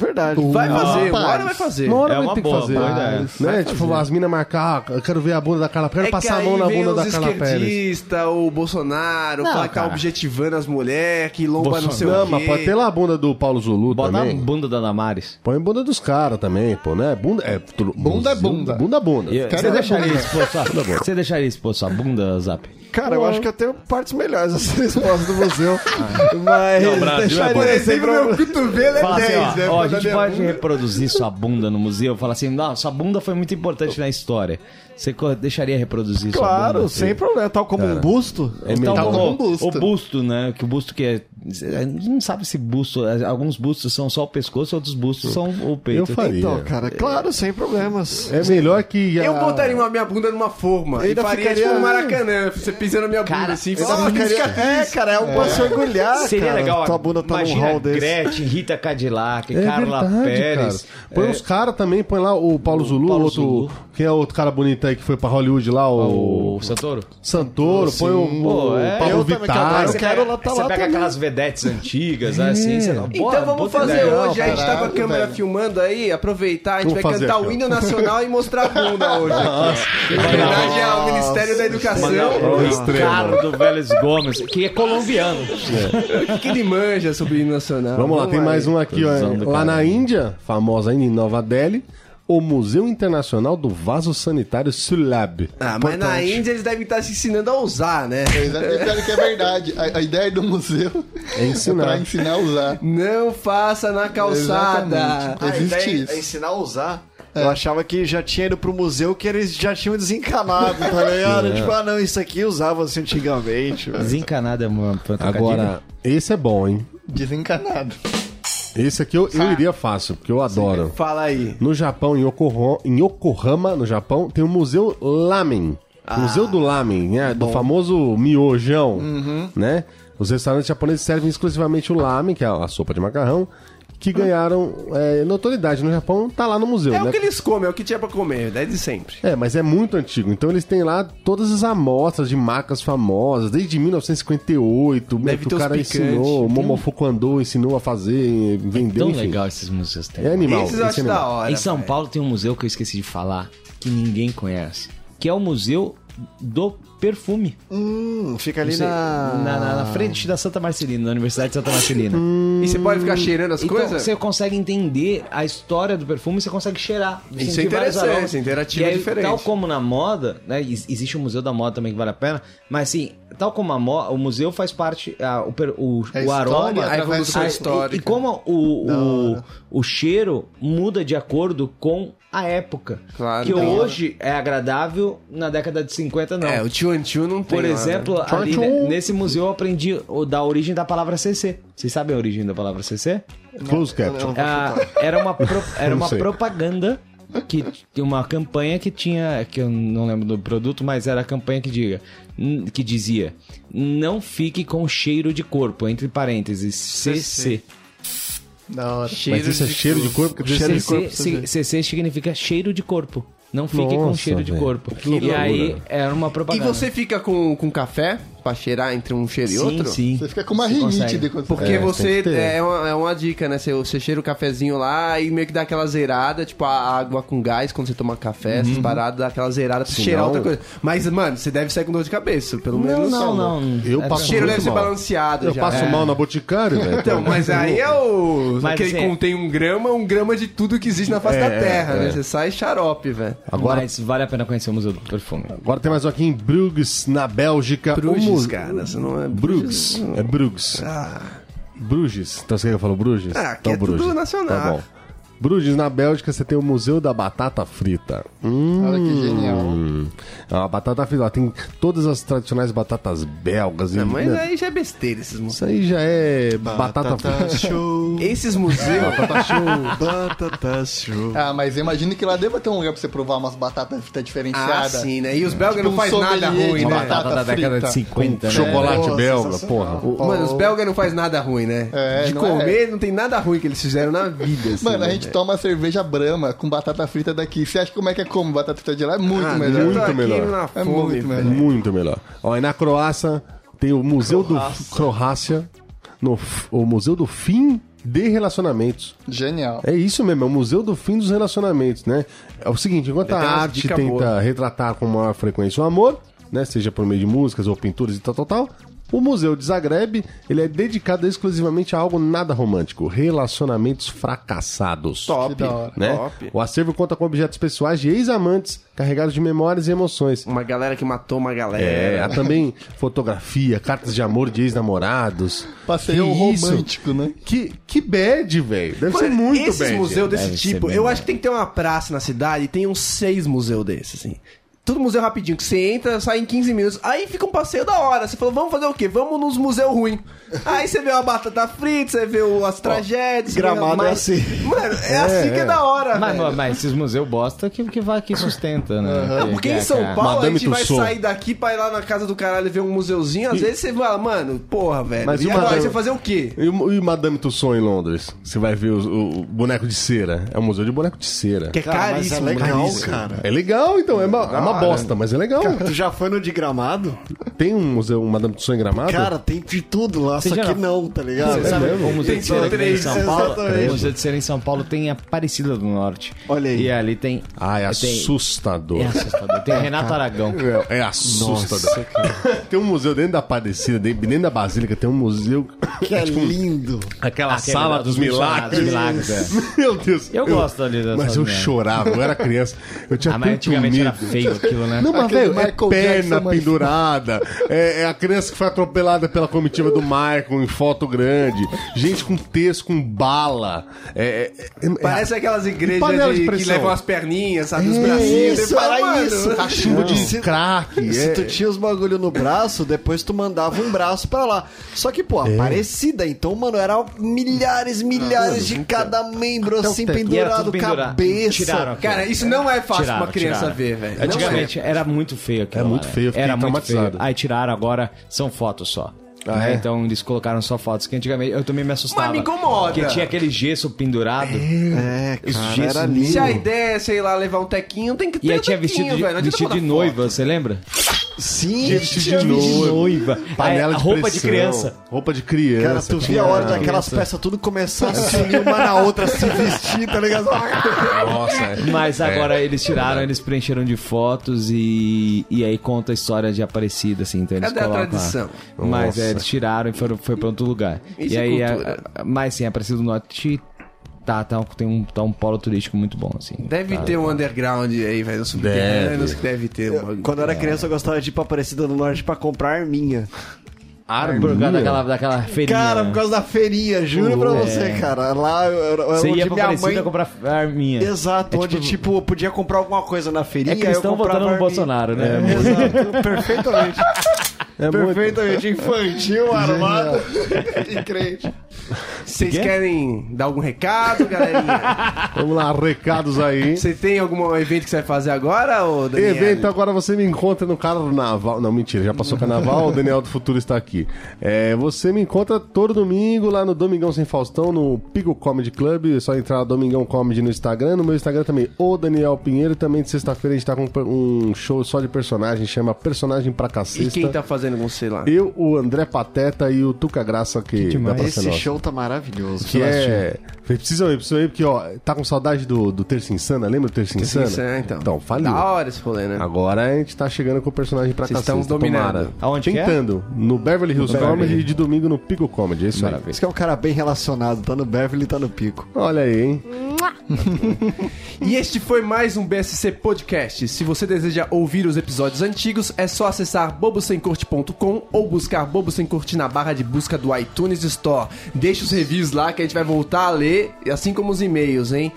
E: Verdade.
C: Vai fazer, uma
B: Rapaz.
C: hora vai fazer.
A: Uma hora
D: É
A: vai
D: uma
A: ter
D: boa,
A: que fazer.
D: boa
A: né?
D: ideia.
A: Né? Tipo, as minas marcar, ah, eu quero ver a bunda da Carla Pérez,
C: É que
A: passar a
C: aí
A: mão na
C: vem
A: bunda
C: os
A: da Carla Pérez.
C: esquerdista, o Bolsonaro,
D: Não,
C: fala que tá
D: cara.
C: objetivando as mulheres, que lomba não sei
A: Não,
C: o quê.
A: mas pode ter lá a bunda do Paulo Zulu
D: Bota na
A: também.
D: bunda da Damares.
A: Põe a bunda dos caras também, pô, né? Bunda é... tru-
B: Bunda é
A: museu-
B: bunda.
A: Bunda é bunda.
D: E-
B: cara
D: Você
B: é
D: deixaria
B: bunda.
D: expor sua, você deixaria expor sua bunda, Zap?
E: Cara, eu acho que até partes melhores as respostas do museu. Mas
A: Não, Brasil é bom.
E: deixaria
C: Por
E: sem
C: exemplo, meu
E: problema.
C: cotovelo é
D: Fala
C: 10,
D: assim,
C: né?
D: ó, ó, a gente
C: Minha
D: pode
C: bunda-
D: reproduzir sua bunda no museu? Fala assim, não, sua bunda foi muito importante na história. Você co- deixaria reproduzir sua bunda?
E: Claro, sem problema. Tal como um busto.
A: É
D: Tal
A: mental.
D: como
B: um busto.
D: O busto, né? Que o busto que é. a gente Não sabe se busto. é, Alguns bustos são só o pescoço, outros bustos são o peito.
A: Eu faria.
E: Então, cara, claro, sem problemas.
A: É melhor que... a-
C: Eu botaria uma minha bunda numa forma
E: Ainda
C: e faria
E: ficaria-
C: tipo um maracanã. Você pisa na minha bunda
D: Cara,
C: assim e
E: Ainda
C: fala, "Ah,
E: ficaria-
C: fica-
E: É, cara, é um pra se orgulhar.
D: Seria
E: cara.
D: legal. ó,
E: Tua bunda tá num
D: imagina
E: hall desse.
D: Gretchen, Rita Cadillac,
A: É
D: Carla
A: verdade,
D: Pérez. É.
A: cara. Põe os caras também, põe lá o Paulo Zulu,
D: Paulo
A: outro.
D: Zulu. Ah,
A: Quem é outro cara bonito aí que foi pra Hollywood lá? O,
D: O Santoro?
A: Santoro, põe o, o
D: é,
A: Pablo
E: eu também
A: Vittar.
E: quero- eu quero lá tá
D: você
E: lá
D: pega
E: também.
D: aquelas vedetes antigas, assim, você fala, bora,
C: Então vamos
D: puta
C: fazer
D: ideia.
C: hoje. A gente tá com a
B: caralho,
C: câmera
B: velho.
C: filmando aí, aproveitar, a gente
A: Vamos
C: vai
A: fazer,
C: cantar o
A: cara.
C: hino nacional e mostrar a bunda hoje. aqui, ó. Em homenagem ao Ministério da
D: Mandar
C: Educação,
D: pro
A: Ao
D: Ricardo Vélez Gomes, que é colombiano.
C: que ele manja sobre o hino nacional.
A: Vamos lá, tem mais um aqui, ó.
D: Produção é do né?
A: Lá na
D: caralho.
A: Índia, famosa ainda em Nova Delhi, o Museu Internacional do Vaso Sanitário Sulab.
C: Ah, mas na
A: Importante.
C: Índia eles devem estar se ensinando a usar, né?
B: Eles acreditaram que é verdade. A, a ideia do museu
A: É ensinar.
B: pra ensinar a usar.
C: Não faça na calçada.
B: Exatamente. Existe
E: a ideia
B: isso.
E: é ensinar a usar. Eu achava que já tinha ido pro museu que eles já tinham desencanado, tá ligado? Tipo, ah não, isso aqui usava-se antigamente. velho.
D: Desencanada é uma pancadinha.
A: Agora, esse é bom, hein?
B: Desencanado.
A: Esse aqui eu, eu iria fácil, porque eu adoro.
C: Fala aí.
A: No Japão, em, Yokoho- em Yokohama, no Japão, tem o Museu Lamen.
C: Ah.
A: Museu do Lamen, né? Do famoso
C: Uhum.
A: miojão, né? Os restaurantes japoneses servem exclusivamente o lamen, que é a sopa de macarrão, que ganharam é, notoriedade no Japão, tá lá no museu,
C: Hum. É
A: né?
C: o que eles comem, é o que tinha pra comer, desde sempre.
A: É, mas é muito antigo. Então eles têm lá todas as amostras de marcas famosas, desde 1958.
C: Deve
A: que
C: ter
A: o
C: os
A: cara
C: picantes.
A: ensinou, o
D: Tem
A: Momofuku Andou ensinou a fazer,
C: É
A: vender.
D: Tão
A: enfim.
D: legal esses museus tem.
A: É animal.
C: Esses eu acho
A: esse
C: da
A: animal.
C: hora.
D: em São
C: velho.
D: Paulo tem um museu que eu esqueci de falar, que ninguém conhece, que é o Museu do Perfume.
E: Hum, fica
D: Não
E: ali
D: sei,
E: na...
D: na, na- na frente da Santa Marcelina, da Universidade de Santa Marcelina.
C: E você pode ficar cheirando as
D: Então,
C: coisas?
D: você consegue entender a história do perfume, você consegue cheirar. Você
C: Isso
D: sentir
C: é
D: vários
C: interessante,
D: aromas.
C: é interativo
D: E aí,
C: é diferente.
D: Tal como na moda, né, ex- existe o Museu da Moda também que vale a pena, mas assim, tal como a moda, o museu faz parte, ah, o, per- o,
B: É
D: o
B: história
D: aroma...
B: através
C: a evolução
D: Ah, e-
C: histórica.
D: E, como o, o, o cheiro muda de acordo com a época.
C: Claro,
D: que
C: da hora.
D: hoje é agradável, na década de 50 não.
C: É, o tio Antio não tem.
D: Por
C: lá,
D: exemplo,
C: né?
D: ali, né, nesse museu eu aprendi o, da origem da palavra CC. Vocês sabem a origem da palavra CC?
C: né?
A: Close caption.
D: Ah, era uma, pro- era
A: Não
D: uma
A: sei.
D: propaganda que uma campanha que tinha que eu não lembro do produto, mas era a campanha que diga que dizia não fique com cheiro de corpo entre parênteses CC.
B: Da hora.
A: Mas isso é cheiro de corpo? Quer dizer, cheiro
D: CC,
A: de corpo.
D: si- CC significa cheiro de corpo. Não fique com
A: Nossa,
D: cheiro de
A: velho.
D: corpo.
A: Que
D: E
A: loucura.
D: aí era uma
C: E
D: propaganda.
C: você fica com, com café pra cheirar entre um cheiro e
D: sim,
C: outro?
D: sim.
B: Você fica com uma
D: Você
B: rinite
D: consegue.
B: de quando
C: Porque
B: você...
A: tem
C: você.
A: que ter.
C: É uma, é uma dica, né? Você, você cheira o cafezinho lá e meio que dá aquela zerada, tipo a água com gás quando você toma café, essas paradas, dá aquela zerada pra
A: Se
C: cheirar
A: não-
C: outra coisa. Mas, mano, você deve sair com dor de cabeça, pelo
D: Não,
C: menos.
D: não, não.
A: Eu
D: É
C: O
A: passo
C: cheiro
A: muito
C: deve ser
A: mal.
C: balanceado
A: Eu
C: já.
A: passo
C: É.
A: mal na Boticário, velho.
C: Então, mas aí é o.
D: Mas,
C: aquele
D: assim, é-
C: contém um grama, um grama de tudo que existe na face da
A: É,
C: terra,
A: é.
C: né? Você sai xarope, velho.
A: Agora-
D: Mas vale a pena conhecer o Museu do Perfume.
A: Agora tem mais um aqui em Bruges, na Bélgica. O
C: Bruges,
A: mu-
C: cara. Você não é.
A: Bruges. É Bruges. Bruges. Então você quer que eu falo Bruges?
C: Ah, aqui
A: Então
C: é tudo
A: Bruges.
C: nacional.
A: Tá bom. Bruges, na Bélgica, você tem o Museu da Batata Frita. Hum,
B: Olha que genial.
A: é uma batata frita. Lá tem todas as tradicionais batatas belgas. e,
C: Não, mas
A: né,
C: aí já é besteira esses museus.
A: Isso aí já é batata,
E: Batata
A: frita.
E: show,
C: Esses museus.
A: Batata show.
E: batata show.
B: Ah, mas eu imagino que lá deva ter um lugar pra você provar umas batatas fritas
C: ah,
B: diferenciadas.
C: sim, né? E os belgas
B: Tipo
C: não faz
B: um
C: nada
B: sommelier
C: ruim,
B: de
C: né?
B: batata.
D: Batata da década de
B: frita.
D: 50, né?
A: Chocolate
B: Pô,
A: belga,
B: sensacional.
A: porra.
C: O- Mano, os belgas não faz nada ruim, né?
B: É,
C: de
B: não é?
C: comer não tem nada ruim que eles fizeram na vida. assim,
B: Mano, a
C: né,
B: gente
C: velho?
B: toma cerveja brama com batata frita daqui. Você acha como é que é como batata frita de lá? É muito
C: Ah,
B: melhor.
C: eu tô aqui
A: melhor.
C: na fome,
B: É muito
C: velho.
B: melhor.
A: Muito melhor. Ó, e na Croácia tem o Museu do Croácia, no, f- o Museu do Fim de Relacionamentos.
B: Genial.
A: É isso mesmo, é o Museu do Fim dos Relacionamentos, né? É o seguinte, enquanto a
C: Tem umas
A: arte
C: dicas
A: tenta
C: boas.
A: retratar com maior frequência o amor, né, seja por meio de músicas ou pinturas e tal, tal, tal, o Museu de Zagreb, ele é dedicado exclusivamente a algo nada romântico, relacionamentos fracassados.
C: Top,
B: Que da hora.
A: Né?
C: top.
A: O acervo conta com objetos pessoais de ex-amantes carregados de memórias e emoções.
C: Uma galera que matou uma
A: É, há
C: galera.
A: também fotografia, cartas de amor de ex-namorados.
B: Passeio
A: Que isso?
B: romântico, né?
A: Que, que bad, velho. Deve
C: Mano,
A: ser muito
C: esses
A: bad.
C: museus
D: Deve
C: desse
D: ser
C: tipo,
D: bem
C: eu
D: bad.
C: acho que tem que ter uma praça na cidade e tem uns seis museus desses, assim. Tudo museu rapidinho, que você entra, sai em 15 minutos. Aí fica um passeio da hora. Você falou, vamos fazer o quê? Vamos nos museus ruins. Aí você vê a batata frita, você vê o- as tragédias. você vê-
E: Gramado é
C: mas-
E: assim.
C: Mano, é, assim que é da hora,
D: Mas,
C: velho.
D: mas, mas esses museus bosta que, que vai que sustenta, né?
C: Não,
D: Que-
C: porque
D: que-
C: em São
D: que-
C: Paulo
A: Madame
C: a gente vai
A: Tussauds.
C: sair daqui pra ir lá na casa do caralho e ver um museuzinho. Às vezes você fala, mano, porra, velho.
A: Mas
C: e
A: e o
C: agora
A: Madame-
C: você fazer o quê?
A: E, o- e Madame Tussauds em Londres? Você vai ver os- o, o boneco de cera. É um museu de boneco de cera.
C: Que é
E: Cara, mas é
C: caríssimo.
E: legal,
C: caríssimo.
E: cara.
A: É legal, então. É uma, é uma bosta, mas é legal.
E: Tu já foi no de gramado?
A: Tem um museu Madame Tussauds em Gramado?
E: Cara, tem de tudo lá,
D: Você
E: só
D: já
E: que
D: não-
E: não, tá ligado?
D: Você sabe o Museu
C: Tem
D: de Cera que tem em
C: três,
D: São Paulo?
E: exatamente.
D: O Museu de Cera em São Paulo tem Aparecida do Norte.
E: Olha aí.
D: E ali tem...
A: Ah, é
D: tem-
A: assustador.
D: É assustador. Tem Renato Aragão.
A: É, é assustador. tem um museu dentro da Aparecida, dentro dentro da Basílica, tem um museu.
E: Que é lindo.
A: Aquela
D: Aquele
A: sala
D: da-
A: dos
D: dos
A: milagres.
D: milagres, é.
A: Meu Deus.
D: Eu gosto ali dessa
A: Mas eu
D: merda.
A: chorava, eu era criança. Eu tinha
D: Ah, mas
A: tanto
D: antigamente
A: medo.
D: era feio aquilo, né?
A: Não, mas
B: Aquele
A: velho, é
B: Michael
A: perna
B: Jackson, mas-
A: pendurada, é, é a criança que foi atropelada pela comitiva do Michael em foto grande, gente com texto, com bala. É, é, é-
C: Parece aquelas
A: panela
C: igrejas
A: de
C: de- que
A: pressão?
C: levam as perninhas, sabe? Os bracinhos. Você fala, mano,
D: Tá
A: cachimbo de
E: Se-
A: crack.
E: Se
A: É,
E: tu tinha os bagulho no braço, depois tu mandava um braço pra lá. Só que, pô, parecida. Então, mano, eram milhares, milhares de cada membro, assim,
D: Então, E era
E: pendurado,
D: tudo pendurado.
E: cabeça.
D: Tiraram aquilo.
C: Cara, isso não é fácil
D: Tiraram,
C: pra uma criança
D: tiraram.
C: ver, velho. Não é.
D: Antigamente era muito feio aquilo.
A: É
D: lá,
A: muito
D: né?
A: feio, eu fiquei
D: Era muito
A: traumatizado.
D: feio. Aí tiraram, agora são fotos só. né? Então eles colocaram só fotos que antigamente eu também me assustava.
C: Ah, é? Mas me incomoda.
D: Porque tinha aquele gesso pendurado.
E: É,
D: Os
E: cara,
D: gessos
E: era
D: lindos.
E: lindo.
C: Se a ideia é, sei lá, levar um tequinho, tem que ter
D: E aí
C: um
D: tinha
C: tequinho,
D: vestido de,
C: velho, não adianta
D: vestido de
C: botar
D: noiva, você lembra?
E: Sim,
A: Vestido de
D: De
A: noiva.
D: noiva.
A: Panela
D: Ah,
A: de
D: roupa de
A: pressão,
D: criança.
A: Roupa de
E: Cara,
A: criança.
E: tu via a hora daquelas peças tudo começar a se unir uma na outra, se vestir, tá ligado?
A: Nossa, é.
D: Mas
A: É.
D: agora eles tiraram, eles preencheram de fotos e, e aí conta a história de Aparecida, assim. Então eles
C: Cadê a
D: colocam
C: tradição?
D: lá. Mas
A: Nossa.
D: é, eles tiraram e foram, foi pra outro lugar.
C: Isso
D: e
C: é
D: aí,
C: cultura.
D: a- a- mas sim, Aparecida do Norte tá, tá, um- tem um, tá um polo turístico muito bom, assim.
C: Deve ter um underground aí, velho, uns subterrâneos que deve ter. um bagulho.
E: Quando eu era criança, eu gostava de ir pra Aparecida do Norte pra comprar arminha.
D: Por
A: Arminha?
D: causa daquela, daquela feirinha.
E: Cara, por
D: né?
E: causa da feirinha, juro pra você, cara. Lá eu, eu, eu
D: Você
E: onde
D: ia pra
E: minha
D: Aparecida
E: mãe.
D: comprar arminha.
E: Exato,
D: É
E: onde
D: tipo-
E: tipo, eu podia comprar alguma coisa na feirinha.
D: É
E: aí
D: que eles
E: eu
D: estão
E: comprava
D: votando no
E: arminha.
D: Bolsonaro, né?
E: Exato, perfeitamente.
A: Tá então.
E: perfeitamente infantil, armado e crente.
C: Vocês querem dar algum recado, galerinha?
A: Vamos lá, recados aí.
C: Você tem algum evento que você vai fazer agora, ô Daniel?
A: Evento, agora você me encontra no carnaval. Não, mentira, já passou carnaval, o Daniel do Futuro está aqui. É, você me encontra todo domingo lá no Domingão Sem Faustão, no Pico Comedy Club. É só entrar lá, Domingão Comedy no Instagram. No meu Instagram também, o Daniel Pinheiro. E Também de sexta-feira a gente tá com um show só de personagem, chama Personagem pra
C: E
A: Cacista.
C: quem tá fazendo com você lá?
A: Eu, o André Pateta e o Tuca Graça que, da Praça
E: Esse
A: Nossa.
E: show tá maravilhoso.
A: Que é. Precisam ir, precisam ir, porque, ó, tá com saudade do, do Terça Insana, lembra do Terça Insana?
C: Insana, então.
A: Então, faliu.
C: Da hora esse
D: Ah,
C: rolê, né?
A: Agora a gente tá chegando com o personagem pra
C: Vocês
A: caceta,
C: estão dominando.
A: tomara.
D: Aonde que é?
A: Tentando. No Beverly Hills
D: No
A: Comedy
D: Beverly.
A: e de domingo no Pico Comedy. É isso aí.
D: Maravilha.
E: Esse que é um cara bem relacionado, tá no Beverly, tá no pico.
A: Olha aí, hein?
C: E este foi mais um BSC Podcast. Se você deseja ouvir os episódios antigos, é só acessar bobosemcorte.com ou buscar Bobo Sem Corte na barra de busca do iTunes Store. Deixa os reviews lá que a gente vai voltar a ler, assim como os e-mails, hein?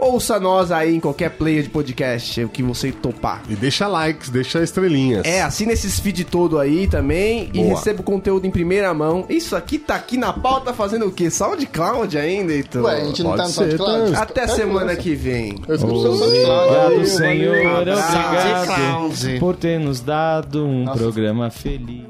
C: Ouça nós aí em qualquer player de podcast, o que você topar.
A: E deixa likes, deixa estrelinhas.
C: É, assina esses feed todo aí também e
A: Boa.
C: receba o conteúdo em primeira mão. Isso aqui tá aqui na pauta fazendo o quê? SoundCloud ainda, então?
B: Ué, a gente não
A: Pode
B: tá no
A: ser,
B: SoundCloud?
A: tá.
C: Até semana que vem.
B: Eu escuto o SoundCloud.
D: Obrigado,
B: valeu,
D: Senhor.
B: valeu.
D: Obrigado por ter nos dado um programa feliz.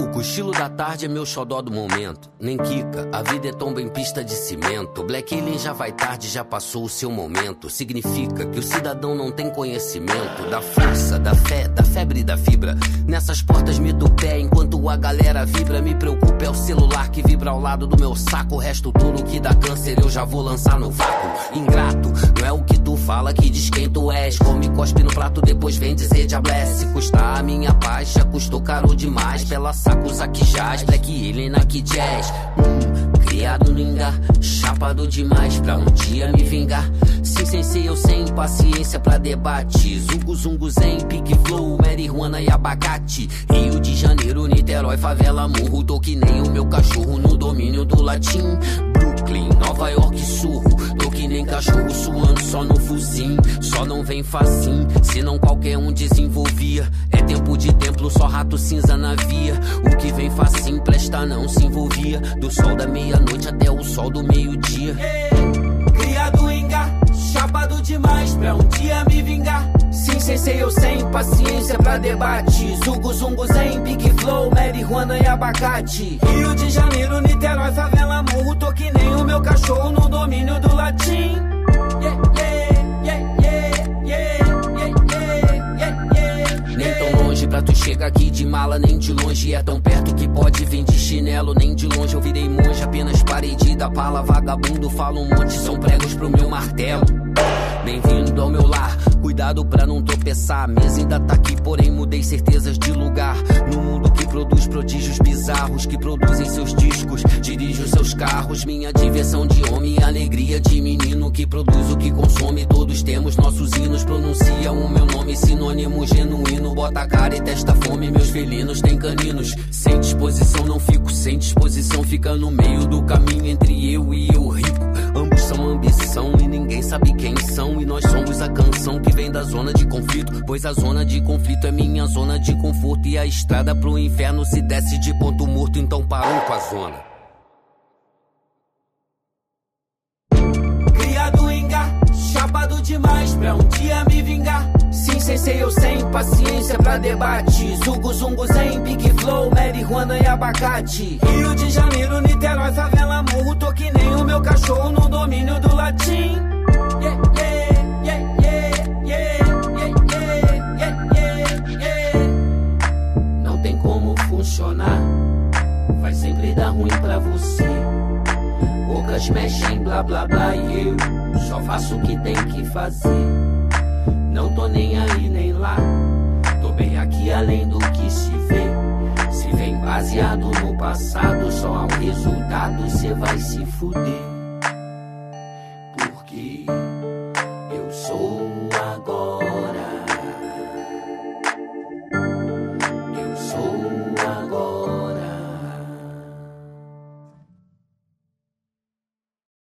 G: O cochilo da tarde é meu xodó do momento. Nem quica, a vida é tomba em pista de cimento. Black Alien já vai tarde, já passou o seu momento. Significa que o cidadão não tem conhecimento da força, da fé, da febre e da fibra. Nessas portas me do pé enquanto a galera vibra. Me preocupa é o celular que vibra ao lado do meu saco. O resto tudo que dá câncer eu já vou lançar no vácuo. Ingrato, não é o que tu fala que diz quem tu és. Come, cospe no prato, depois vem dizer diablesse. Custar a minha paz, já custou caro demais. Pela sacos aqui jazz, black alien aqui jazz. Hum, criado no engar, chapado demais pra um dia me vingar. Sim, sensei, eu sem paciência pra debate. Zungo, zungo, zen, pique, flow, marihuana e abacate. Rio de Janeiro, Niterói, favela, murro. Tô que nem o meu cachorro no domínio do latim. Brooklyn, Nova York, surro. Tô que nem cachorro suando só no fuzim. Só não vem facinho, senão qualquer um desenvolvia. É tempo de templo, só rato cinza na via. O que vem facinho, presta não se envolvia. Do sol da meia-noite até o sol do meio-dia. Criado em Gá, chapado demais pra um dia me vingar. Sim, sensei, eu sem paciência pra debate. Zungo, zungo, zen, big flow, marihuana e abacate. Rio de Janeiro, Niterói, favela, morro. Tô que nem o meu cachorro no domínio do latim. Yeah, yeah, yeah, yeah, yeah, yeah, yeah, yeah, yeah. Nem tão longe pra tu chegar aqui de mala, nem de longe é tão perto que pode vir de chinelo, nem de longe eu virei monge, apenas parede da pala, vagabundo fala um monte, são pregos pro meu martelo. Bem-vindo ao meu lar, cuidado pra não tropeçar, a mesa ainda tá aqui, porém mudei certezas de lugar. No mundo que produz prodígios bizarros, que produzem seus discos, dirijo seus carros, minha diversão de homem, alegria de menino que produz o que consome, todos temos nossos hinos, pronuncia o meu nome, sinônimo genuíno, bota a cara e testa a fome, meus felinos têm caninos. Sem disposição não fico, sem disposição fica no meio do caminho entre eu e o rico. Ambos são ambição e ninguém sabe quem são, e nós somos a canção que vem da zona de conflito, pois a zona de conflito é minha zona de conforto e a estrada pro inferno se desce de ponto morto, então parou com a zona. um comecei eu sem paciência pra debate. Zungo, zungo, zen, big flow, marihuana e abacate. Rio de Janeiro, Niterói, favela, morro, tô que nem o meu cachorro no domínio do latim. Yeah, yeah, yeah, yeah, yeah, yeah, yeah, yeah, yeah. Não tem como funcionar, vai sempre dar ruim pra você. Poucas mexem, blá blá blá, e eu só faço o que tem que fazer. Não tô nem aí nem lá, tô bem aqui além do que se vê. Se vem baseado no passado, só há um resultado, cê vai se fuder. Porque eu sou